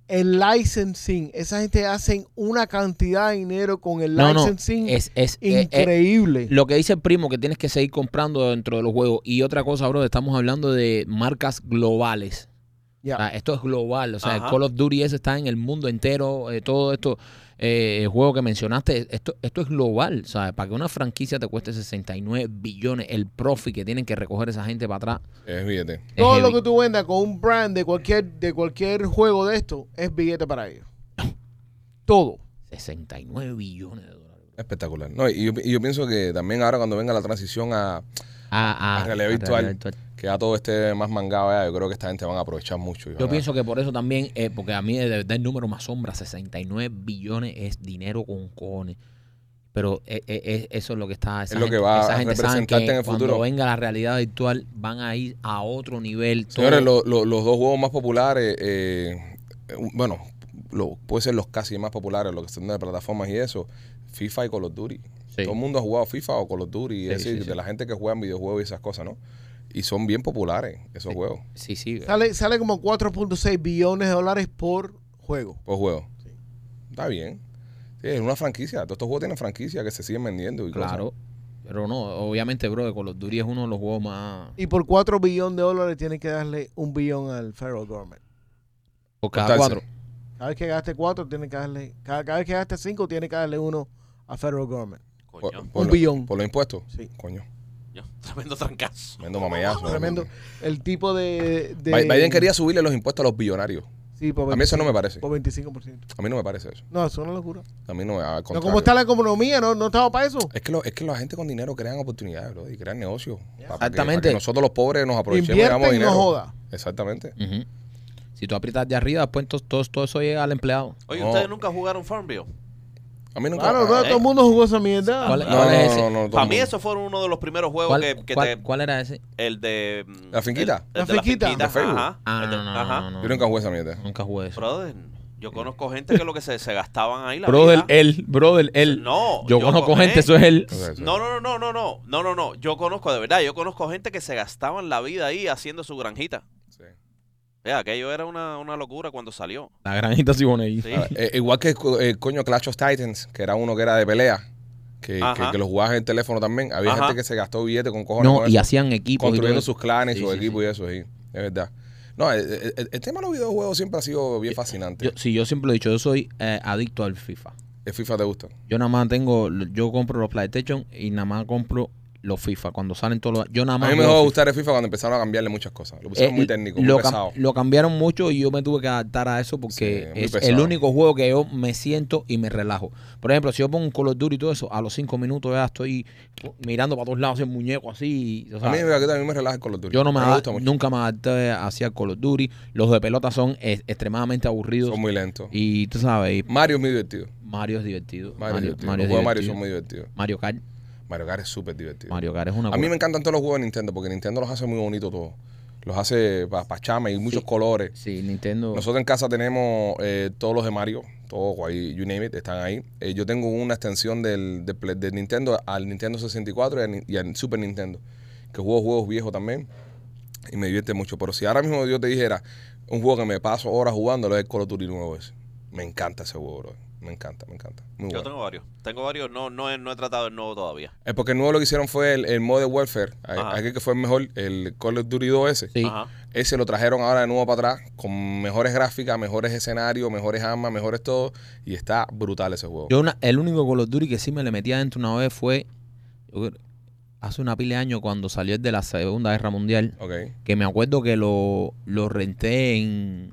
Speaker 3: El licensing, esa gente hacen una cantidad de dinero con el
Speaker 2: No, no, es,
Speaker 3: licensing
Speaker 2: es, es- es-
Speaker 3: increíble.
Speaker 2: lo que dice el primo que tienes que seguir comprando dentro de los juegos. Y otra cosa, bro, estamos hablando de marcas globales.
Speaker 3: Ya.
Speaker 2: O sea, esto es global. O sea, el
Speaker 4: Ajá.
Speaker 2: Call of Duty ese está en el mundo entero. eh, todo esto, eh, el juego que mencionaste, esto, esto es global. O sea, para que una franquicia te cueste 69 billones, el profit que tienen que recoger esa gente para atrás.
Speaker 1: Es billete.
Speaker 2: es
Speaker 3: Todo lo
Speaker 2: heavy.
Speaker 3: que tú vendas con un brand de cualquier, de cualquier juego de esto es billete para ellos. Todo.
Speaker 2: 69 billones de dólares.
Speaker 1: Espectacular. No, y, yo, y yo pienso que también ahora cuando venga la transición a
Speaker 2: A,
Speaker 1: A realidad virtual. que ya todo esté más mangado, ya, yo creo que esta gente van a aprovechar mucho. y
Speaker 2: Yo
Speaker 1: van a-
Speaker 2: pienso que por eso también, eh, porque a mí de verdad el número más sombra, 69 billones es dinero con cojones. Pero eh, eh, eh, eso es lo que está. esa
Speaker 1: Es lo que
Speaker 2: gente-
Speaker 1: va
Speaker 2: esa
Speaker 1: a
Speaker 2: gente sabe
Speaker 1: representarte
Speaker 2: que
Speaker 1: en el futuro.
Speaker 2: Cuando venga la realidad virtual, van a ir a otro nivel. todo.
Speaker 1: Señores, lo- lo- los dos juegos más populares, eh, eh, bueno, lo, puede ser los casi más populares, los que están en las plataformas y eso, FIFA y Call of Duty.
Speaker 2: Sí.
Speaker 1: Todo el mundo ha jugado FIFA o Call of Duty,
Speaker 2: Sí,
Speaker 1: es decir,
Speaker 2: sí, sí.
Speaker 1: de la gente que juega en videojuegos y esas cosas, ¿no? Y son bien populares esos juegos,
Speaker 2: Sí, sí.
Speaker 3: Sale, sale como 4.6 billones de dólares por juego.
Speaker 1: por juego. Está bien. Sí, es una franquicia. Todos estos juegos tienen franquicia que se siguen vendiendo y cosas.
Speaker 2: Claro. Pero no, obviamente, bro, Call of Duty es uno de los juegos más.
Speaker 3: Y por 4 billones de dólares tienen que darle un billón al federal government.
Speaker 2: Por cada
Speaker 1: Contarse.
Speaker 2: cuatro.
Speaker 3: Cada vez que gaste 4, tienen que darle. Cada, cada vez que gaste 5, tienen que darle uno al federal government.
Speaker 1: Por,
Speaker 4: Coño,
Speaker 1: por
Speaker 3: Un
Speaker 1: lo-
Speaker 3: billón.
Speaker 1: Por los impuestos.
Speaker 3: Sí.
Speaker 1: Coño.
Speaker 4: coño, tremendo trancazo.
Speaker 1: Tremendo mamellazo.
Speaker 3: Tremendo. El tipo de. de-
Speaker 1: Oh, Bi- Biden quería subirle los impuestos a los billonarios.
Speaker 3: Sí, por
Speaker 1: A mí eso no me
Speaker 3: 25,
Speaker 1: parece.
Speaker 3: Por 25%.
Speaker 1: A mí no me parece eso.
Speaker 3: No, eso es una locura.
Speaker 1: A mí no me al
Speaker 3: No,
Speaker 1: contrario.
Speaker 3: como está la economía, no, no estaba para eso.
Speaker 1: Es que, lo- es que la gente con dinero crean oportunidades, bro, y crean negocios. Pa- para que-
Speaker 2: Exactamente.
Speaker 1: para que nosotros los pobres nos aprovechemos y hagamos
Speaker 3: Invierte y
Speaker 1: dinero.
Speaker 3: no joda.
Speaker 1: Exactamente.
Speaker 2: Ujú. Si tú aprietas de arriba, después to- todo, todo eso llega al empleado.
Speaker 4: Oye,
Speaker 1: No.
Speaker 4: ¿ustedes nunca jugaron Farmville?
Speaker 1: A mí nunca.
Speaker 3: Claro, bro,
Speaker 1: ah,
Speaker 3: todo el mundo jugó esa mierda.
Speaker 2: ¿Cuál-
Speaker 1: no,
Speaker 2: cuál es ese?
Speaker 1: no, no, no, todo el
Speaker 4: Para mí
Speaker 1: mundo.
Speaker 4: eso fue uno de los primeros juegos
Speaker 2: ¿Cuál,
Speaker 4: que, que
Speaker 2: cuál-
Speaker 4: te...
Speaker 2: cuál era ese?
Speaker 4: El de... mm,
Speaker 1: La finquita.
Speaker 4: el- el
Speaker 3: La
Speaker 4: de la
Speaker 3: finquita.
Speaker 4: finquita,
Speaker 1: De Facebook.
Speaker 4: ajá.
Speaker 2: Ah,
Speaker 4: El
Speaker 2: no, no,
Speaker 4: de-
Speaker 2: no,
Speaker 4: ajá.
Speaker 2: no, no,
Speaker 1: Yo nunca jugué esa mierda.
Speaker 2: Nunca jugué eso.
Speaker 4: Brother, yo conozco gente que lo que se, se gastaban ahí la
Speaker 2: Brother,
Speaker 4: vida.
Speaker 2: él, brother, él.
Speaker 4: No,
Speaker 2: yo,
Speaker 4: yo
Speaker 2: conozco
Speaker 4: con-
Speaker 2: gente,
Speaker 4: eh.
Speaker 2: eso es él.
Speaker 1: O sea, eso-
Speaker 4: No, no, no, no, no, no, no, no, no. Yo conozco, de verdad, yo conozco gente que se gastaban la vida ahí haciendo su granjita.
Speaker 1: sí.
Speaker 4: Vea, aquello era una, una locura cuando salió.
Speaker 2: La granjita Siboney.
Speaker 4: Sí.
Speaker 1: Ah, eh, igual que co- eh, coño Clash of Titans, que era uno que era de pelea, que,
Speaker 4: Ajá.
Speaker 1: que, que lo jugabas en el teléfono también. Había
Speaker 4: Ajá.
Speaker 1: gente que se gastó billetes con cojones.
Speaker 2: No,
Speaker 1: con
Speaker 2: y
Speaker 1: eso.
Speaker 2: hacían equipos. y todo
Speaker 1: construyendo
Speaker 2: eso.
Speaker 1: sus clanes,
Speaker 2: Sí,
Speaker 1: sus
Speaker 2: sí,
Speaker 1: equipos y eso, sí. Es verdad. No, el, el- el- el tema de los videojuegos siempre ha sido bien fascinante.
Speaker 2: Yo, sí, yo siempre lo he dicho, yo soy eh, adicto al FIFA.
Speaker 1: ¿El FIFA te gusta?
Speaker 2: Yo nada más tengo, yo compro los PlayStation y nada más compro los FIFA. Cuando salen todos los... Yo nada
Speaker 1: A
Speaker 2: más...
Speaker 1: mí me
Speaker 2: juego
Speaker 1: dejó
Speaker 2: FIFA.
Speaker 1: gustar el FIFA cuando empezaron a cambiarle muchas cosas. Lo pusieron
Speaker 2: Eh,
Speaker 1: muy técnico, muy
Speaker 2: lo, cam-
Speaker 1: pesado.
Speaker 2: lo cambiaron mucho y yo me tuve que adaptar a eso porque
Speaker 1: Sí, muy
Speaker 2: es
Speaker 1: pesado.
Speaker 2: el único juego que yo me siento y me relajo. Por ejemplo, si yo pongo un Call of Duty y todo eso, a los cinco minutos ya estoy mirando para todos lados el muñeco así. y, o sea,
Speaker 1: a mí aquí también me relaja con los duros.
Speaker 2: Yo no me,
Speaker 1: me
Speaker 2: ada-
Speaker 1: gusta mucho.
Speaker 2: nunca me adapté hacia Call of Duty. Los de pelota son eh, extremadamente aburridos.
Speaker 1: Son muy lentos.
Speaker 2: Y tú sabes, y
Speaker 1: Mario es muy divertido.
Speaker 2: Mario es divertido.
Speaker 1: Mario, es
Speaker 2: Mario,
Speaker 1: divertido.
Speaker 2: Mario
Speaker 1: los
Speaker 2: es
Speaker 1: juegos de Mario
Speaker 2: divertido.
Speaker 1: son muy divertidos.
Speaker 2: Mario Kart.
Speaker 1: Mario Kart es súper divertido.
Speaker 2: Mario Kart es
Speaker 1: a
Speaker 2: una
Speaker 1: mí
Speaker 2: cosa.
Speaker 1: me encantan todos los juegos de Nintendo porque Nintendo los hace muy bonitos todos. Los hace para chama y muchos
Speaker 2: Sí.
Speaker 1: colores.
Speaker 2: Sí, Nintendo.
Speaker 1: Nosotros en casa tenemos eh, todos los de Mario, todos ahí, you name it, están ahí. Eh, yo tengo una extensión del, de, Play- de Nintendo al Nintendo 64 y al, Ni- y al Super Nintendo, que juego juegos viejos también y me divierte mucho. Pero si ahora mismo yo te dijera un juego que me paso horas jugando, es el Call of Duty nuevo ese. Me encanta ese juego, bro. Me encanta, me encanta. Muy
Speaker 4: Yo
Speaker 1: bueno.
Speaker 4: tengo varios. Tengo varios, no, no, he, no he tratado el nuevo todavía.
Speaker 1: Eh, porque el nuevo lo que hicieron fue el, el Modern Warfare, a-
Speaker 4: Ajá.
Speaker 1: aquel que fue el mejor, el Call of Duty 2 ese.
Speaker 2: Sí.
Speaker 4: Ajá.
Speaker 1: Ese lo trajeron ahora de nuevo para atrás con mejores gráficas, mejores escenarios, mejores armas, mejores todo. Y está brutal ese juego.
Speaker 2: Yo una- el único Call of Duty que sí me le metía dentro una vez fue yo creo, hace una pila de años cuando salió el de la Segunda Guerra Mundial,
Speaker 1: ok.
Speaker 2: que me acuerdo que lo, lo renté en,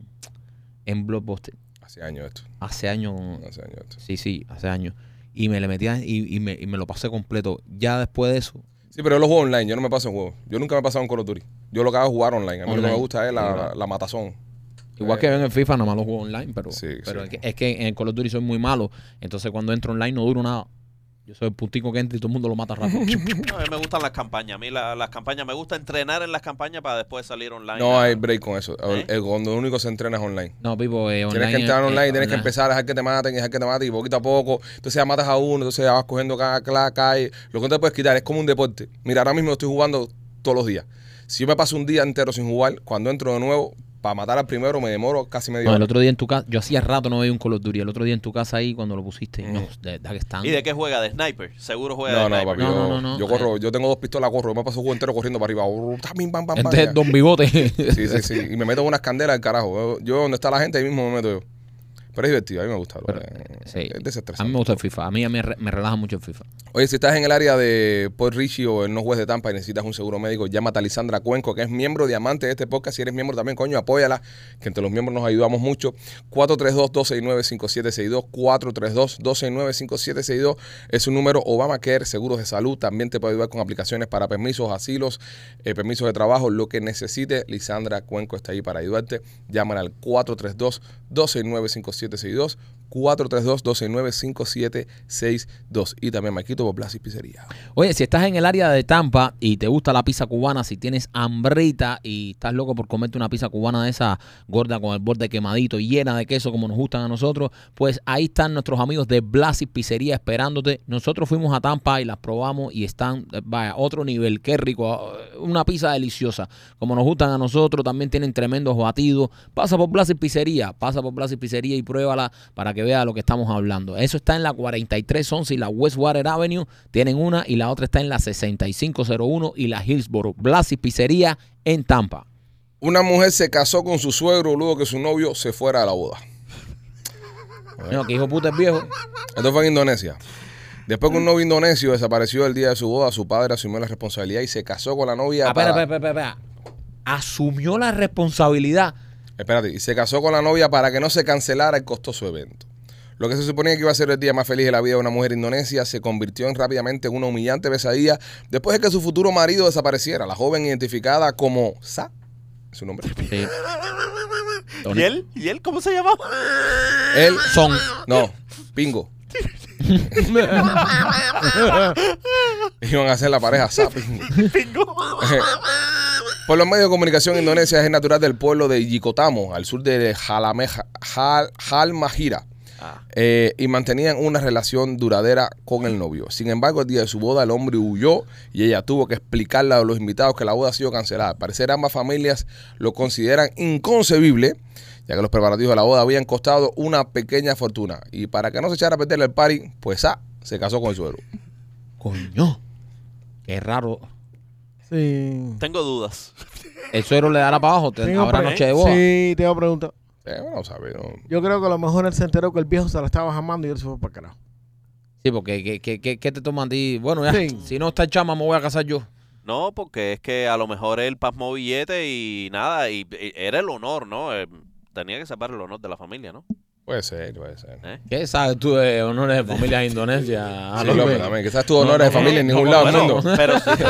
Speaker 2: en Blockbuster
Speaker 1: Hace años esto.
Speaker 2: hace años.
Speaker 1: Hace años esto.
Speaker 2: Sí, sí, hace años. Y me le metía y, y me, y me lo pasé completo. Ya después de eso,
Speaker 1: Sí, pero yo lo juego online. Yo no me paso en juego. Yo nunca me he pasado en Call of Duty. Yo lo que hago es jugar online. A mí lo que
Speaker 2: Online.
Speaker 1: me gusta es la, la- la matazón.
Speaker 2: igual
Speaker 1: Eh,
Speaker 2: que ven en FIFA, nada más lo juego online, pero,
Speaker 1: Sí,
Speaker 2: pero
Speaker 1: sí.
Speaker 2: Es, que, es que en el Call of Duty soy muy malo. Entonces cuando entro online no duro nada. Yo soy el puntico que entra y todo el mundo lo mata rápido.
Speaker 4: No, a mí me gustan las campañas. A mí la- las campañas, me gusta entrenar en las campañas para después salir online.
Speaker 1: No
Speaker 4: a-
Speaker 1: hay break con eso. El-
Speaker 4: ¿Eh?
Speaker 1: el- cuando lo único se entrena es online.
Speaker 2: no, Pipo, eh, online.
Speaker 1: Tienes que entrar
Speaker 2: eh,
Speaker 1: online,
Speaker 2: eh,
Speaker 1: tienes que
Speaker 2: online.
Speaker 1: empezar a dejar que te maten, y dejar que te maten, y poquito a poco. Entonces ya matas a uno, entonces ya vas cogiendo cada, cada calle. Lo que no te puedes quitar es como un deporte. Mira, ahora mismo estoy jugando todos los días. Si yo me paso un día entero sin jugar, cuando entro de nuevo, para matar al primero me demoro casi medio
Speaker 2: No, el
Speaker 1: hora.
Speaker 2: otro día en tu casa, yo hacía rato no veía un Call of Duty. El otro día en tu casa ahí cuando lo pusiste,
Speaker 1: Mm.
Speaker 2: no, de verdad que están.
Speaker 4: ¿Y de qué juega? ¿De sniper? Seguro juega
Speaker 1: No,
Speaker 4: de
Speaker 1: no,
Speaker 4: sniper.
Speaker 1: papi.
Speaker 2: No,
Speaker 1: yo,
Speaker 2: no, no, no. eh.
Speaker 1: yo corro, yo tengo dos pistolas, corro. Yo me paso el juego entero corriendo para arriba. Brr, también, bam, bam, bam,
Speaker 2: Este es
Speaker 1: ya.
Speaker 2: el Don Bigote.
Speaker 1: Sí, sí, sí. Y me meto unas candelas al carajo. Yo, yo donde está la gente, ahí mismo me meto yo. Pero es divertido, a mí me gusta. bro.
Speaker 2: Pero, sí.
Speaker 1: Es
Speaker 2: A mí
Speaker 1: desestresante.
Speaker 2: me gusta el FIFA. A mí, a mí me re- me relaja mucho el FIFA.
Speaker 1: Oye, si estás en el área de Port Richie o en los juez de Tampa y necesitas un seguro médico, llámate a Lisandra Cuenco, que es miembro diamante de este podcast. Si eres miembro también, coño, apóyala, que entre los miembros nos ayudamos mucho. 432-269-5762, 432-269-5762 es un número Obamacare, seguros de salud. También te puede ayudar con aplicaciones para permisos, asilos, eh, permisos de trabajo, lo que necesites. Lisandra Cuenco está ahí para ayudarte. Llámala al 432-269-5762. 432-269-5762. Y también Maquito por Blas y Pizzería.
Speaker 2: Oye, si estás en el área de Tampa y te gusta la pizza cubana, si tienes hambrita y estás loco por comerte una pizza cubana de esa gorda con el borde quemadito, llena de queso como nos gustan a nosotros, pues ahí están nuestros amigos de Blasis Pizzería esperándote. Nosotros fuimos a Tampa y las probamos y están, eh, vaya, otro nivel, qué rico, eh, una pizza deliciosa, como nos gustan a nosotros, también tienen tremendos batidos. Pasa por Blasis Pizzería, pasa por Blasis Pizzería y pruébala para que vea lo que estamos hablando. Eso está en la 4311 y la Westwater Avenue. Tienen una y la otra está en la 6501 y la Hillsboro. Blasis Pizzería en Tampa.
Speaker 1: Una mujer se casó con su suegro luego que su novio se fuera a la boda.
Speaker 2: Bueno, que hijo puta es viejo.
Speaker 1: Esto fue en Indonesia. Después que un novio indonesio desapareció el día de su boda, su padre asumió la responsabilidad y se casó con la novia.
Speaker 2: Ah, espera,
Speaker 1: para-
Speaker 2: espera, espera, espera. Asumió la responsabilidad.
Speaker 1: Espérate, y se casó con la novia para que no se cancelara el costoso evento. Lo que se suponía que iba a ser el día más feliz de la vida de una mujer indonesia se convirtió en rápidamente en una humillante pesadilla después de que su futuro marido desapareciera. La joven identificada como Sa, su nombre.
Speaker 2: Sí.
Speaker 4: ¿Y
Speaker 2: E-
Speaker 4: él? ¿Y él cómo se llamaba?
Speaker 1: Él,
Speaker 2: Son.
Speaker 1: no, Pingo. Iban a ser la pareja Sa, Pingo. Por los medios de comunicación, Indonesia es el natural del pueblo de Yikotamo, al sur de Jalameja- Jal- Halmahera.
Speaker 4: Ah.
Speaker 1: eh, y mantenían una relación duradera con el novio. Sin embargo, el día de su boda el hombre huyó y ella tuvo que explicarle a los invitados que la boda ha sido cancelada. Al parecer ambas familias lo consideran inconcebible, ya que los preparativos de la boda habían costado una pequeña fortuna. Y para que no se echara a perder el party, pues ah, se casó con el suegro.
Speaker 2: Coño. Qué raro.
Speaker 3: Sí.
Speaker 4: Tengo dudas.
Speaker 2: El suero le dará para abajo. te-
Speaker 3: Tengo
Speaker 2: Habrá
Speaker 3: pre-
Speaker 2: noche de boda.
Speaker 3: Sí, tengo pregunta.
Speaker 1: Eh, bueno, sabe, no.
Speaker 3: Yo creo que a lo mejor él se enteró que el viejo se la estaba jamando y él se fue para el carajo.
Speaker 2: Sí, porque ¿qué, qué, qué- qué te toman a ti? Bueno, ya,
Speaker 3: Sí.
Speaker 2: si no está el chama, me voy a casar yo.
Speaker 4: No, porque es que a lo mejor él pasmó billete y nada, y, y era el honor, ¿no? Eh, tenía que sacar el honor de la familia, ¿no?
Speaker 1: Puede ser, puede ser.
Speaker 4: ¿Eh?
Speaker 2: ¿Qué sabes tú de honores de familia de Indonesia? Ah,
Speaker 1: Sí,
Speaker 2: López?
Speaker 1: López, también. Quizás tu honor es de
Speaker 2: no,
Speaker 1: familia en
Speaker 2: no,
Speaker 1: ningún
Speaker 2: no,
Speaker 1: lado del
Speaker 4: Bueno,
Speaker 1: mundo.
Speaker 4: pero sí,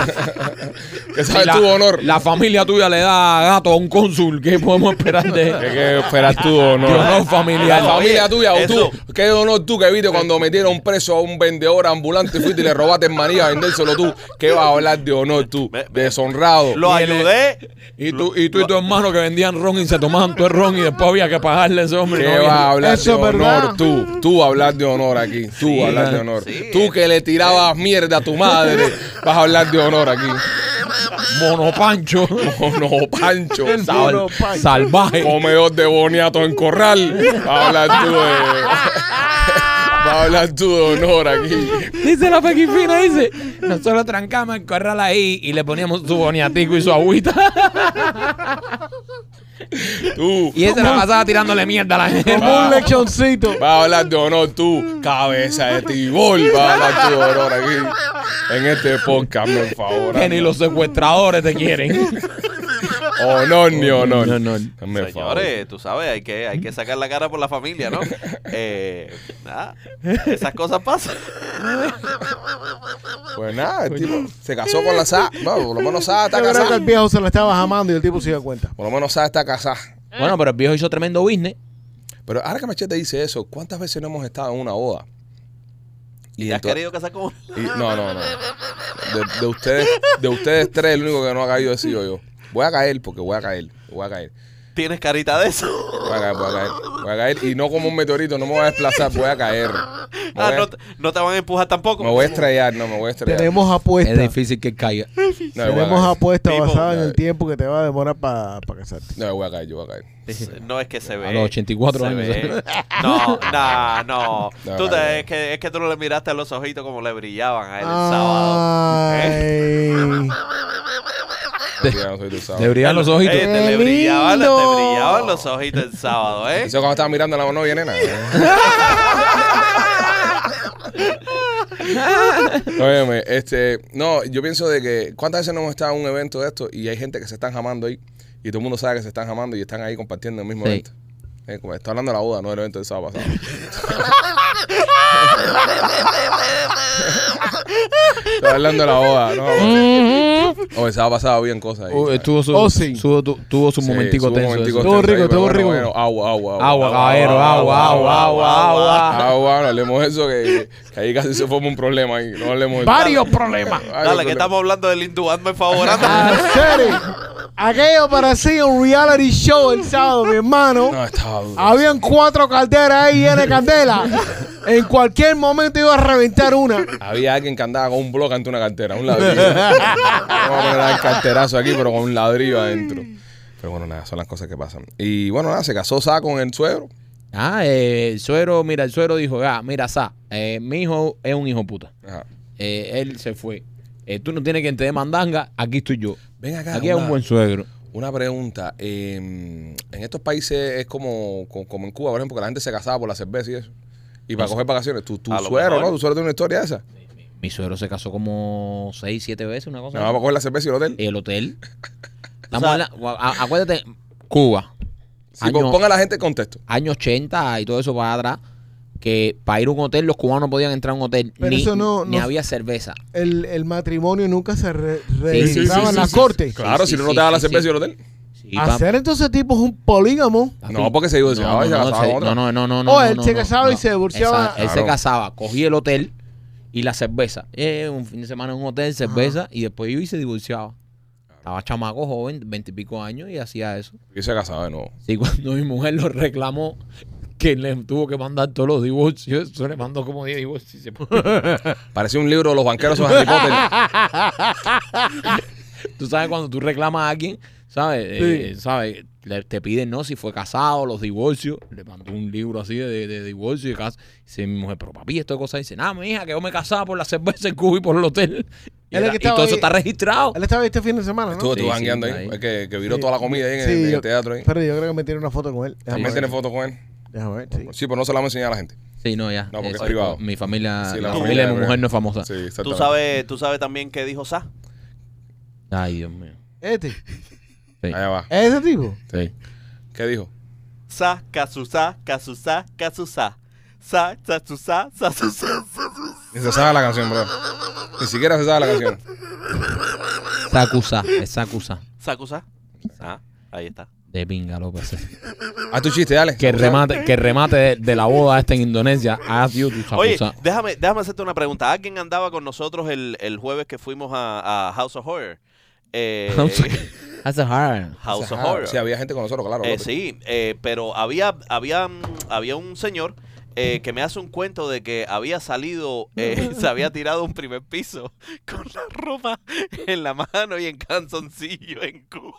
Speaker 1: ¿Qué
Speaker 2: Si
Speaker 1: sabes
Speaker 2: la-
Speaker 1: tu honor?
Speaker 2: La familia tuya le da gato a un cónsul. ¿Qué podemos esperar de
Speaker 1: ¿Qué, qué esperas tú, honor?
Speaker 2: de honor
Speaker 1: La
Speaker 2: familiar?
Speaker 4: Oye,
Speaker 1: familia tuya o
Speaker 4: eso-
Speaker 1: tú, ¿qué honor tú que viste cuando metieron preso a un vendedor ambulante y fuiste y le robaste en manía a vendérselo tú? ¿Qué vas a hablar de honor tú?
Speaker 4: Ve- ve-
Speaker 1: Deshonrado.
Speaker 4: lo
Speaker 2: Y él-
Speaker 4: ayudé.
Speaker 2: Y tú, y tú y tu hermano que vendían ron y se tomaban todo el ron y después había que pagarle a ese hombre.
Speaker 1: ¿Qué
Speaker 2: no
Speaker 1: vas
Speaker 2: había-
Speaker 1: a hablar de
Speaker 3: Eso es verdad.
Speaker 1: honor tú? Tú hablar de honor aquí. Tú hablar de honor.
Speaker 4: sí.
Speaker 1: Tú que le tirabas mierda a tu madre, vas a hablar de honor aquí.
Speaker 2: Monopancho.
Speaker 1: Honor Pancho.
Speaker 3: El
Speaker 1: sal-
Speaker 3: duro pan.
Speaker 2: Salvaje.
Speaker 1: Comedor de boniato en corral. Hablas tú de. Va a hablar tú de honor aquí.
Speaker 2: Dice la Pequifina, dice, nosotros trancamos el corral ahí y le poníamos su boniatico y su agüita.
Speaker 1: Tú.
Speaker 2: Y ese la pasaba tirándole mierda a la gente.
Speaker 3: Como un lechoncito.
Speaker 1: Va a hablar de honor tú, cabeza de tibol. Va a hablar tú de honor aquí. En este podcast, por favor.
Speaker 2: Que ni los secuestradores te quieren.
Speaker 1: Honor ni honor.
Speaker 2: Ni honor.
Speaker 1: Hazme el favor.
Speaker 4: Señores, tú sabes, hay que, hay que sacar la cara por la familia, ¿no? Eh, nada, esas cosas pasan.
Speaker 1: Pues nada, el tipo se casó con la SA. Bueno, por lo menos SA está
Speaker 3: Yo creo que el
Speaker 1: casada.
Speaker 3: viejo se lo estaba jamando y el tipo se dio cuenta.
Speaker 1: Por lo menos SA está casada.
Speaker 2: Bueno, pero el viejo hizo tremendo business.
Speaker 1: Pero ahora que Machete dice eso, ¿cuántas veces no hemos estado en una boda?
Speaker 4: Y has
Speaker 1: ento-
Speaker 4: querido casar con uno.
Speaker 1: y- no, no, no. De, de ustedes, de ustedes tres, el único que no ha caído he sido yo. Voy a caer porque voy a caer. Voy a caer.
Speaker 4: Tienes carita de eso.
Speaker 1: Voy a caer, voy a caer. Voy a caer. Y no como un meteorito, no me voy a desplazar, voy a caer. Me
Speaker 4: Ah,
Speaker 1: voy a,
Speaker 4: no, te- no te van a empujar tampoco.
Speaker 1: me voy a estrellar, no, me voy a estrellar.
Speaker 3: Tenemos
Speaker 2: Es
Speaker 3: apuestas.
Speaker 2: difícil que caiga.
Speaker 1: No, yo voy a
Speaker 3: Tenemos
Speaker 1: caer.
Speaker 3: apuestas
Speaker 4: People.
Speaker 3: basadas en el tiempo que te va a demorar para casarte.
Speaker 1: No, yo voy a caer, yo voy a caer.
Speaker 4: No es que se ve.
Speaker 2: A los 84
Speaker 4: se
Speaker 2: años.
Speaker 4: ve. No, nah, no.
Speaker 1: No,
Speaker 4: Tú te-
Speaker 1: no.
Speaker 4: es, que, es que tú no le miraste a los ojitos como le brillaban a él el sábado.
Speaker 3: Ay.
Speaker 1: Ya no soy tu sábado.
Speaker 2: Le brillan los
Speaker 4: Eh,
Speaker 2: ojitos.
Speaker 4: te, le
Speaker 3: ¡Qué
Speaker 4: brillaban, te
Speaker 3: lindo!
Speaker 4: brillaban los ojitos el sábado, ¿eh?
Speaker 1: Eso cuando estaba mirando a la novia, nena. Óyeme, este, no, yo pienso de que cuántas veces no hemos estado en un evento de esto y hay gente que se están jamando ahí y todo el mundo sabe que se están jamando y están ahí compartiendo el mismo
Speaker 2: Sí.
Speaker 1: evento. Eh, como estoy hablando de la boda, no del evento del sábado pasado. estoy hablando de la boda,
Speaker 2: Mm.
Speaker 1: no. O el sábado pasado habían cosas ahí.
Speaker 2: Oh, eh, tuvo su,
Speaker 3: Oh, sí.
Speaker 2: su- tu- tuvo su
Speaker 1: Sí, estuvo
Speaker 2: momentico
Speaker 1: un
Speaker 2: tenso.
Speaker 1: momentico
Speaker 2: eso.
Speaker 3: Estuvo
Speaker 1: tenso ahí,
Speaker 3: rico,
Speaker 1: pero
Speaker 3: estuvo rico.
Speaker 1: Agua, agua, agua.
Speaker 2: Agua, caballero, agua, agua, agua, agua.
Speaker 1: Ah, bueno, hablemos de eso que, que ahí casi se forma un problema ahí. No hablemos de
Speaker 3: Varios problemas.
Speaker 1: Varios
Speaker 4: Dale, que
Speaker 1: problemas.
Speaker 4: estamos hablando del hindú, hazme favorando.
Speaker 3: Ah. Hacer aquello parecía un reality show el sábado, mi hermano.
Speaker 1: No, estaba duro.
Speaker 3: Habían cuatro calderas ahí llenas de candela. En cualquier momento iba a reventar una.
Speaker 1: Había alguien que andaba con un bloque ante una cartera, un ladrillo. Vamos a poner el carterazo aquí, pero con un ladrillo adentro. Pero bueno, nada, son las cosas que pasan. Y bueno, nada, se casó Sa con el suegro.
Speaker 2: Ah, eh, el suero, mira, el suero dijo, ah, mira, Sa, eh, mi hijo es un hijo puta.
Speaker 1: Ajá.
Speaker 2: Eh, él se fue. Eh, tú no tienes quien te dé mandanga, aquí estoy yo.
Speaker 1: Ven acá.
Speaker 2: Aquí hay un
Speaker 1: una-
Speaker 2: buen suegro.
Speaker 1: Una pregunta. eh, en estos países es como, co- como en Cuba, por ejemplo, que la gente se casaba por la cerveza y eso. Y para coger vacaciones. Tu, tu
Speaker 4: A lo
Speaker 1: suero,
Speaker 4: mejor.
Speaker 1: ¿no? Tu suero tiene una historia de esa.
Speaker 2: Mi suegro se casó como seis, siete veces, una cosa.
Speaker 1: Nada más
Speaker 2: así.
Speaker 1: para coger la cerveza y el hotel.
Speaker 2: el hotel.
Speaker 4: O
Speaker 2: Estamos
Speaker 4: sea-
Speaker 2: en la- gua- a- acuérdate, Cuba,
Speaker 1: Si
Speaker 2: año-
Speaker 1: ponga a la gente en contexto.
Speaker 2: años 80 y todo eso para atrás, que para ir a un hotel los cubanos no podían entrar a un hotel,
Speaker 3: Pero
Speaker 2: ni,
Speaker 3: eso no-
Speaker 2: ni
Speaker 3: no-
Speaker 2: había cerveza.
Speaker 3: El, el matrimonio nunca se re-
Speaker 2: Sí, sí,
Speaker 1: sí,
Speaker 3: registraba en
Speaker 1: sí,
Speaker 3: la
Speaker 1: sí.
Speaker 3: corte.
Speaker 1: Claro,
Speaker 2: sí,
Speaker 1: si no, no
Speaker 2: sí,
Speaker 1: te da la
Speaker 2: sí,
Speaker 1: cerveza
Speaker 2: sí.
Speaker 1: y el hotel.
Speaker 2: Sí, pa-
Speaker 3: Hacer entonces tipos un polígamo.
Speaker 2: papi.
Speaker 1: No, porque se divorciaba
Speaker 2: No,
Speaker 1: y se
Speaker 2: no, no,
Speaker 1: casaba
Speaker 2: se-
Speaker 1: con otra.
Speaker 2: no, no, no, no,
Speaker 3: O
Speaker 2: no,
Speaker 3: Oh, él
Speaker 2: no,
Speaker 3: se
Speaker 2: no,
Speaker 3: casaba y se divorciaba.
Speaker 2: Esa- él se
Speaker 1: Claro.
Speaker 2: casaba, cogía el hotel y la cerveza. Eh, un fin de semana en un hotel, cerveza, y después iba y se divorciaba. Estaba chamaco joven, veintipico años, y hacía eso.
Speaker 1: Y se casaba de nuevo.
Speaker 2: Sí, cuando mi mujer lo reclamó, que le tuvo que mandar todos los divorcios, se le mandó como 10 divorcios. y se fue.
Speaker 1: Parecía un libro de los banqueros de Harry
Speaker 2: Ah,
Speaker 1: Potter.
Speaker 2: tú sabes, cuando tú reclamas a alguien, ¿sabes? Eh, ¿sabes? Le- te piden, ¿no? Si fue casado, los divorcios. Le mandó un libro así de, de, de divorcio y casa. Dice mi mujer, pero papi, esto es cosa. Dice, nada, mi hija, que yo me casaba por la cerveza en Cuba y por el hotel. Y,
Speaker 3: Él
Speaker 2: era-
Speaker 3: es que
Speaker 2: y
Speaker 3: estaba
Speaker 2: todo eso
Speaker 3: ahí-
Speaker 2: está registrado.
Speaker 3: Él estaba este fin de semana, ¿no?
Speaker 1: Estuvo tú
Speaker 2: Sí,
Speaker 1: banqueando
Speaker 2: sí,
Speaker 1: ahí.
Speaker 2: ahí.
Speaker 1: Es que, que viró
Speaker 3: Sí.
Speaker 1: toda la comida ahí en, el-
Speaker 3: Sí,
Speaker 1: en el
Speaker 3: yo-
Speaker 1: teatro. Ahí.
Speaker 3: Pero yo creo que me tiene una foto con él. Déjame
Speaker 1: También
Speaker 3: ver.
Speaker 1: tiene foto con él.
Speaker 3: Déjame ver, sí.
Speaker 1: Sí, pero no se la vamos a enseñar a la gente.
Speaker 2: Sí, no, ya.
Speaker 1: No, porque
Speaker 2: Eh,
Speaker 1: es privado.
Speaker 2: Mi familia,
Speaker 1: Sí,
Speaker 2: la,
Speaker 1: la
Speaker 2: familia,
Speaker 1: familia
Speaker 2: de mi
Speaker 1: de-
Speaker 2: mujer no es famosa.
Speaker 1: Sí, exactamente.
Speaker 4: Tú sabes, tú sabes también qué dijo Sa.
Speaker 2: Ay, Dios mío.
Speaker 3: Este.
Speaker 2: Sí.
Speaker 1: Allá va.
Speaker 3: Ese tipo.
Speaker 2: Sí.
Speaker 1: ¿Qué dijo?
Speaker 4: Sa, Kazusa, Kazusa, Kazusa. Sa, Kazusa, Kazusa.
Speaker 1: Ni se sabe la canción, bro. Ni siquiera se sabe la canción.
Speaker 2: Sacusa, es Sacusa.
Speaker 4: Sakusa. Ah, ahí está.
Speaker 2: De pinga, López.
Speaker 1: Haz tu chiste, dale.
Speaker 2: Que el remate, que el remate de, de la boda esta en Indonesia. Ha sido tu Sacusa.
Speaker 4: Oye, déjame, déjame hacerte una pregunta. ¿Alguien andaba con nosotros el, el jueves que fuimos a, a House of Horror? Eh,
Speaker 2: House of- That's a hard.
Speaker 4: House of
Speaker 1: Ajá,
Speaker 4: Horror.
Speaker 1: Sí, había gente con nosotros, claro.
Speaker 4: Eh,
Speaker 1: López.
Speaker 4: sí, eh, pero había, había, mm, había un señor eh, que me hace un cuento de que había salido, eh, se había tirado a un primer piso con la ropa en la mano y en canzoncillo en Cuba.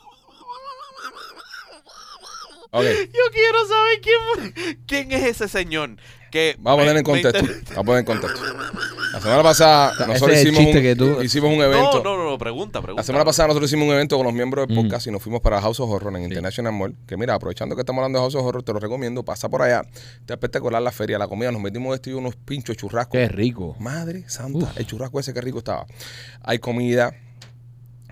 Speaker 1: Ok.
Speaker 4: Yo quiero saber quién, fue- quién es ese señor. que
Speaker 1: Vamos a poner
Speaker 4: me-
Speaker 1: en
Speaker 4: me inter-
Speaker 1: contexto. Vamos a poner en contexto. La semana pasada
Speaker 2: sea,
Speaker 1: nosotros
Speaker 2: ese es el
Speaker 1: hicimos
Speaker 2: chiste
Speaker 1: un,
Speaker 2: que tú-
Speaker 1: hicimos un
Speaker 4: No,
Speaker 1: evento.
Speaker 4: no, no, no, pregunta, pregunta.
Speaker 1: La semana pasada nosotros hicimos un evento con los miembros del
Speaker 2: Mm.
Speaker 1: podcast y nos fuimos para House of Horror en International Mall. Que mira, aprovechando que estamos hablando de House of Horror, te lo recomiendo. Pasa por allá. Está espectacular la feria, la comida. Nos metimos de esto y unos pinchos churrascos.
Speaker 2: Qué rico.
Speaker 1: Madre santa, el churrasco ese que rico estaba. Hay comida.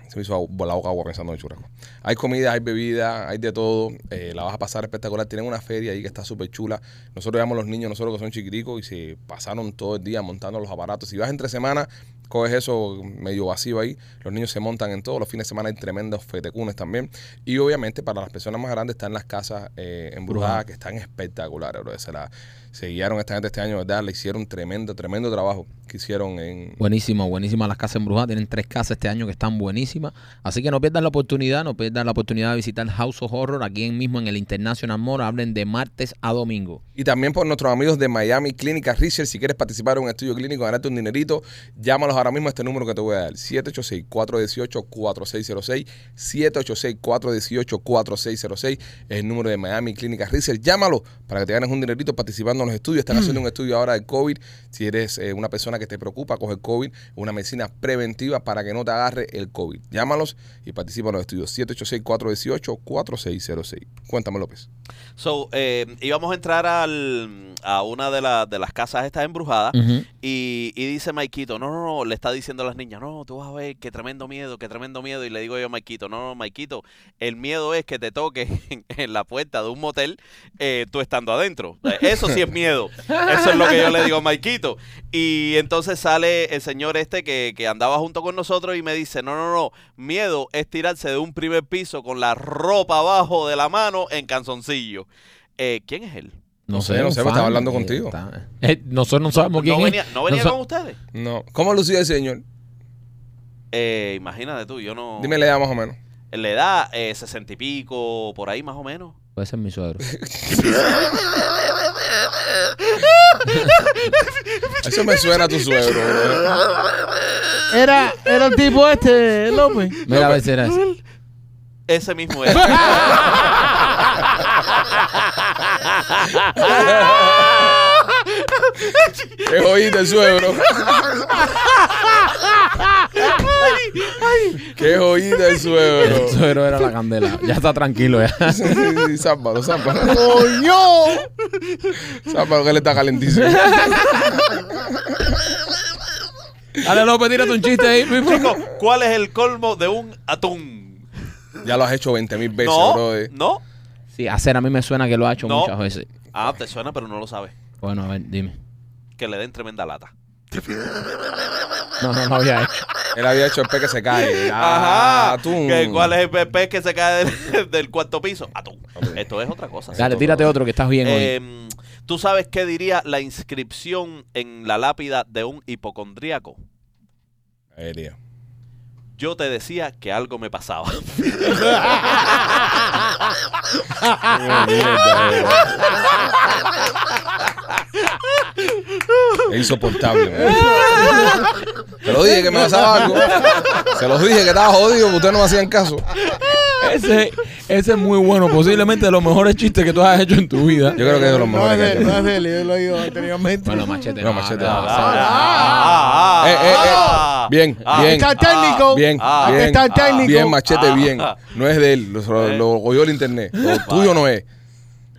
Speaker 1: Se me hizo agu- la boca agua pensando en el churrasco. Hay comida, hay bebida, hay de todo. Eh, la vas a pasar espectacular. Tienen una feria ahí que está súper chula. Nosotros llevamos a los niños, nosotros que son chiquiticos, y se pasaron todo el día montando los aparatos. Si vas entre semana, coges eso medio vacío ahí. Los niños se montan en todo. Los fines de semana hay tremendos fetecunes también. Y obviamente para las personas más grandes están las casas eh, embrujadas que están espectaculares, bro. Se, la, se guiaron esta gente este año, ¿verdad? Le hicieron tremendo, tremendo trabajo que hicieron en...
Speaker 2: Buenísimo, buenísima las casas embrujadas. Tienen tres casas este año que están buenísimas. Así que no pierdan la oportunidad, no pierdan la oportunidad de visitar House of Horror aquí en- mismo en el International Mall. Hablen de martes a domingo.
Speaker 1: Y también por nuestros amigos de Miami Clínica Research. Si quieres participar en un estudio clínico, ganarte un dinerito, llámalos ahora mismo a este número que te voy a dar. 786-418-4606. 786-418-4606 es el número de Miami Clínica Research. Llámalo para que te ganes un dinerito participando en los estudios. Están haciendo un estudio ahora del COVID. Si eres eh, una persona que te preocupa, coge el COVID, una medicina preventiva para que no te agarre el COVID. Llámalos y participa en los estudios. 786-418-4606. Cuéntame, López.
Speaker 4: So, eh, íbamos a entrar al, a una de, la- de las casas estas embrujadas
Speaker 2: Ujú.
Speaker 4: y, y dice Maikito, no, no, no, le está diciendo a las niñas, no, tú vas a ver, qué tremendo miedo, qué tremendo miedo. Y le digo yo a Maikito, no, no, Maikito, el miedo es que te toques en, en la puerta de un motel eh, tú estando adentro. Eso sí es miedo. Eso es lo que yo le digo a Maikito. Y entonces sale el señor este que, que andaba junto con nosotros y me dice, no, no, no, miedo es tirarse de un primer piso con la ropa abajo de la mano en canzoncillo. Eh, ¿Quién es él?
Speaker 2: No,
Speaker 1: No
Speaker 2: sé,
Speaker 1: sé, no
Speaker 2: un
Speaker 1: sé, pero
Speaker 2: fan,
Speaker 1: estaba hablando
Speaker 2: eh,
Speaker 1: contigo.
Speaker 2: está- Eh, nosotros no sabemos quién
Speaker 4: ¿No
Speaker 2: es.
Speaker 4: venía, no venía
Speaker 2: Noso-
Speaker 4: con ustedes?
Speaker 1: No. ¿Cómo lucía el señor?
Speaker 4: Eh, imagínate tú, yo no...
Speaker 1: Dime la edad más o menos.
Speaker 4: La edad, eh, sesenta y pico, por ahí más o menos.
Speaker 2: Puede ser mi suegro.
Speaker 1: Eso me suena a tu suegro, bro.
Speaker 3: Era, era el tipo este, López.
Speaker 2: Mira, a ver si era ese.
Speaker 4: Ese mismo es.
Speaker 1: Es oído el suegro. Qué oído el suegro.
Speaker 2: El suegro era la candela. Ya está tranquilo ya.
Speaker 1: Sí, sí, sí, Zámbalo, zámbalo.
Speaker 3: ¡Coño!
Speaker 1: Zámbalo que él está calentísimo.
Speaker 2: Dale, López, tírate un chiste ahí, Luis.
Speaker 4: Chicos, ¿cuál es el colmo de un atún?
Speaker 1: Ya lo has hecho 20 mil veces,
Speaker 4: No,
Speaker 1: bro. eh.
Speaker 4: no.
Speaker 2: Sí, hacer a mí me suena que lo ha hecho
Speaker 4: No.
Speaker 2: muchas veces.
Speaker 4: Ah, te suena, pero no lo sabes.
Speaker 2: Bueno, a ver, dime.
Speaker 4: Que le den tremenda lata.
Speaker 2: No, no lo había hecho.
Speaker 1: Él había hecho el pe que se cae. Ah, tú.
Speaker 4: ¿Que ¿Cuál es el pe- pez que se cae del, del cuarto piso? Atún. Esto es otra cosa.
Speaker 2: Dale, tírate otro que estás bien hoy.
Speaker 4: Eh, ¿Tú sabes qué diría la inscripción en la lápida de un hipocondríaco?
Speaker 1: Eh, tío.
Speaker 4: Yo te decía que algo me pasaba.
Speaker 1: Qué mierda, bro. Es insoportable, man. Te lo dije que me pasaba algo. Se los dije que estaba jodido, que ustedes no me hacían caso.
Speaker 2: Ese, ese es muy bueno. Posiblemente de los mejores chistes que tú has hecho en tu vida.
Speaker 1: Yo creo que es de los
Speaker 3: No
Speaker 1: mejores
Speaker 3: es
Speaker 1: que
Speaker 3: él,
Speaker 1: hay.
Speaker 3: no es él, yo lo he oído anteriormente.
Speaker 2: Bueno, machete.
Speaker 1: No, machete, no.
Speaker 4: Ah, ah,
Speaker 1: Eh, eh, eh.
Speaker 4: ah.
Speaker 1: Bien,
Speaker 4: Ah.
Speaker 1: bien.
Speaker 3: Está el técnico.
Speaker 1: Bien,
Speaker 4: Ah,
Speaker 1: bien,
Speaker 4: aquí
Speaker 3: está el técnico.
Speaker 1: bien, machete,
Speaker 4: Ah.
Speaker 1: bien. No es de él, lo, lo- lo oyó el internet. Lo tuyo no es.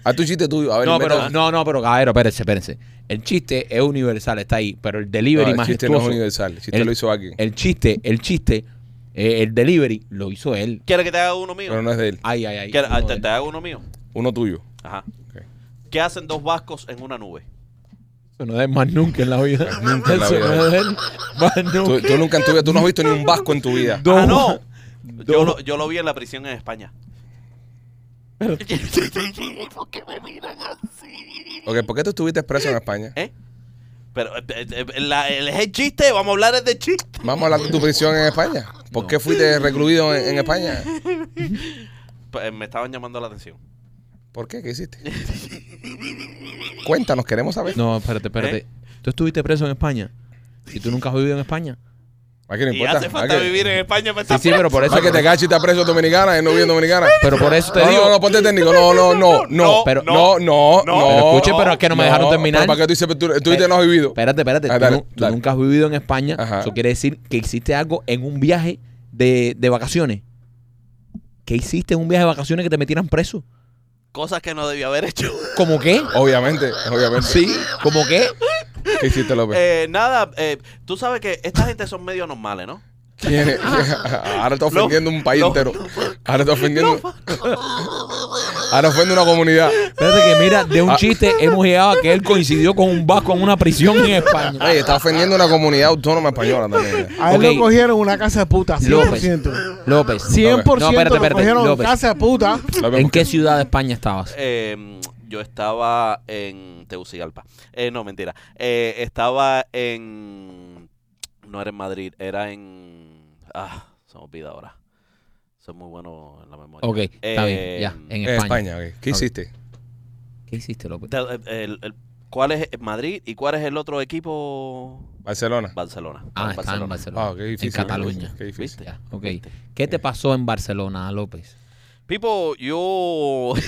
Speaker 1: Ah, tu chiste tuyo. A ver,
Speaker 2: No,
Speaker 1: inventa-
Speaker 2: pero, no, no, pero caballero, espérense, espérense. El chiste es universal, está ahí, pero el delivery
Speaker 1: No, Ah, el chiste no
Speaker 2: majestuoso.
Speaker 1: es universal, el chiste lo hizo alguien.
Speaker 2: El chiste, el chiste, eh, el delivery lo hizo él.
Speaker 4: ¿Quieres que te haga uno mío?
Speaker 1: pero no es de él.
Speaker 2: Ay, ay, ay.
Speaker 4: ¿Quieres- ah,
Speaker 2: uno
Speaker 4: te,
Speaker 2: de-
Speaker 4: te hago uno mío?
Speaker 1: Uno tuyo.
Speaker 4: Ajá.
Speaker 1: Ok.
Speaker 4: ¿Qué hacen dos vascos en una nube?
Speaker 2: Eso no es más nunca en la vida.
Speaker 1: nunca en la
Speaker 2: Eso
Speaker 1: vida.
Speaker 2: no es de él. Más
Speaker 1: Tú,
Speaker 2: nunca.
Speaker 1: tú nunca en tu vida, tú no has visto ni un vasco en tu vida.
Speaker 2: Dos-
Speaker 4: Ah, no. Yo
Speaker 2: dos-
Speaker 4: lo, yo lo vi en la prisión en España.
Speaker 1: Ok, ¿por qué tú estuviste preso en España?
Speaker 4: ¿Eh? Pero eh, eh, eh, la- el, es el chiste, vamos a hablar es de chiste.
Speaker 1: Vamos a hablar de tu prisión en España. ¿Por
Speaker 2: No.
Speaker 1: qué fuiste recluido en, en España?
Speaker 4: Pues, eh, me estaban llamando la atención.
Speaker 1: ¿Por qué? ¿Qué hiciste? Cuéntanos, queremos saber.
Speaker 2: No, espérate, espérate.
Speaker 4: ¿Eh?
Speaker 2: ¿Tú estuviste preso en España? ¿Y tú nunca has vivido en España?
Speaker 1: ¿A quién le
Speaker 4: Y
Speaker 1: importa?
Speaker 4: hace
Speaker 1: ¿A
Speaker 4: falta
Speaker 1: qué?
Speaker 4: vivir en España para
Speaker 2: Sí,
Speaker 4: estar
Speaker 2: sí, pero por eso
Speaker 1: Hay que te cachis y te preso dominicana, él no vive en dominicana.
Speaker 2: Pero por eso te
Speaker 1: no,
Speaker 2: digo.
Speaker 1: no, no, ponte técnico. No, no, no, no,
Speaker 2: pero-
Speaker 1: no, no, no.
Speaker 2: Pero escuche, pero es que no me dejaron
Speaker 1: No,
Speaker 2: terminar.
Speaker 1: pero ¿Para qué tú dices? Tú, tú dices no has vivido.
Speaker 2: Espérate, espérate.
Speaker 1: Ah,
Speaker 2: tú
Speaker 1: dale,
Speaker 2: nu- tú
Speaker 1: dale.
Speaker 2: nunca has vivido en España.
Speaker 1: Ajá.
Speaker 2: Eso quiere decir que hiciste algo en un viaje de, de vacaciones. ¿Qué hiciste en un viaje de vacaciones que te metieran preso?
Speaker 4: Cosas que no debía haber hecho.
Speaker 2: ¿Cómo qué?
Speaker 1: Obviamente, obviamente.
Speaker 2: Sí, ¿cómo qué?
Speaker 1: ¿Qué hiciste, López?
Speaker 4: Eh, nada, eh, tú sabes que esta gente son medio normales, ¿no?
Speaker 1: ¿Quién es? Ahora está ofendiendo un país
Speaker 4: no,
Speaker 1: entero. Ahora está ofendiendo. Ahora ofende una comunidad.
Speaker 2: Espérate que mira, de un
Speaker 1: Ah.
Speaker 2: chiste hemos llegado a que él coincidió con un vasco en una prisión en España.
Speaker 1: Oye, está ofendiendo una comunidad autónoma española también. eh.
Speaker 3: A él
Speaker 2: Ok.
Speaker 3: lo cogieron una casa de puta, 100%.
Speaker 2: López. López.
Speaker 3: 100%
Speaker 2: No, espérate,
Speaker 3: lo
Speaker 2: espérate,
Speaker 3: cogieron
Speaker 2: López.
Speaker 3: casa de puta.
Speaker 1: López,
Speaker 2: ¿En
Speaker 1: ¿por qué?
Speaker 2: qué ciudad de España estabas?
Speaker 4: Eh, yo estaba en Tegucigalpa. Eh, no, mentira. Eh, estaba en... No era en Madrid, era en... Ah, se me olvida ahora. Soy muy bueno en la memoria.
Speaker 2: Ok, está
Speaker 4: Eh,
Speaker 2: bien, ya, en
Speaker 1: Eh,
Speaker 2: España.
Speaker 1: España, ok. ¿Qué
Speaker 2: Ok.
Speaker 1: hiciste?
Speaker 2: ¿Qué hiciste, López?
Speaker 4: Te- el- el- ¿Cuál es el Madrid y cuál es el otro equipo?
Speaker 1: Barcelona.
Speaker 4: Barcelona.
Speaker 2: Ah, estaba en Barcelona.
Speaker 1: Ah, qué difícil.
Speaker 2: En Cataluña.
Speaker 1: Qué difícil.
Speaker 4: ¿Viste?
Speaker 2: Ya, ok.
Speaker 4: ¿Viste?
Speaker 2: ¿Qué te pasó en Barcelona, López?
Speaker 4: Pipo, yo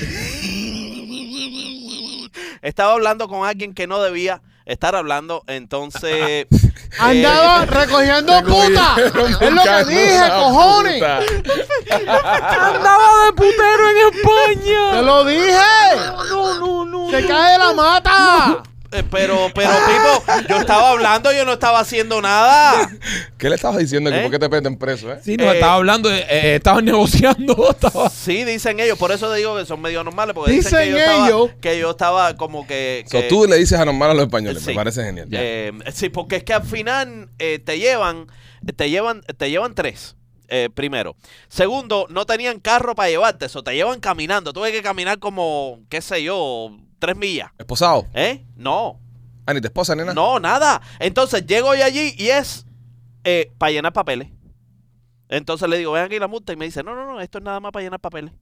Speaker 4: estaba hablando con alguien que no debía estar hablando, entonces
Speaker 1: Eh,
Speaker 4: eh,
Speaker 3: Andaba recogiendo puta. Es lo que dije, cojones.
Speaker 2: ¡Andaba de putero en España!
Speaker 3: Te lo dije. No, no, no. Se cae de la mata.
Speaker 4: eh, pero, pero Pipo, yo estaba hablando, yo no estaba haciendo nada.
Speaker 1: ¿Qué le estabas diciendo? que
Speaker 4: ¿Eh?
Speaker 1: ¿Por qué te meten preso, eh?
Speaker 2: Sí, nos
Speaker 4: Eh,
Speaker 2: estaba hablando, de- eh, estaban negociando. estaba-
Speaker 4: Sí, dicen ellos, por eso te digo que son medio normales, porque dicen,
Speaker 3: Dicen
Speaker 4: que, yo estaba,
Speaker 3: ellos.
Speaker 4: que yo estaba como que...
Speaker 1: So,
Speaker 4: que-
Speaker 1: tú le dices anormal a los españoles.
Speaker 4: Sí.
Speaker 1: Me parece genial.
Speaker 4: Eh, sí, porque es que al final eh, te llevan, te llevan, te llevan tres. eh, primero. Segundo, no tenían carro para llevarte, eso te llevan caminando. Tuve que caminar como, qué sé yo, tres millas.
Speaker 1: ¿Esposado?
Speaker 4: ¿Eh? No,
Speaker 1: Ah, ni te esposa, nena.
Speaker 4: no, nada. Entonces llego yo allí y es eh, para llenar papeles. Entonces le digo, ven aquí la multa y me dice, no, no, no, esto es nada más para llenar papeles.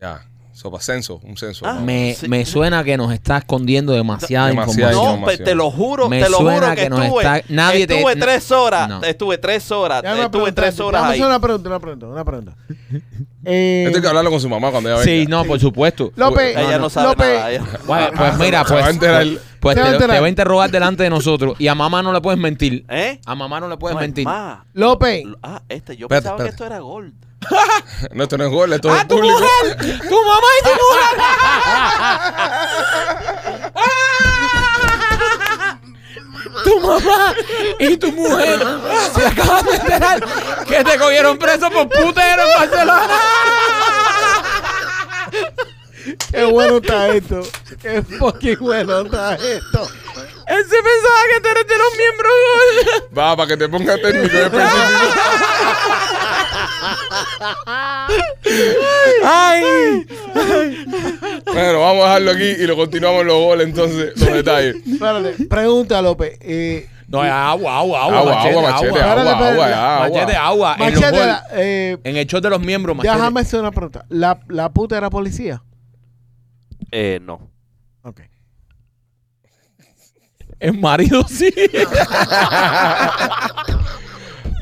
Speaker 1: Ya. Sopa censo, un censo.
Speaker 4: Ah.
Speaker 1: ¿no?
Speaker 2: Me,
Speaker 4: sí.
Speaker 2: me suena que nos está escondiendo demasiada,
Speaker 1: Demasiada
Speaker 2: información.
Speaker 4: No,
Speaker 1: información.
Speaker 4: pe- te lo juro,
Speaker 2: Me
Speaker 4: te lo
Speaker 2: suena
Speaker 4: juro que,
Speaker 2: que nos
Speaker 4: estuve,
Speaker 2: está- nadie te-
Speaker 4: estuve
Speaker 2: no.
Speaker 4: tres horas,
Speaker 2: No.
Speaker 4: estuve tres horas,
Speaker 3: Déjame
Speaker 4: estuve
Speaker 3: preguntarte,
Speaker 4: tres horas
Speaker 3: déjame
Speaker 4: ahí.
Speaker 3: hacer una pregunta, una pregunta, una pregunta. Eh,
Speaker 1: Esto hay que hablarlo con su mamá cuando ella venga.
Speaker 2: Sí, no, por supuesto.
Speaker 3: López,
Speaker 4: Ella no sabe
Speaker 3: López,
Speaker 4: nada. ella-
Speaker 2: Bueno, pues mira,
Speaker 1: se va a
Speaker 2: pues,
Speaker 1: enterar.
Speaker 2: pues, pues
Speaker 3: Se va a
Speaker 2: te,
Speaker 3: enterar.
Speaker 2: te va a interrogar delante de nosotros y a mamá no le puedes mentir.
Speaker 4: ¿Eh?
Speaker 2: A mamá no le puedes
Speaker 4: No, es
Speaker 2: mentir.
Speaker 4: más.
Speaker 3: López,
Speaker 4: Lo- Ah, este, yo
Speaker 1: Espérate,
Speaker 4: pensaba
Speaker 1: espérate.
Speaker 4: que esto era gold.
Speaker 1: No, esto no es gol, esto es
Speaker 2: ¡Ah, tu
Speaker 1: público.
Speaker 2: mujer! ¡Tu mamá y tu mujer! ¡Tu mamá y tu mujer se acaban de enterar que te cogieron preso por putero en Barcelona!
Speaker 3: qué bueno está esto. Qué fucking bueno está esto.
Speaker 2: Él se pensaba que tú eres de los miembros.
Speaker 1: Va, para que te ponga técnico de principio.
Speaker 2: ¡Ay!
Speaker 1: Bueno, vamos a dejarlo aquí y lo continuamos en los goles, entonces, los detalles.
Speaker 3: Espérate, pregunta, López. Eh,
Speaker 2: No, es agua, agua, agua.
Speaker 1: Agua,
Speaker 2: machete,
Speaker 1: agua, machete,
Speaker 2: agua.
Speaker 1: agua,
Speaker 3: Espérate,
Speaker 1: agua, agua.
Speaker 2: Machete,
Speaker 3: espérate.
Speaker 2: agua. En, los
Speaker 3: machete,
Speaker 2: gol-
Speaker 3: la- eh,
Speaker 2: en el show de los miembros, machete.
Speaker 3: déjame hacer una pregunta. ¿La, la puta era policía?
Speaker 4: Eh, no.
Speaker 3: Ok.
Speaker 2: El marido sí.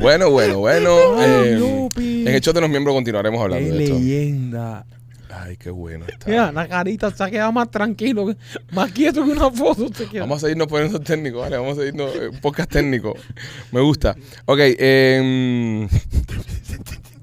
Speaker 1: Bueno, bueno, bueno. eh,
Speaker 2: Lupi.
Speaker 1: en el show de los miembros continuaremos hablando de esto.
Speaker 2: leyenda.
Speaker 1: Ay, qué bueno está.
Speaker 2: la carita se ha quedado más tranquilo, más quieto que una foto.
Speaker 1: Vamos a seguirnos poniendo técnico, vale, vamos a seguirnos eh, podcast técnico. Me gusta. Ok, eh,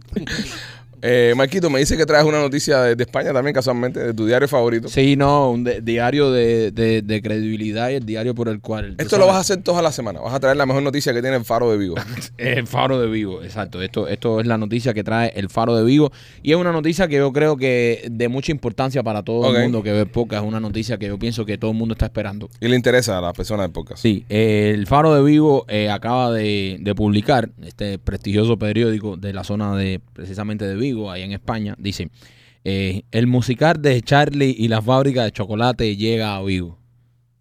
Speaker 1: eh, Marquito, me dice que traes una noticia de, de España también, casualmente, de tu diario favorito.
Speaker 2: Sí, no, un de- diario de, de- de credibilidad y el diario por el cual.
Speaker 1: Esto lo vas a hacer toda la semana. Vas a traer la mejor noticia que tiene el Faro de Vigo.
Speaker 2: El Faro de Vigo, exacto. Esto, esto es la noticia que trae el Faro de Vigo. Y es una noticia que yo creo que de mucha importancia para todo
Speaker 1: Ok.
Speaker 2: el mundo que ve pocas. Es una noticia que yo pienso que todo el mundo está esperando.
Speaker 1: Y le interesa a las personas del podcast.
Speaker 2: Sí, eh, el Faro de Vigo eh, acaba de, de publicar este prestigioso periódico de la zona de precisamente de Vigo, ahí en España. Dice, eh, el musical de Charlie y la fábrica de chocolate llega a Vigo.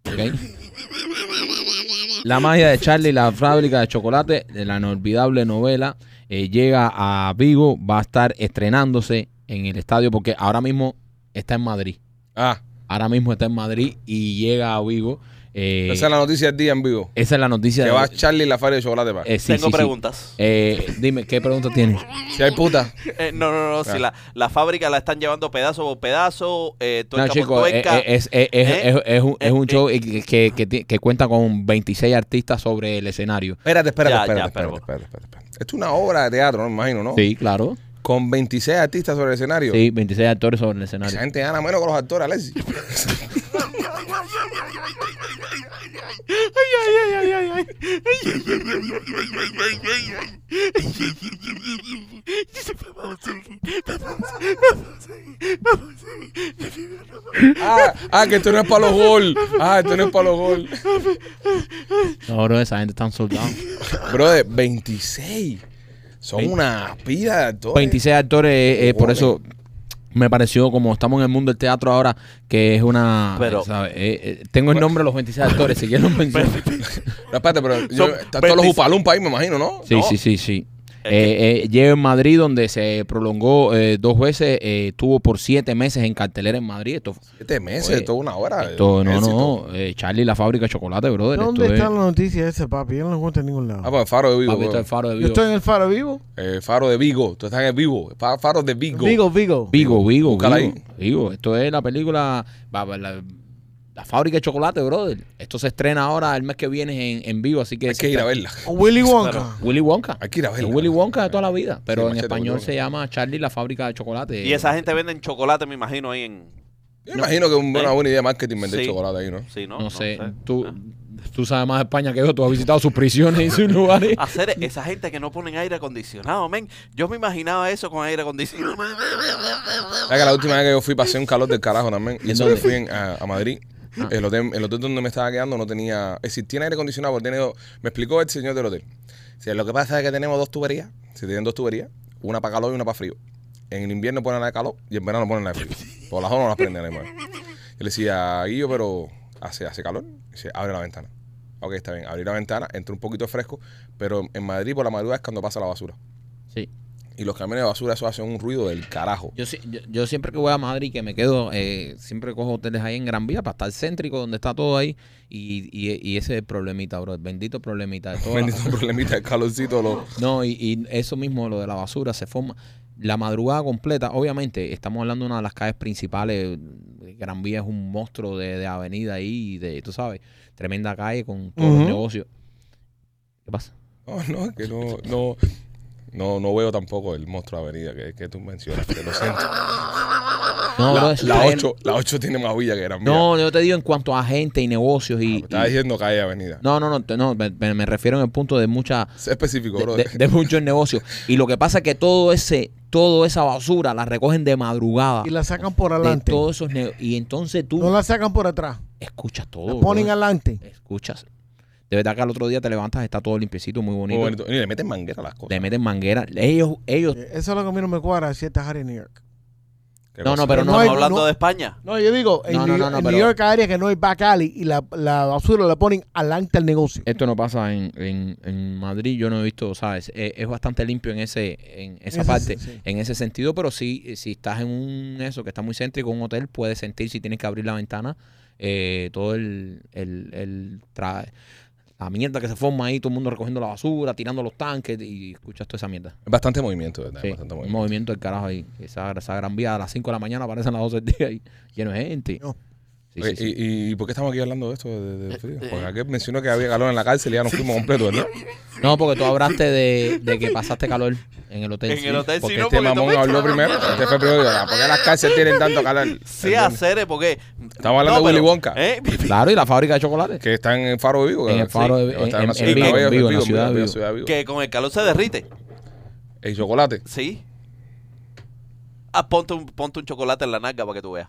Speaker 2: ¿Ok? La magia de Charlie y la fábrica de chocolate, de la inolvidable novela, eh, llega a Vigo, va a estar estrenándose en el estadio porque ahora mismo está en Madrid
Speaker 1: Ah,
Speaker 2: ahora mismo está en Madrid y llega a Vigo. Eh,
Speaker 1: Esa es la noticia del día en vivo.
Speaker 2: esa es la noticia.
Speaker 1: Que
Speaker 2: de-
Speaker 1: va Charlie y la Fari de Chocolate para.
Speaker 2: Eh, sí, sí,
Speaker 4: Tengo
Speaker 2: sí.
Speaker 4: preguntas.
Speaker 2: Eh, dime, ¿qué pregunta tienes?
Speaker 1: Si hay puta.
Speaker 4: Eh, no, no, no.
Speaker 1: Ah.
Speaker 4: Si la, la fábrica la están llevando pedazo por pedazo, eh, tuerca
Speaker 2: No,
Speaker 4: por
Speaker 2: chicos, es,
Speaker 4: tuerca.
Speaker 2: es- es- es-
Speaker 4: ¿Eh?
Speaker 2: es- es un, es un
Speaker 4: Eh,
Speaker 2: show que, que- que ti- que cuenta con 26 artistas sobre el escenario.
Speaker 1: Espérate, espérate,
Speaker 4: Ya,
Speaker 1: espérate,
Speaker 4: ya,
Speaker 1: espérate,
Speaker 4: pero-
Speaker 1: espérate, espérate, espérate. Esto es una obra de teatro, no me imagino,
Speaker 4: Oh.
Speaker 1: ¿no?
Speaker 2: Sí, claro.
Speaker 1: Con 26 artistas sobre el escenario.
Speaker 2: Sí, 26 actores sobre el escenario.
Speaker 1: Esa gente gana menos que los actores, Alexis. ah, ah, que esto no es para los gol. Ah, esto no es para los gol.
Speaker 2: No, bro, esa gente está soldados.
Speaker 1: Brother, 26. Son una pila de actores.
Speaker 2: 26 actores, eh, eh, por
Speaker 1: Ole.
Speaker 2: eso me pareció como estamos en el mundo del teatro ahora, que es una...
Speaker 4: Pero-
Speaker 2: ¿sabes? Eh, eh, tengo el nombre de los 26 actores, si quieren mencionar.
Speaker 1: No, espérate, pero yo-
Speaker 4: Son
Speaker 1: están todos los
Speaker 4: 26.
Speaker 1: upalumpas ahí, me imagino, ¿no?
Speaker 2: Sí,
Speaker 4: No.
Speaker 2: sí, sí, sí. Eh, eh, lleva en Madrid, donde se prolongó eh, dos veces, eh, estuvo por siete meses en cartelera en Madrid. Esto,
Speaker 1: Siete meses,
Speaker 2: Oye,
Speaker 1: toda una hora.
Speaker 2: esto- no,
Speaker 1: Eh, Éxito.
Speaker 2: no, eh, Charlie la fábrica de chocolate, brother.
Speaker 3: ¿Dónde
Speaker 2: esto es,
Speaker 3: están las noticias esas, papi? Yo no las encuentro en ningún lado.
Speaker 1: Ah, pues Faro de Vigo.
Speaker 2: Papi, esto
Speaker 1: bro.
Speaker 2: es Faro de
Speaker 3: Yo
Speaker 2: Vivo.
Speaker 3: estoy en el Faro Vivo.
Speaker 1: Eh, Faro de Vigo. Tú estás en el Vivo. Fa- Faro de Vigo.
Speaker 3: Vigo, Vigo.
Speaker 2: Vigo, Vigo,
Speaker 1: Búscala ahí.
Speaker 2: Vigo, Vigo. Esto es la película, va, va, la, la fábrica de chocolate, brother. Esto se estrena ahora el mes que viene en, en vivo, así que...
Speaker 1: Hay que ir a verla.
Speaker 3: O Willy Wonka.
Speaker 2: Willy Wonka.
Speaker 1: Hay que ir a verla.
Speaker 2: Es Willy Wonka de toda la vida,
Speaker 1: Sí,
Speaker 2: pero en
Speaker 1: machete,
Speaker 2: español
Speaker 1: Willy
Speaker 2: se llama Charlie la fábrica de chocolate.
Speaker 4: Y esa gente venden chocolate, me imagino, ahí en.
Speaker 1: Yo imagino que es una buena,
Speaker 4: Eh.
Speaker 1: idea de marketing vender
Speaker 4: Sí.
Speaker 1: chocolate ahí, ¿no?
Speaker 4: Sí, ¿no?
Speaker 2: No, sé, Ah.
Speaker 4: Tú.
Speaker 2: tú, tú sabes más de España que yo, tú has visitado sus prisiones y sus lugares.
Speaker 4: Ah. Hacer esa gente que no ponen aire acondicionado, men. Yo me imaginaba eso con aire acondicionado.
Speaker 1: ¿Sabes que la última vez que yo fui pasé un calor del carajo también? Y
Speaker 2: ¿En
Speaker 1: eso que
Speaker 2: dónde? Ah.
Speaker 1: fui en- a, a Madrid. El hotel, el hotel donde me estaba quedando no tenía. Es decir, tiene aire acondicionado, pero tiene dos- Me explicó el señor del hotel. O sea, lo que pasa es que tenemos dos tuberías. Si tienen dos tuberías, una para calor y una para frío. En el invierno ponen la de calor y en verano ponen la de frío. Por las dos no las prenden, además. Yo le decía, Guillo, pero hace, hace calor. Dice, abre la ventana. Ok, está bien. Abrí la ventana, entra un poquito de fresco, pero en Madrid por la madrugada es cuando pasa la basura.
Speaker 2: Sí.
Speaker 1: Y los camiones de basura, eso hacen un ruido del carajo.
Speaker 2: Yo, si- yo, yo siempre que voy a Madrid, que me quedo, eh, siempre cojo hoteles ahí en Gran Vía para estar céntrico, donde está todo ahí. Y, y- y ese es el problemita, bro. El bendito problemita. de toda la-
Speaker 1: Bendito problemita el calorcito. Lo...
Speaker 2: No, y, y eso mismo, lo de la basura, se forma. La madrugada completa, obviamente, estamos hablando de una de las calles principales. Gran Vía es un monstruo de, de avenida ahí, de, tú sabes, tremenda calle con todos los
Speaker 3: Ujú.
Speaker 2: negocios. ¿Qué pasa?
Speaker 1: No, no, es que no, no, no, no veo tampoco el monstruo de avenida que, que tú mencionas, te lo siento.
Speaker 2: No,
Speaker 1: la,
Speaker 2: bro, eso
Speaker 1: la
Speaker 2: está en-
Speaker 1: 8, la 8 tiene más villa que Gran Vía.
Speaker 2: No, yo te digo en cuanto a gente y negocios y.
Speaker 1: Estaba
Speaker 2: y-
Speaker 1: diciendo calle avenida.
Speaker 2: no, no, no, te- no, me, me- me refiero en el punto de mucha.
Speaker 1: Sé específico,
Speaker 2: De,
Speaker 1: bro.
Speaker 2: de- de muchos negocios. Y lo que pasa es que todo ese, toda esa basura la recogen de madrugada.
Speaker 3: Y la sacan por
Speaker 2: de
Speaker 3: adelante.
Speaker 2: todos esos nego- Y entonces tú
Speaker 3: No la sacan por atrás.
Speaker 2: escuchas todo.
Speaker 3: La ponen
Speaker 2: bro.
Speaker 3: adelante.
Speaker 2: Escuchas. De verdad que al otro día te levantas, está todo limpiecito, muy
Speaker 1: Muy
Speaker 2: bonito.
Speaker 1: bonito. Y le meten manguera a las cosas.
Speaker 2: Le meten manguera. Ellos, ellos.
Speaker 3: Eh, Eso es lo que a mí no me cuadra ciertas áreas de New York.
Speaker 1: Qué
Speaker 2: No,
Speaker 1: cosa.
Speaker 2: no, pero no.
Speaker 3: No hay-
Speaker 4: Estamos hablando
Speaker 3: no-
Speaker 4: de España.
Speaker 3: No, yo digo, en,
Speaker 2: No, no,
Speaker 3: New,
Speaker 2: no, no,
Speaker 3: en
Speaker 2: pero-
Speaker 3: New York hay áreas que no hay back alley y la, la basura la ponen adelante al negocio.
Speaker 2: Esto no pasa en, en, en Madrid, yo no he visto, ¿sabes? E, Es, es bastante limpio en ese en esa
Speaker 3: Ese-
Speaker 2: parte,
Speaker 3: sí.
Speaker 2: en ese sentido, pero sí, eh, si estás en un eso que está muy céntrico, un hotel, puedes sentir si tienes que abrir la ventana, eh, todo el, el, el tra- la mierda que se forma ahí, todo el mundo recogiendo la basura, tirando los tanques y escuchas toda esa mierda.
Speaker 1: Es bastante movimiento, ¿verdad? Es
Speaker 2: Sí,
Speaker 1: bastante
Speaker 2: un
Speaker 1: movimiento.
Speaker 2: movimiento del carajo ahí. Esa, esa gran vía a las 5 de la mañana aparecen las 12 del día ahí, lleno de gente.
Speaker 3: No.
Speaker 2: Sí,
Speaker 1: Oye,
Speaker 2: sí, sí.
Speaker 1: ¿Y, y por qué estamos aquí hablando de esto de, de- de frío? Porque aquel mencionó que había calor en la cárcel y ya nos fuimos completos, ¿verdad?
Speaker 2: No, porque tú hablaste de, de que pasaste calor en el hotel.
Speaker 4: En el hotel,
Speaker 1: Porque
Speaker 4: si no,
Speaker 1: este
Speaker 4: porque
Speaker 1: mamón
Speaker 4: tomé-
Speaker 1: habló primero. Este fue primero. ¿Por qué las cárceles tienen tanto calor?
Speaker 4: Sí, hacer, eh, porque.
Speaker 1: Estamos hablando de Willy Wonka.
Speaker 4: ¿eh?
Speaker 2: Claro, y la fábrica de chocolate.
Speaker 1: Que están en el Faro de Vigo.
Speaker 2: En el
Speaker 1: ¿verdad?
Speaker 2: Faro de-
Speaker 1: Sí, están
Speaker 2: en-
Speaker 1: la
Speaker 2: en
Speaker 1: ciudad-
Speaker 4: Vigo, en
Speaker 1: Vigo,
Speaker 2: Vigo, en la
Speaker 1: Vigo,
Speaker 2: ciudad de
Speaker 1: Vigo,
Speaker 2: Vigo.
Speaker 1: ciudad de Vigo.
Speaker 4: Que con el calor se derrite.
Speaker 1: El chocolate.
Speaker 4: Sí. Ah, ponte un, ponte un chocolate en la nalga para que tú veas.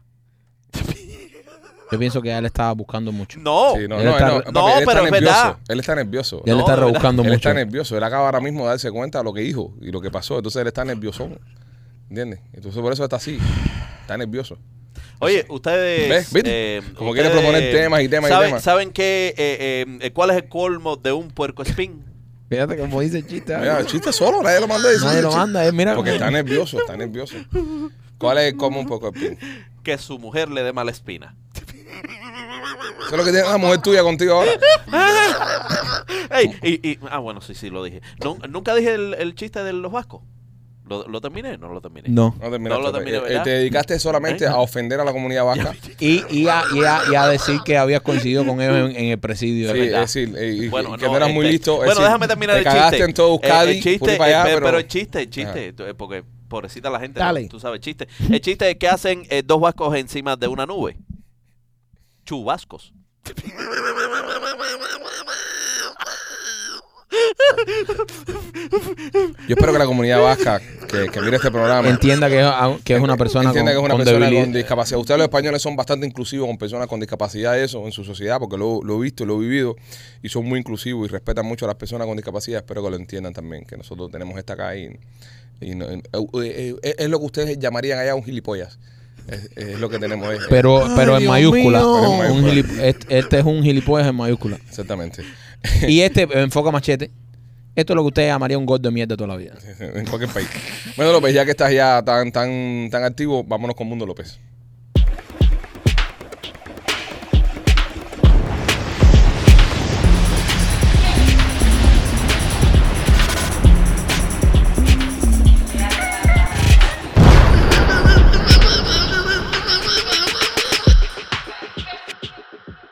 Speaker 2: Yo pienso que ya le estaba buscando mucho.
Speaker 4: Oh. No.
Speaker 1: Sí, no,
Speaker 2: Él
Speaker 1: no,
Speaker 2: está-
Speaker 1: no,
Speaker 2: No,
Speaker 1: papi, él
Speaker 4: pero
Speaker 1: está
Speaker 4: es
Speaker 1: nervioso.
Speaker 4: verdad.
Speaker 1: Él está nervioso.
Speaker 2: Ya
Speaker 4: No,
Speaker 2: le está
Speaker 4: de verdad.
Speaker 2: rebuscando
Speaker 1: él
Speaker 2: mucho.
Speaker 1: está nervioso. Él acaba ahora mismo de darse cuenta de lo que dijo y lo que pasó. Entonces él está nervioso. ¿Entiendes? Entonces por eso está así. Está nervioso.
Speaker 4: Oye, ustedes. eh,
Speaker 1: ¿Ves? ¿Viste? Como quiere proponer temas y temas y
Speaker 4: ¿saben,
Speaker 1: temas.
Speaker 4: ¿Saben qué? eh, eh, ¿Cuál es el colmo de un puerco espín?
Speaker 2: Fíjate cómo dice el chiste.
Speaker 1: Mira, el chiste solo, nadie lo manda a decir.
Speaker 2: Nadie lo
Speaker 1: el chiste.
Speaker 2: manda, eh, mira.
Speaker 1: Porque
Speaker 2: cómo-
Speaker 1: está nervioso, está nervioso. ¿Cuál es como un poco de pin?
Speaker 4: Que su mujer le dé mala espina.
Speaker 1: es lo que tiene la mujer tuya contigo ahora?
Speaker 4: Ey, y, y- ah, bueno, sí, sí, lo dije. Nu- nunca dije el, el chiste de los vascos. ¿Lo, lo terminé? No lo terminé.
Speaker 2: No.
Speaker 1: No terminaste.
Speaker 4: No lo terminé,
Speaker 1: Eh, eh,
Speaker 4: ¿verdad?
Speaker 1: te dedicaste solamente
Speaker 4: Venga.
Speaker 1: a ofender a la comunidad vasca.
Speaker 2: Y, y, a, y, a, y a decir que habías coincidido con ellos en, en el presidio.
Speaker 1: Sí, es
Speaker 2: ¿verdad?
Speaker 1: decir, eh, y-
Speaker 4: Bueno,
Speaker 1: y que
Speaker 4: no,
Speaker 1: no eras muy
Speaker 4: este-
Speaker 1: listo. es
Speaker 4: Bueno,
Speaker 1: decir,
Speaker 4: déjame terminar
Speaker 1: te
Speaker 4: el chiste.
Speaker 1: cagaste en todo
Speaker 4: El-
Speaker 1: Euskadi,
Speaker 4: el, chiste,
Speaker 1: por ahí para allá,
Speaker 4: eh,
Speaker 1: pero,
Speaker 4: pero... el chiste, el chiste, tú- eh, porque pobrecita la gente,
Speaker 3: Dale.
Speaker 4: ¿no? tú sabes, chiste. El chiste es que hacen eh, dos vascos encima de una nube. Chubascos.
Speaker 1: yo espero que la comunidad vasca que, que mire este programa
Speaker 2: Entienda que, es- que es una persona
Speaker 1: entienda que
Speaker 2: con,
Speaker 1: es una
Speaker 2: con
Speaker 1: persona
Speaker 2: debilidad.
Speaker 1: con discapacidad. Ustedes los españoles son bastante inclusivos con personas con discapacidad, eso en su sociedad, porque lo, lo he visto, lo he vivido, y son muy inclusivos y respetan mucho a las personas con discapacidad. Espero que lo entiendan también, que nosotros tenemos esta acá y, y no- eh, eh, eh, es lo que ustedes llamarían allá un gilipollas. Es, es lo que tenemos. es-
Speaker 2: Pero, pero
Speaker 3: Ay,
Speaker 2: en
Speaker 3: Dios
Speaker 2: mayúscula.
Speaker 3: mío.
Speaker 2: Un gilip- este, este es un gilipollas en mayúscula.
Speaker 1: exactamente.
Speaker 2: Y este, enfoca machete. Esto es lo que usted llamaría un gordo de mierda toda la vida.
Speaker 1: en cualquier país. Bueno, López, ya que estás ya tan, tan, tan activo, vámonos con Mundo López.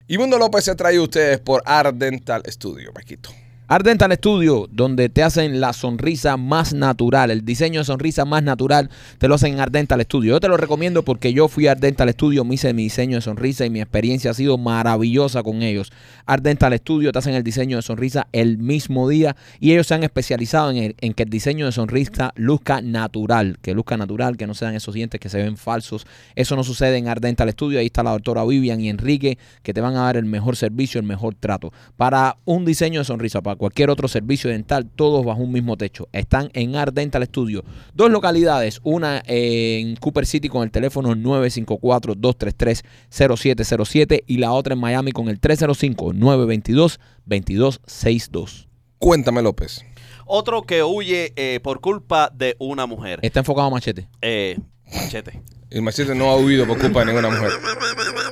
Speaker 1: Y Mundo López se trae a ustedes por Art Dental Studio, Paquito.
Speaker 2: Ardental Studio, donde te hacen la sonrisa más natural, el diseño de sonrisa más natural, te lo hacen en Ardental Studio. Yo te lo recomiendo porque yo fui a Ardental Studio, me hice mi diseño de sonrisa y mi experiencia ha sido maravillosa con ellos. Ardental Studio te hacen el diseño de sonrisa el mismo día y ellos se han especializado en, el- en que el diseño de sonrisa luzca natural, que luzca natural, que no sean esos dientes que se ven falsos. Eso no sucede en Ardental Studio. Ahí está la doctora Vivian y Enrique, que te van a dar el mejor servicio, el mejor trato. Para un diseño de sonrisa, para cualquier otro servicio dental, todos bajo un mismo techo. Están en Ardental Studio. Dos localidades, una eh, en Cooper City con el teléfono 954-233-0707 y la otra en Miami con el 305-922-2262.
Speaker 1: Cuéntame, López.
Speaker 4: Otro que huye eh, por culpa de una mujer.
Speaker 2: Está enfocado a machete.
Speaker 4: Eh, machete.
Speaker 1: El machete no ha huido por culpa de ninguna mujer.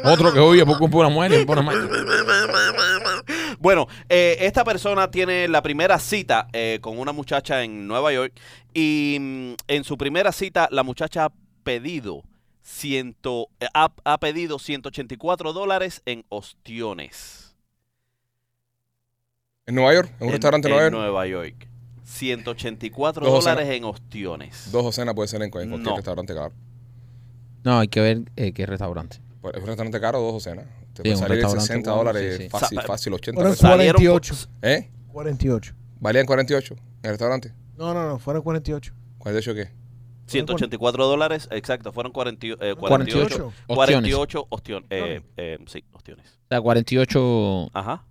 Speaker 2: Otro que oye por culpa de una mujer. Por una
Speaker 4: Bueno, eh, esta persona tiene la primera cita eh, con una muchacha en Nueva York y mm, en su primera cita la muchacha ha pedido, ciento, eh, ha, ha pedido 184 dólares en ostiones.
Speaker 1: ¿En Nueva York? ¿En un restaurante en Nueva York?
Speaker 4: York. 184
Speaker 1: Dos docenas.
Speaker 4: dólares en ostiones.
Speaker 1: Dos docenas puede ser en cualquier cualquier
Speaker 4: No.
Speaker 1: restaurante caro.
Speaker 2: No, hay que ver eh, qué restaurante.
Speaker 1: Pues, Es un restaurante caro, dos docenas. Te
Speaker 2: Sí,
Speaker 1: puede
Speaker 2: un
Speaker 1: salir en
Speaker 2: restaurante
Speaker 1: 60
Speaker 2: bueno,
Speaker 1: dólares
Speaker 2: sí, sí.
Speaker 1: fácil,
Speaker 4: Sa-
Speaker 1: fácil, 80
Speaker 3: Fueron
Speaker 1: pesos.
Speaker 3: cuatro.
Speaker 4: Pues Salieron por-
Speaker 3: 48.
Speaker 1: ¿Eh?
Speaker 3: 48.
Speaker 1: ¿Valían 48 en el restaurante?
Speaker 3: No, no, no, fueron 48.
Speaker 1: ¿48 qué?
Speaker 4: 184 dólares, exacto, fueron 40, eh, 48,
Speaker 3: 48.
Speaker 4: 48 ostiones. Eh, eh, sí, ostiones.
Speaker 2: O sea, 48...
Speaker 4: Ajá.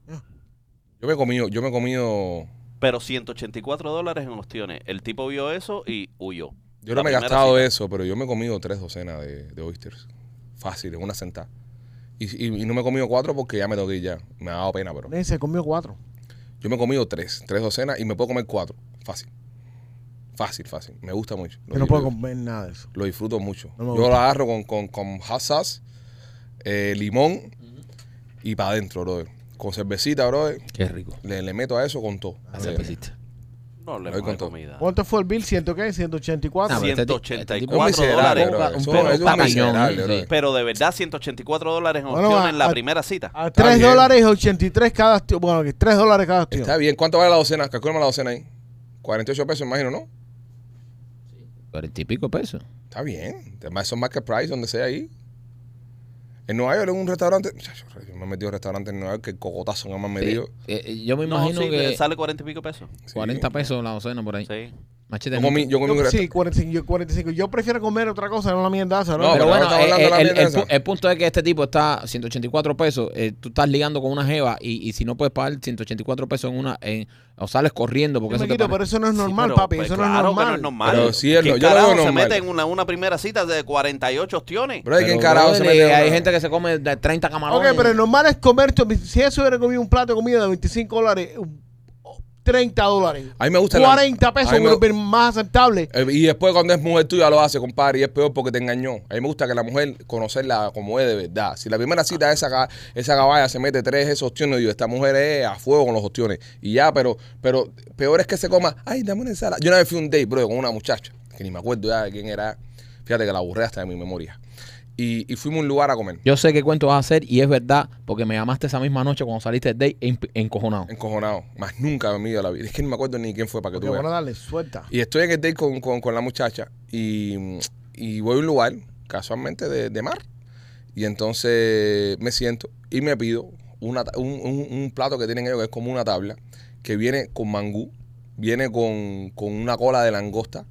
Speaker 1: Yo me he comido, yo me he comido...
Speaker 4: Pero 184 dólares en ostiones. El tipo vio eso y huyó.
Speaker 1: Yo
Speaker 4: La
Speaker 1: no me he
Speaker 4: primera
Speaker 1: gastado
Speaker 4: cita.
Speaker 1: eso, pero yo me he comido tres docenas de, de oysters. Fácil, en una sentada. Y, y- y no me he comido cuatro porque ya me toqué ya. Me ha dado pena, pero...
Speaker 3: Nen, Se comió cuatro.
Speaker 1: Yo me he comido tres, tres docenas y me puedo comer cuatro. Fácil. Fácil, fácil. Me gusta mucho.
Speaker 3: Yo no puedo comer nada de eso.
Speaker 1: Lo disfruto mucho.
Speaker 3: No me
Speaker 1: Yo
Speaker 3: gusta.
Speaker 1: lo agarro con, con, con hot sauce, eh, limón y para adentro, brother. Con cervecita, brother.
Speaker 2: Qué rico.
Speaker 1: Le, le meto a eso con todo.
Speaker 2: La
Speaker 1: Le-
Speaker 2: cervecita.
Speaker 4: No le
Speaker 1: Ahí
Speaker 4: de
Speaker 1: contó.
Speaker 4: comida.
Speaker 3: ¿Cuánto fue el bill? ¿100 qué? 184.
Speaker 2: Ah, pero este ti-
Speaker 4: 184
Speaker 1: Es un miserable,
Speaker 4: dólares.
Speaker 1: brother.
Speaker 2: Un
Speaker 1: Eso-
Speaker 2: poco
Speaker 1: eso es un
Speaker 2: tacañón,
Speaker 1: miserable,
Speaker 2: sí.
Speaker 1: brother.
Speaker 4: Pero de verdad, 184 dólares en
Speaker 3: Bueno,
Speaker 4: opciones
Speaker 3: a-
Speaker 4: en la
Speaker 3: a-
Speaker 4: primera cita.
Speaker 3: A
Speaker 1: Está
Speaker 3: 3
Speaker 1: bien.
Speaker 3: dólares 83 cada tío. Bueno, que 3 dólares cada tío.
Speaker 1: Está bien. ¿Cuánto vale la docena? Calculame la docena ahí. 48 pesos, imagino, ¿no?
Speaker 2: 40 y pico pesos.
Speaker 1: Está bien. Además, son market price, donde sea ahí. En Nueva York, en un restaurante. Chacho, Yo me he metido en restaurantes en Nueva York que el cocotazo no me han medido.
Speaker 2: Sí. Eh, eh, yo me
Speaker 4: No,
Speaker 2: imagino
Speaker 4: sí,
Speaker 2: que
Speaker 4: sale 40 y pico pesos.
Speaker 2: 40 pesos la docena por ahí.
Speaker 4: Sí.
Speaker 2: Machete.
Speaker 1: Yo
Speaker 2: nunca.
Speaker 1: comí, yo comí un
Speaker 3: Yo,
Speaker 1: resta-
Speaker 3: sí, 45, yo 45. Yo prefiero comer otra cosa, no la mierdaza,
Speaker 1: No,
Speaker 3: ¿no?
Speaker 2: pero
Speaker 1: pero
Speaker 2: bueno,
Speaker 1: ahora está
Speaker 2: eh,
Speaker 1: hablando la
Speaker 2: el, el
Speaker 1: mierda
Speaker 2: pu-
Speaker 1: esa.
Speaker 2: el punto es que este tipo está 184 pesos. eh, tú estás ligando con una jeva y, y si no puedes pagar 184 pesos en una, en- o sales corriendo porque
Speaker 3: Sí,
Speaker 2: eso te
Speaker 3: Maquito,
Speaker 2: pone-
Speaker 3: pero eso no es
Speaker 4: Sí,
Speaker 3: normal,
Speaker 4: pero,
Speaker 3: papi.
Speaker 4: pues,
Speaker 3: eso
Speaker 4: claro
Speaker 3: no
Speaker 4: que
Speaker 3: es normal.
Speaker 1: Pero sí es
Speaker 4: ¿Qué
Speaker 1: no- yo lo veo
Speaker 4: carajo se
Speaker 1: normal.
Speaker 4: mete en una, una primera cita de 48 opciones?
Speaker 1: Bro, hay que
Speaker 2: Pero,
Speaker 1: encarado se
Speaker 2: brother,
Speaker 1: mete
Speaker 2: eh,
Speaker 1: una-
Speaker 2: hay gente que se come de 30 camarones.
Speaker 3: ok, pero normal es comer. esto. Si eso hubiera comido un plato de comida de 25 dólares, 30 dólares.
Speaker 1: A mí me gusta la-
Speaker 3: 40
Speaker 1: a
Speaker 3: pesos,
Speaker 1: mí me-
Speaker 3: creo que es más aceptable.
Speaker 1: Eh, Y después cuando es mujer tuya lo hace, compadre, y es peor porque te engañó. A mí me gusta que la mujer conocerla como es de verdad. Si la primera cita esa ca- esa caballa se mete tres esos ostiones, digo, esta mujer es a fuego con los ostiones. Y ya, pero pero peor es que se coma, ay, dame una ensalada. Yo una vez fui a un date, bro, con una muchacha, que ni me acuerdo ya de quién era. Fíjate que la aburré hasta de mi memoria. Y, y fuimos a un lugar a comer,
Speaker 2: Yo sé qué cuento vas a hacer y es verdad, porque me llamaste esa misma noche cuando saliste del day en- encojonado.
Speaker 1: encojonado. Más nunca me he ido a la vida. Es que ni me acuerdo ni quién fue para que
Speaker 3: Porque
Speaker 1: tú veas.
Speaker 3: bueno, dale, suelta.
Speaker 1: Y estoy en el date con, con- con la muchacha y, y voy a un lugar, casualmente, de, de mar. Y entonces me siento y me pido una ta- un, un- un plato que tienen ellos, que es como una tabla, que viene con mangú, viene con, con una cola de langosta,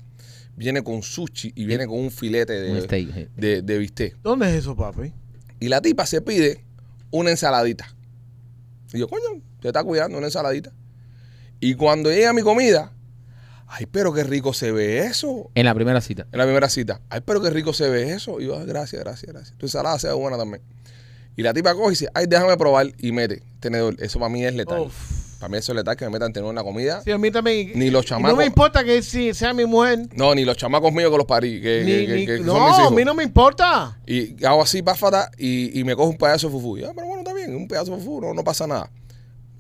Speaker 1: viene con sushi y viene con un filete
Speaker 2: Un
Speaker 1: de,
Speaker 2: steak, sí.
Speaker 1: de, de bistec.
Speaker 3: ¿Dónde es eso, papi?
Speaker 1: Y la tipa se pide una ensaladita. Y yo, coño, te está cuidando una ensaladita. Y cuando llega mi comida, ay, pero qué rico se ve eso.
Speaker 2: En la primera cita.
Speaker 1: En la primera cita, ay, pero qué rico se ve eso. Y yo, "Ay, gracias, gracias, gracias. Tu ensalada se ve buena también. Y la tipa coge y dice, ay, déjame probar y mete tenedor. Eso para mí es letal.
Speaker 3: Uf.
Speaker 1: Para mí eso es letal que me metan tenedor en la comida.
Speaker 3: Sí, a mí también.
Speaker 1: Ni los
Speaker 3: y
Speaker 1: chamacos.
Speaker 3: No me importa que si sea mi mujer.
Speaker 1: No, ni los chamacos míos que los parí, que,
Speaker 3: Ni,
Speaker 1: que- que-
Speaker 3: ni-
Speaker 1: que son mis
Speaker 3: no, a
Speaker 1: hijos.
Speaker 3: mí no me importa.
Speaker 1: Y hago así, páfata, y, y me cojo un pedazo de fufú. Y, ah, pero bueno, está bien, un pedazo de fufú, no, no pasa nada.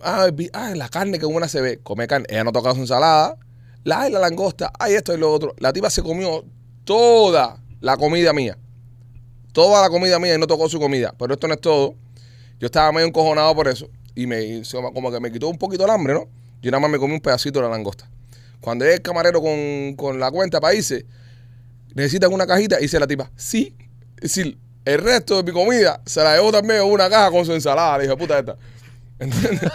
Speaker 1: Ah, vi- ah, la carne, que buena se ve. Come carne. Ella no toca su ensalada. La, ay, la langosta, ay, esto y lo otro. La tipa se comió toda la comida mía. Toda la comida mía y no tocó su comida. Pero esto no es todo. Yo estaba medio encojonado por eso. Y me se- como que me quitó un poquito el hambre, ¿no? Yo nada más me comí un pedacito de la langosta. Cuando llega el camarero con, con la cuenta para irse, necesitan una cajita. Y dice la tipa, sí. Es decir, el resto de mi comida se la llevó también en una caja con su ensalada. Le dije, puta esta. ¿Entiendes?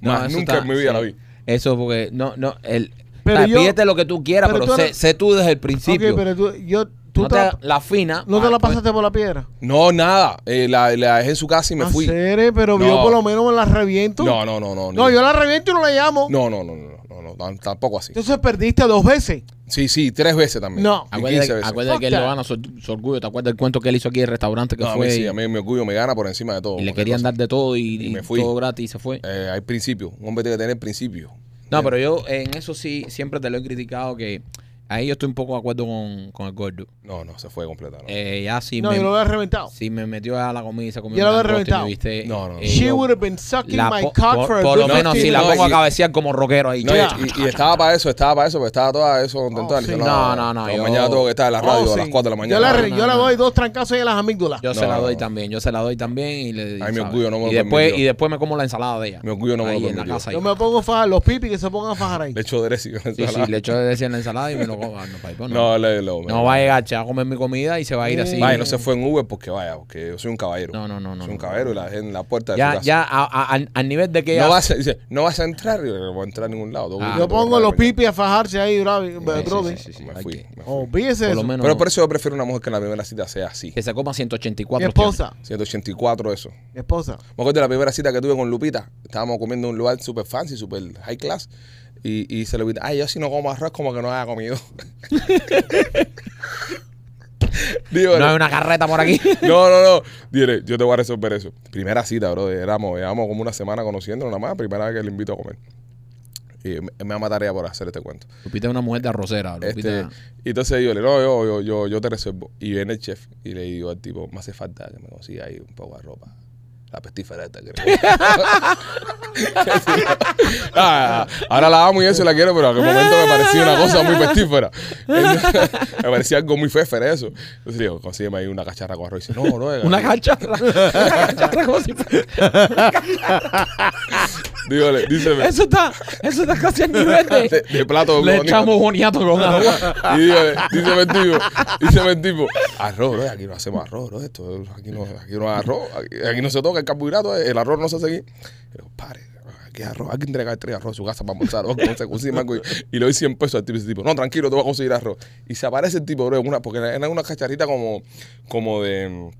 Speaker 2: No,
Speaker 1: Más
Speaker 2: eso
Speaker 1: nunca
Speaker 2: está-
Speaker 1: en mi vida
Speaker 2: sí.
Speaker 1: la vi.
Speaker 2: Eso porque, no, no, el,
Speaker 3: Pero
Speaker 2: o sea,
Speaker 3: yo-
Speaker 2: pídete lo que tú quieras,
Speaker 3: pero
Speaker 2: pero,
Speaker 3: tú
Speaker 2: sé,
Speaker 3: eres-
Speaker 2: sé tú desde el principio.
Speaker 3: Ok, pero tú, yo, tú
Speaker 2: No
Speaker 3: te
Speaker 2: te-
Speaker 3: la-
Speaker 2: la fina.
Speaker 3: no te
Speaker 2: ah,
Speaker 3: la
Speaker 2: pues,
Speaker 3: pasaste por la piedra.
Speaker 1: No, nada. Eh, la, la dejé en su casa y me
Speaker 3: Ah,
Speaker 1: fui.
Speaker 3: Cere, pero
Speaker 1: No.
Speaker 3: yo por lo menos me la reviento.
Speaker 1: No, no, no, no.
Speaker 3: No,
Speaker 1: ni-
Speaker 3: yo la reviento y no la llamo.
Speaker 1: no, no, no, no, no, no, tan- tampoco así.
Speaker 3: Entonces perdiste dos veces.
Speaker 1: Sí, sí, tres veces también.
Speaker 3: No.
Speaker 1: Y
Speaker 2: Acuérdate,
Speaker 1: 15 veces.
Speaker 2: acuérdate que él
Speaker 3: Fuck
Speaker 2: lo gana su, su orgullo. ¿Te acuerdas el cuento que él hizo aquí en el restaurante que
Speaker 1: No, a
Speaker 2: fue?
Speaker 1: mí sí,
Speaker 2: y-
Speaker 1: a mí mi orgullo me gana por encima de todo.
Speaker 2: y le
Speaker 1: cualquier
Speaker 2: querían
Speaker 1: cosa.
Speaker 2: dar de todo y,
Speaker 1: Y me
Speaker 2: y
Speaker 1: fui.
Speaker 2: todo gratis y se fue.
Speaker 1: Eh, hay principio. Un hombre tiene que tener principio.
Speaker 2: No, pero yo en eso sí siempre te lo he criticado que ahí yo estoy un poco de acuerdo con, con el gordo.
Speaker 1: No, no, se fue completa. No.
Speaker 2: Eh, ya sí
Speaker 3: no,
Speaker 2: me,
Speaker 3: yo lo había reventado.
Speaker 2: sí me metió a la comida y se comió
Speaker 3: Yo lo
Speaker 2: un
Speaker 3: había
Speaker 2: langosta y me
Speaker 3: reventado.
Speaker 2: viste,
Speaker 1: No, no, no.
Speaker 2: eh,
Speaker 3: She would have been sucking
Speaker 2: la
Speaker 3: my
Speaker 2: po-
Speaker 3: cock
Speaker 2: por,
Speaker 3: for a
Speaker 2: por
Speaker 3: good
Speaker 2: lo menos
Speaker 3: 15
Speaker 2: sí la
Speaker 1: No,
Speaker 3: minutes.
Speaker 2: pongo a
Speaker 1: y-
Speaker 2: cabecear como rockero ahí.
Speaker 1: No,
Speaker 2: ya.
Speaker 1: y, y- y estaba para eso, estaba para eso, porque estaba toda eso contentada.
Speaker 3: Oh, sí.
Speaker 1: Yo
Speaker 2: No, no, no,
Speaker 1: yo
Speaker 2: yo-
Speaker 1: mañana tengo que estar en la radio
Speaker 3: Oh,
Speaker 1: a
Speaker 3: sí.
Speaker 1: las 4 de la
Speaker 3: Yo, la
Speaker 1: mañana.
Speaker 3: re-
Speaker 2: No,
Speaker 3: yo
Speaker 2: no,
Speaker 3: le
Speaker 2: no.
Speaker 3: doy dos trancazos ahí en las amígdulas.
Speaker 2: Yo
Speaker 1: No,
Speaker 2: se la
Speaker 1: no,
Speaker 2: doy
Speaker 1: no.
Speaker 2: también, yo se la doy también y le
Speaker 1: Ay, mi
Speaker 2: ¿sabes?
Speaker 1: orgullo no me lo
Speaker 2: y después,
Speaker 1: permitió.
Speaker 2: y después me como la ensalada de ella.
Speaker 1: Mi orgullo no me
Speaker 2: ahí
Speaker 1: lo
Speaker 2: en la
Speaker 1: permitió.
Speaker 2: casa.
Speaker 3: Yo
Speaker 2: ahí.
Speaker 3: me pongo a fajar los pipis que se pongan a fajar ahí.
Speaker 1: Le echo dressing. en la
Speaker 2: Sí, sí,
Speaker 1: ensalada.
Speaker 2: le echo de decir en la ensalada y me lo como. Ah, No, paipo, no.
Speaker 1: No, le, lo-
Speaker 2: No va a llegar, se va a comer mi comida y se va a ir así.
Speaker 1: Vaya, no se fue en Uber porque vaya, porque yo soy un caballero.
Speaker 2: No, no, no, no,
Speaker 1: Soy un
Speaker 2: no.
Speaker 1: caballero y la dejé en la puerta de su
Speaker 2: Ya,
Speaker 1: casa.
Speaker 2: ya, a- a- al, al nivel de que ella-
Speaker 1: No vas, a, dice, no vas a entrar, yo no voy a entrar a ningún lado.
Speaker 2: Ah.
Speaker 3: yo pongo los pipis a fajarse ahí, bravo.
Speaker 2: Sí, sí,
Speaker 3: brother.
Speaker 2: sí, sí,
Speaker 1: Me
Speaker 2: hay
Speaker 1: fui,
Speaker 2: que-
Speaker 1: me fui.
Speaker 3: Olvídese
Speaker 2: por
Speaker 3: eso.
Speaker 2: lo menos.
Speaker 1: Pero por eso yo prefiero una mujer que en la primera cita sea así.
Speaker 2: Que se coma 184.
Speaker 3: Mi esposa,
Speaker 1: 184 eso.
Speaker 3: mi esposa.
Speaker 1: Me acuerdo de la primera cita que tuve con Lupita. Estábamos comiendo en un lugar super fancy, super high class. Y, y se le pide, ay, yo si no como arroz, como que no haya comido. Digo,
Speaker 2: No hay una carreta por aquí.
Speaker 1: no, no, no. Dile, yo te voy a resolver eso. Primera cita, bro. Éramos, llevamos como una semana conociéndonos nada más. Primera vez que le invito a comer. Y me, me ama tarea por hacer este cuento.
Speaker 2: Lupita es una mujer de arrocera. Lupita.
Speaker 1: Este, y entonces yo le digo, no, yo, yo, yo, yo te reservo. Y viene el chef y le digo al tipo, me hace falta que me consiga ahí un poco de ropa. La pestífera esta que le- Ah, ahora la amo y eso y la quiero, pero en aquel momento me parecía una cosa muy pestífera. me parecía algo muy féfere eso. Entonces le digo, consígueme ahí una cacharra con arroz. Y dice, no, no. eh,
Speaker 2: Una cacharra. Una cacharra como si fuera-
Speaker 1: Dígale, díseme.
Speaker 2: Eso está, eso está casi al nivel
Speaker 1: De,
Speaker 2: de.
Speaker 1: de plato
Speaker 2: Le
Speaker 1: bonito.
Speaker 2: echamos boniato con agua.
Speaker 1: Y dígale, díseme el tipo, díseme el tipo, arroz, bro, aquí no hacemos arroz, bro, esto, aquí no, aquí no hay arroz, aquí, aquí no se toca el carbohidrato, eh, el arroz no se hace aquí. Y yo, pare, aquí hay arroz, aquí tiene que haber tres arroz en su casa para almorzar, o como se consigue mango, y, y le doy 100 pesos al tipo, ese tipo, no, tranquilo, te voy a conseguir arroz. Y se aparece el tipo, bro, en una, porque era una cacharrita como, como de,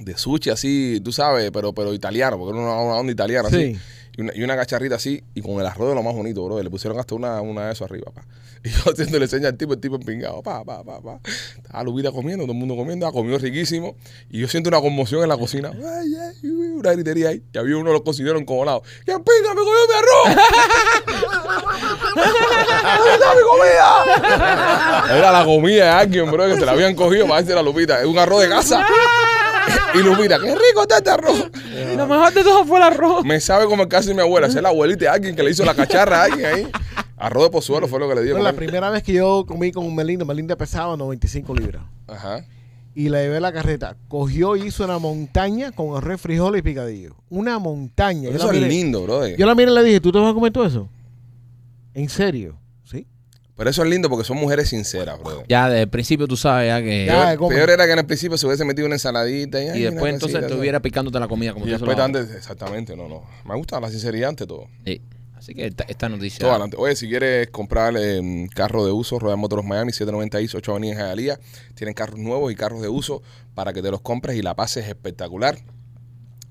Speaker 1: de sushi así, tú sabes, pero, pero italiano, porque era una, una onda italiana así.
Speaker 3: Sí.
Speaker 1: Y una, y una cacharrita así, y con el arroz de lo más bonito, bro. Le pusieron hasta una, una de eso arriba, pa. Y yo haciéndole señas al tipo, el tipo empingado, pa, pa, pa, pa. ah, Estaba Lupita comiendo, todo el mundo comiendo, ha comido riquísimo. Y yo siento una conmoción en la cocina. Ay, ay, uy, uy, había una gritería ahí, que había uno lo consiguieron como lado. ¡Qué pinga me cogió mi arroz! ¡Dame mi comida! Era la comida de alguien, bro, que se la habían cogido para hacerse la Lupita. Es un arroz de casa. Y Lupita, qué rico está este arroz.
Speaker 2: Y lo mejor de todo fue el arroz.
Speaker 1: Me sabe como el caso de mi abuela. Esa es la abuelita de alguien que le hizo la cacharra a alguien ahí. Arroz de pozuelo fue lo que le dio.
Speaker 3: No, la primera vez que yo comí con un Melinda, Melinda pesaba 95 libras.
Speaker 1: Ajá.
Speaker 3: Y la llevé a la carreta. Cogió y hizo una montaña con arroz, frijoles y picadillo. Una montaña.
Speaker 1: Pero
Speaker 3: Yo
Speaker 1: Eso
Speaker 3: la
Speaker 1: es
Speaker 3: miré-
Speaker 1: lindo, brother.
Speaker 3: Yo la miré y le dije, ¿tú te vas a comer todo eso? ¿En serio? ¿Sí?
Speaker 1: Pero eso es lindo porque son mujeres sinceras, brother.
Speaker 2: Ya desde el principio tú sabes ya que...
Speaker 3: Ya,
Speaker 1: Peor,
Speaker 3: come.
Speaker 1: peor era que en el principio se hubiese metido una ensaladita. Y, ay,
Speaker 2: y
Speaker 1: una
Speaker 2: después entonces
Speaker 1: cosita,
Speaker 2: te
Speaker 1: ¿sabes?
Speaker 2: hubiera picándote la comida como
Speaker 1: Y
Speaker 2: tú se
Speaker 1: después
Speaker 2: lo
Speaker 1: te andes- exactamente, no, no. Me gusta la sinceridad ante todo.
Speaker 2: Sí. Así que esta, esta noticia...
Speaker 1: Todo adelante. Oye, si quieres comprar eh, carro de uso, Royal Motors Miami, 790 East, 8 Avenida en Hialeah. Tienen carros nuevos y carros de uso para que te los compres y la pases espectacular.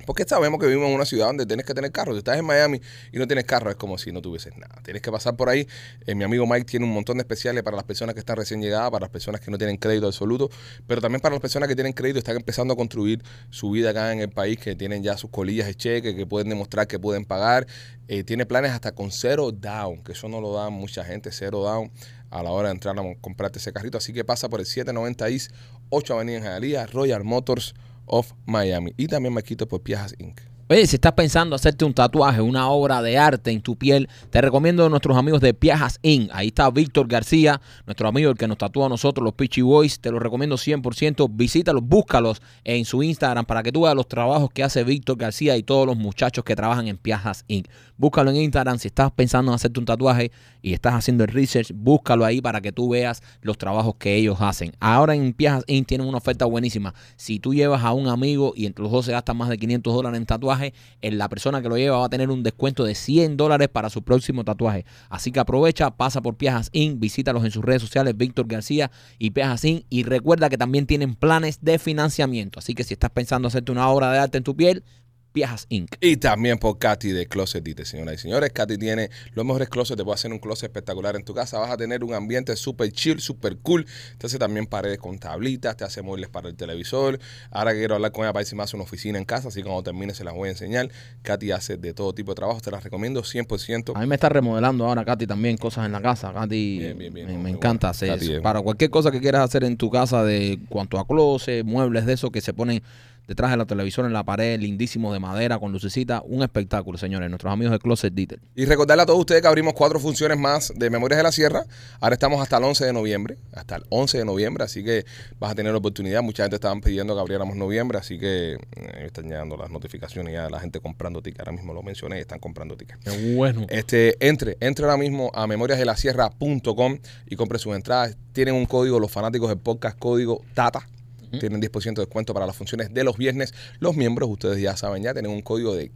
Speaker 1: Porque sabemos que vivimos en una ciudad donde tienes que tener carro. Si estás en Miami y no tienes carro, es como si no tuvieses nada. Tienes que pasar por ahí. Eh, mi amigo Mike tiene un montón de especiales para las personas que están recién llegadas, para las personas que no tienen crédito absoluto, pero también para las personas que tienen crédito, están empezando a construir su vida acá en el país, que tienen ya sus colillas de cheque, que pueden demostrar que pueden pagar. Eh, tiene planes hasta con cero down, que eso no lo da mucha gente, cero down a la hora de entrar a mo- comprarte ese carrito. Así que pasa por el 790 East, 8 Avenida en Jalía, Royal Motors of Miami. Y también me quito por Piajas Inc.
Speaker 2: Oye, si estás pensando hacerte un tatuaje, una obra de arte en tu piel, te recomiendo a nuestros amigos de Piajas Inc. Ahí está Víctor García, nuestro amigo el que nos tatúa a nosotros, los Peachy Boys. Te lo recomiendo 100%. Visítalos, búscalos en su Instagram para que tú veas los trabajos que hace Víctor García y todos los muchachos que trabajan en Piajas Inc. Búscalo en Instagram si estás pensando en hacerte un tatuaje y estás haciendo el research, búscalo ahí para que tú veas los trabajos que ellos hacen. Ahora en Piajas Inc. tienen una oferta buenísima. Si tú llevas a un amigo y entre los dos se gastan más de 500 dólares en tatuaje, en la persona que lo lleva va a tener un descuento de 100 dólares para su próximo tatuaje. Así que aprovecha, pasa por Piajas Inc., visítalos en sus redes sociales, Víctor García y Piajas Inc. Y recuerda que también tienen planes de financiamiento. Así que si estás pensando hacerte una obra de arte en tu piel, Piajas Inc.
Speaker 1: Y también por Katy de Closet Dite, señoras y señores. Katy tiene los mejores closets, te puede hacer un closet espectacular en tu casa. Vas a tener un ambiente súper chill, súper cool. Te hace también paredes con tablitas, te hace muebles para el televisor. Ahora que quiero hablar con ella para decirme hace una oficina en casa, así que cuando termine se las voy a enseñar. Katy hace de todo tipo de trabajo, te las recomiendo 100%.
Speaker 2: A mí me está remodelando ahora, Katy, también cosas en la casa. Katy,
Speaker 1: Bien, bien, bien.
Speaker 2: me, me
Speaker 1: Muy
Speaker 2: encanta
Speaker 1: bueno.
Speaker 2: hacer
Speaker 1: Katy
Speaker 2: eso.
Speaker 1: es-
Speaker 2: Para cualquier cosa que quieras hacer en tu casa, de cuanto a closet, muebles de esos que se ponen detrás de la televisor en la pared, lindísimos de madera, con lucecita. Un espectáculo, señores. Nuestros amigos de Closet Detail.
Speaker 1: Y recordarle a todos ustedes que abrimos cuatro funciones más de Memorias de la Sierra. Ahora estamos hasta el 11 de noviembre, hasta el 11 de noviembre, así que vas a tener la oportunidad. Mucha gente estaban pidiendo que abriéramos noviembre, así que eh, están llegando las notificaciones ya de la gente comprando tickets. Ahora mismo lo mencioné, están comprando tickets.
Speaker 2: Qué bueno.
Speaker 1: Este, entre, entre ahora mismo a memoriasdelasierra.com y compre sus entradas. Tienen un código, los fanáticos del podcast, código TATA. Tienen 10% de descuento para las funciones de los viernes. Los miembros, ustedes ya saben, ya tienen un código de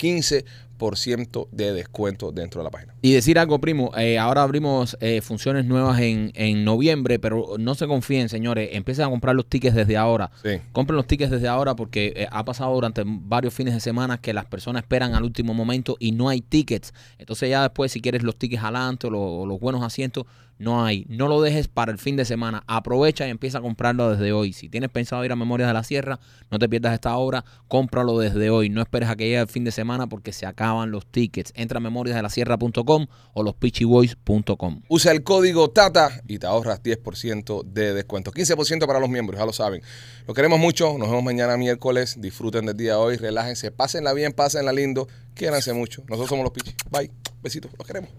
Speaker 1: 15% de descuento dentro de la página.
Speaker 2: Y decir algo, primo, eh, ahora abrimos eh, funciones nuevas en, en noviembre, pero no se confíen, señores, empiecen a comprar los tickets desde ahora.
Speaker 1: Sí.
Speaker 2: Compren los tickets desde ahora porque eh, ha pasado durante varios fines de semana que las personas esperan al último momento y no hay tickets. Entonces ya después, si quieres los tickets adelante o lo- o los buenos asientos, no hay. No lo dejes para el fin de semana. Aprovecha y empieza a comprarlo desde hoy. Si tienes pensado ir a Memorias de la Sierra, no te pierdas esta obra. Cómpralo desde hoy. No esperes a que llegue el fin de semana porque se acaban los tickets. Entra a memoriasdelasierra.com o lospitchyboys.com.
Speaker 1: Usa el código TATA y te ahorras 10% de descuento. 15% para los miembros, ya lo saben. Lo queremos mucho. Nos vemos mañana miércoles. Disfruten del día de hoy. Relájense. Pásenla bien, pásenla lindo. Quédense mucho. Nosotros somos los Pichis. Bye. Besitos. Los queremos.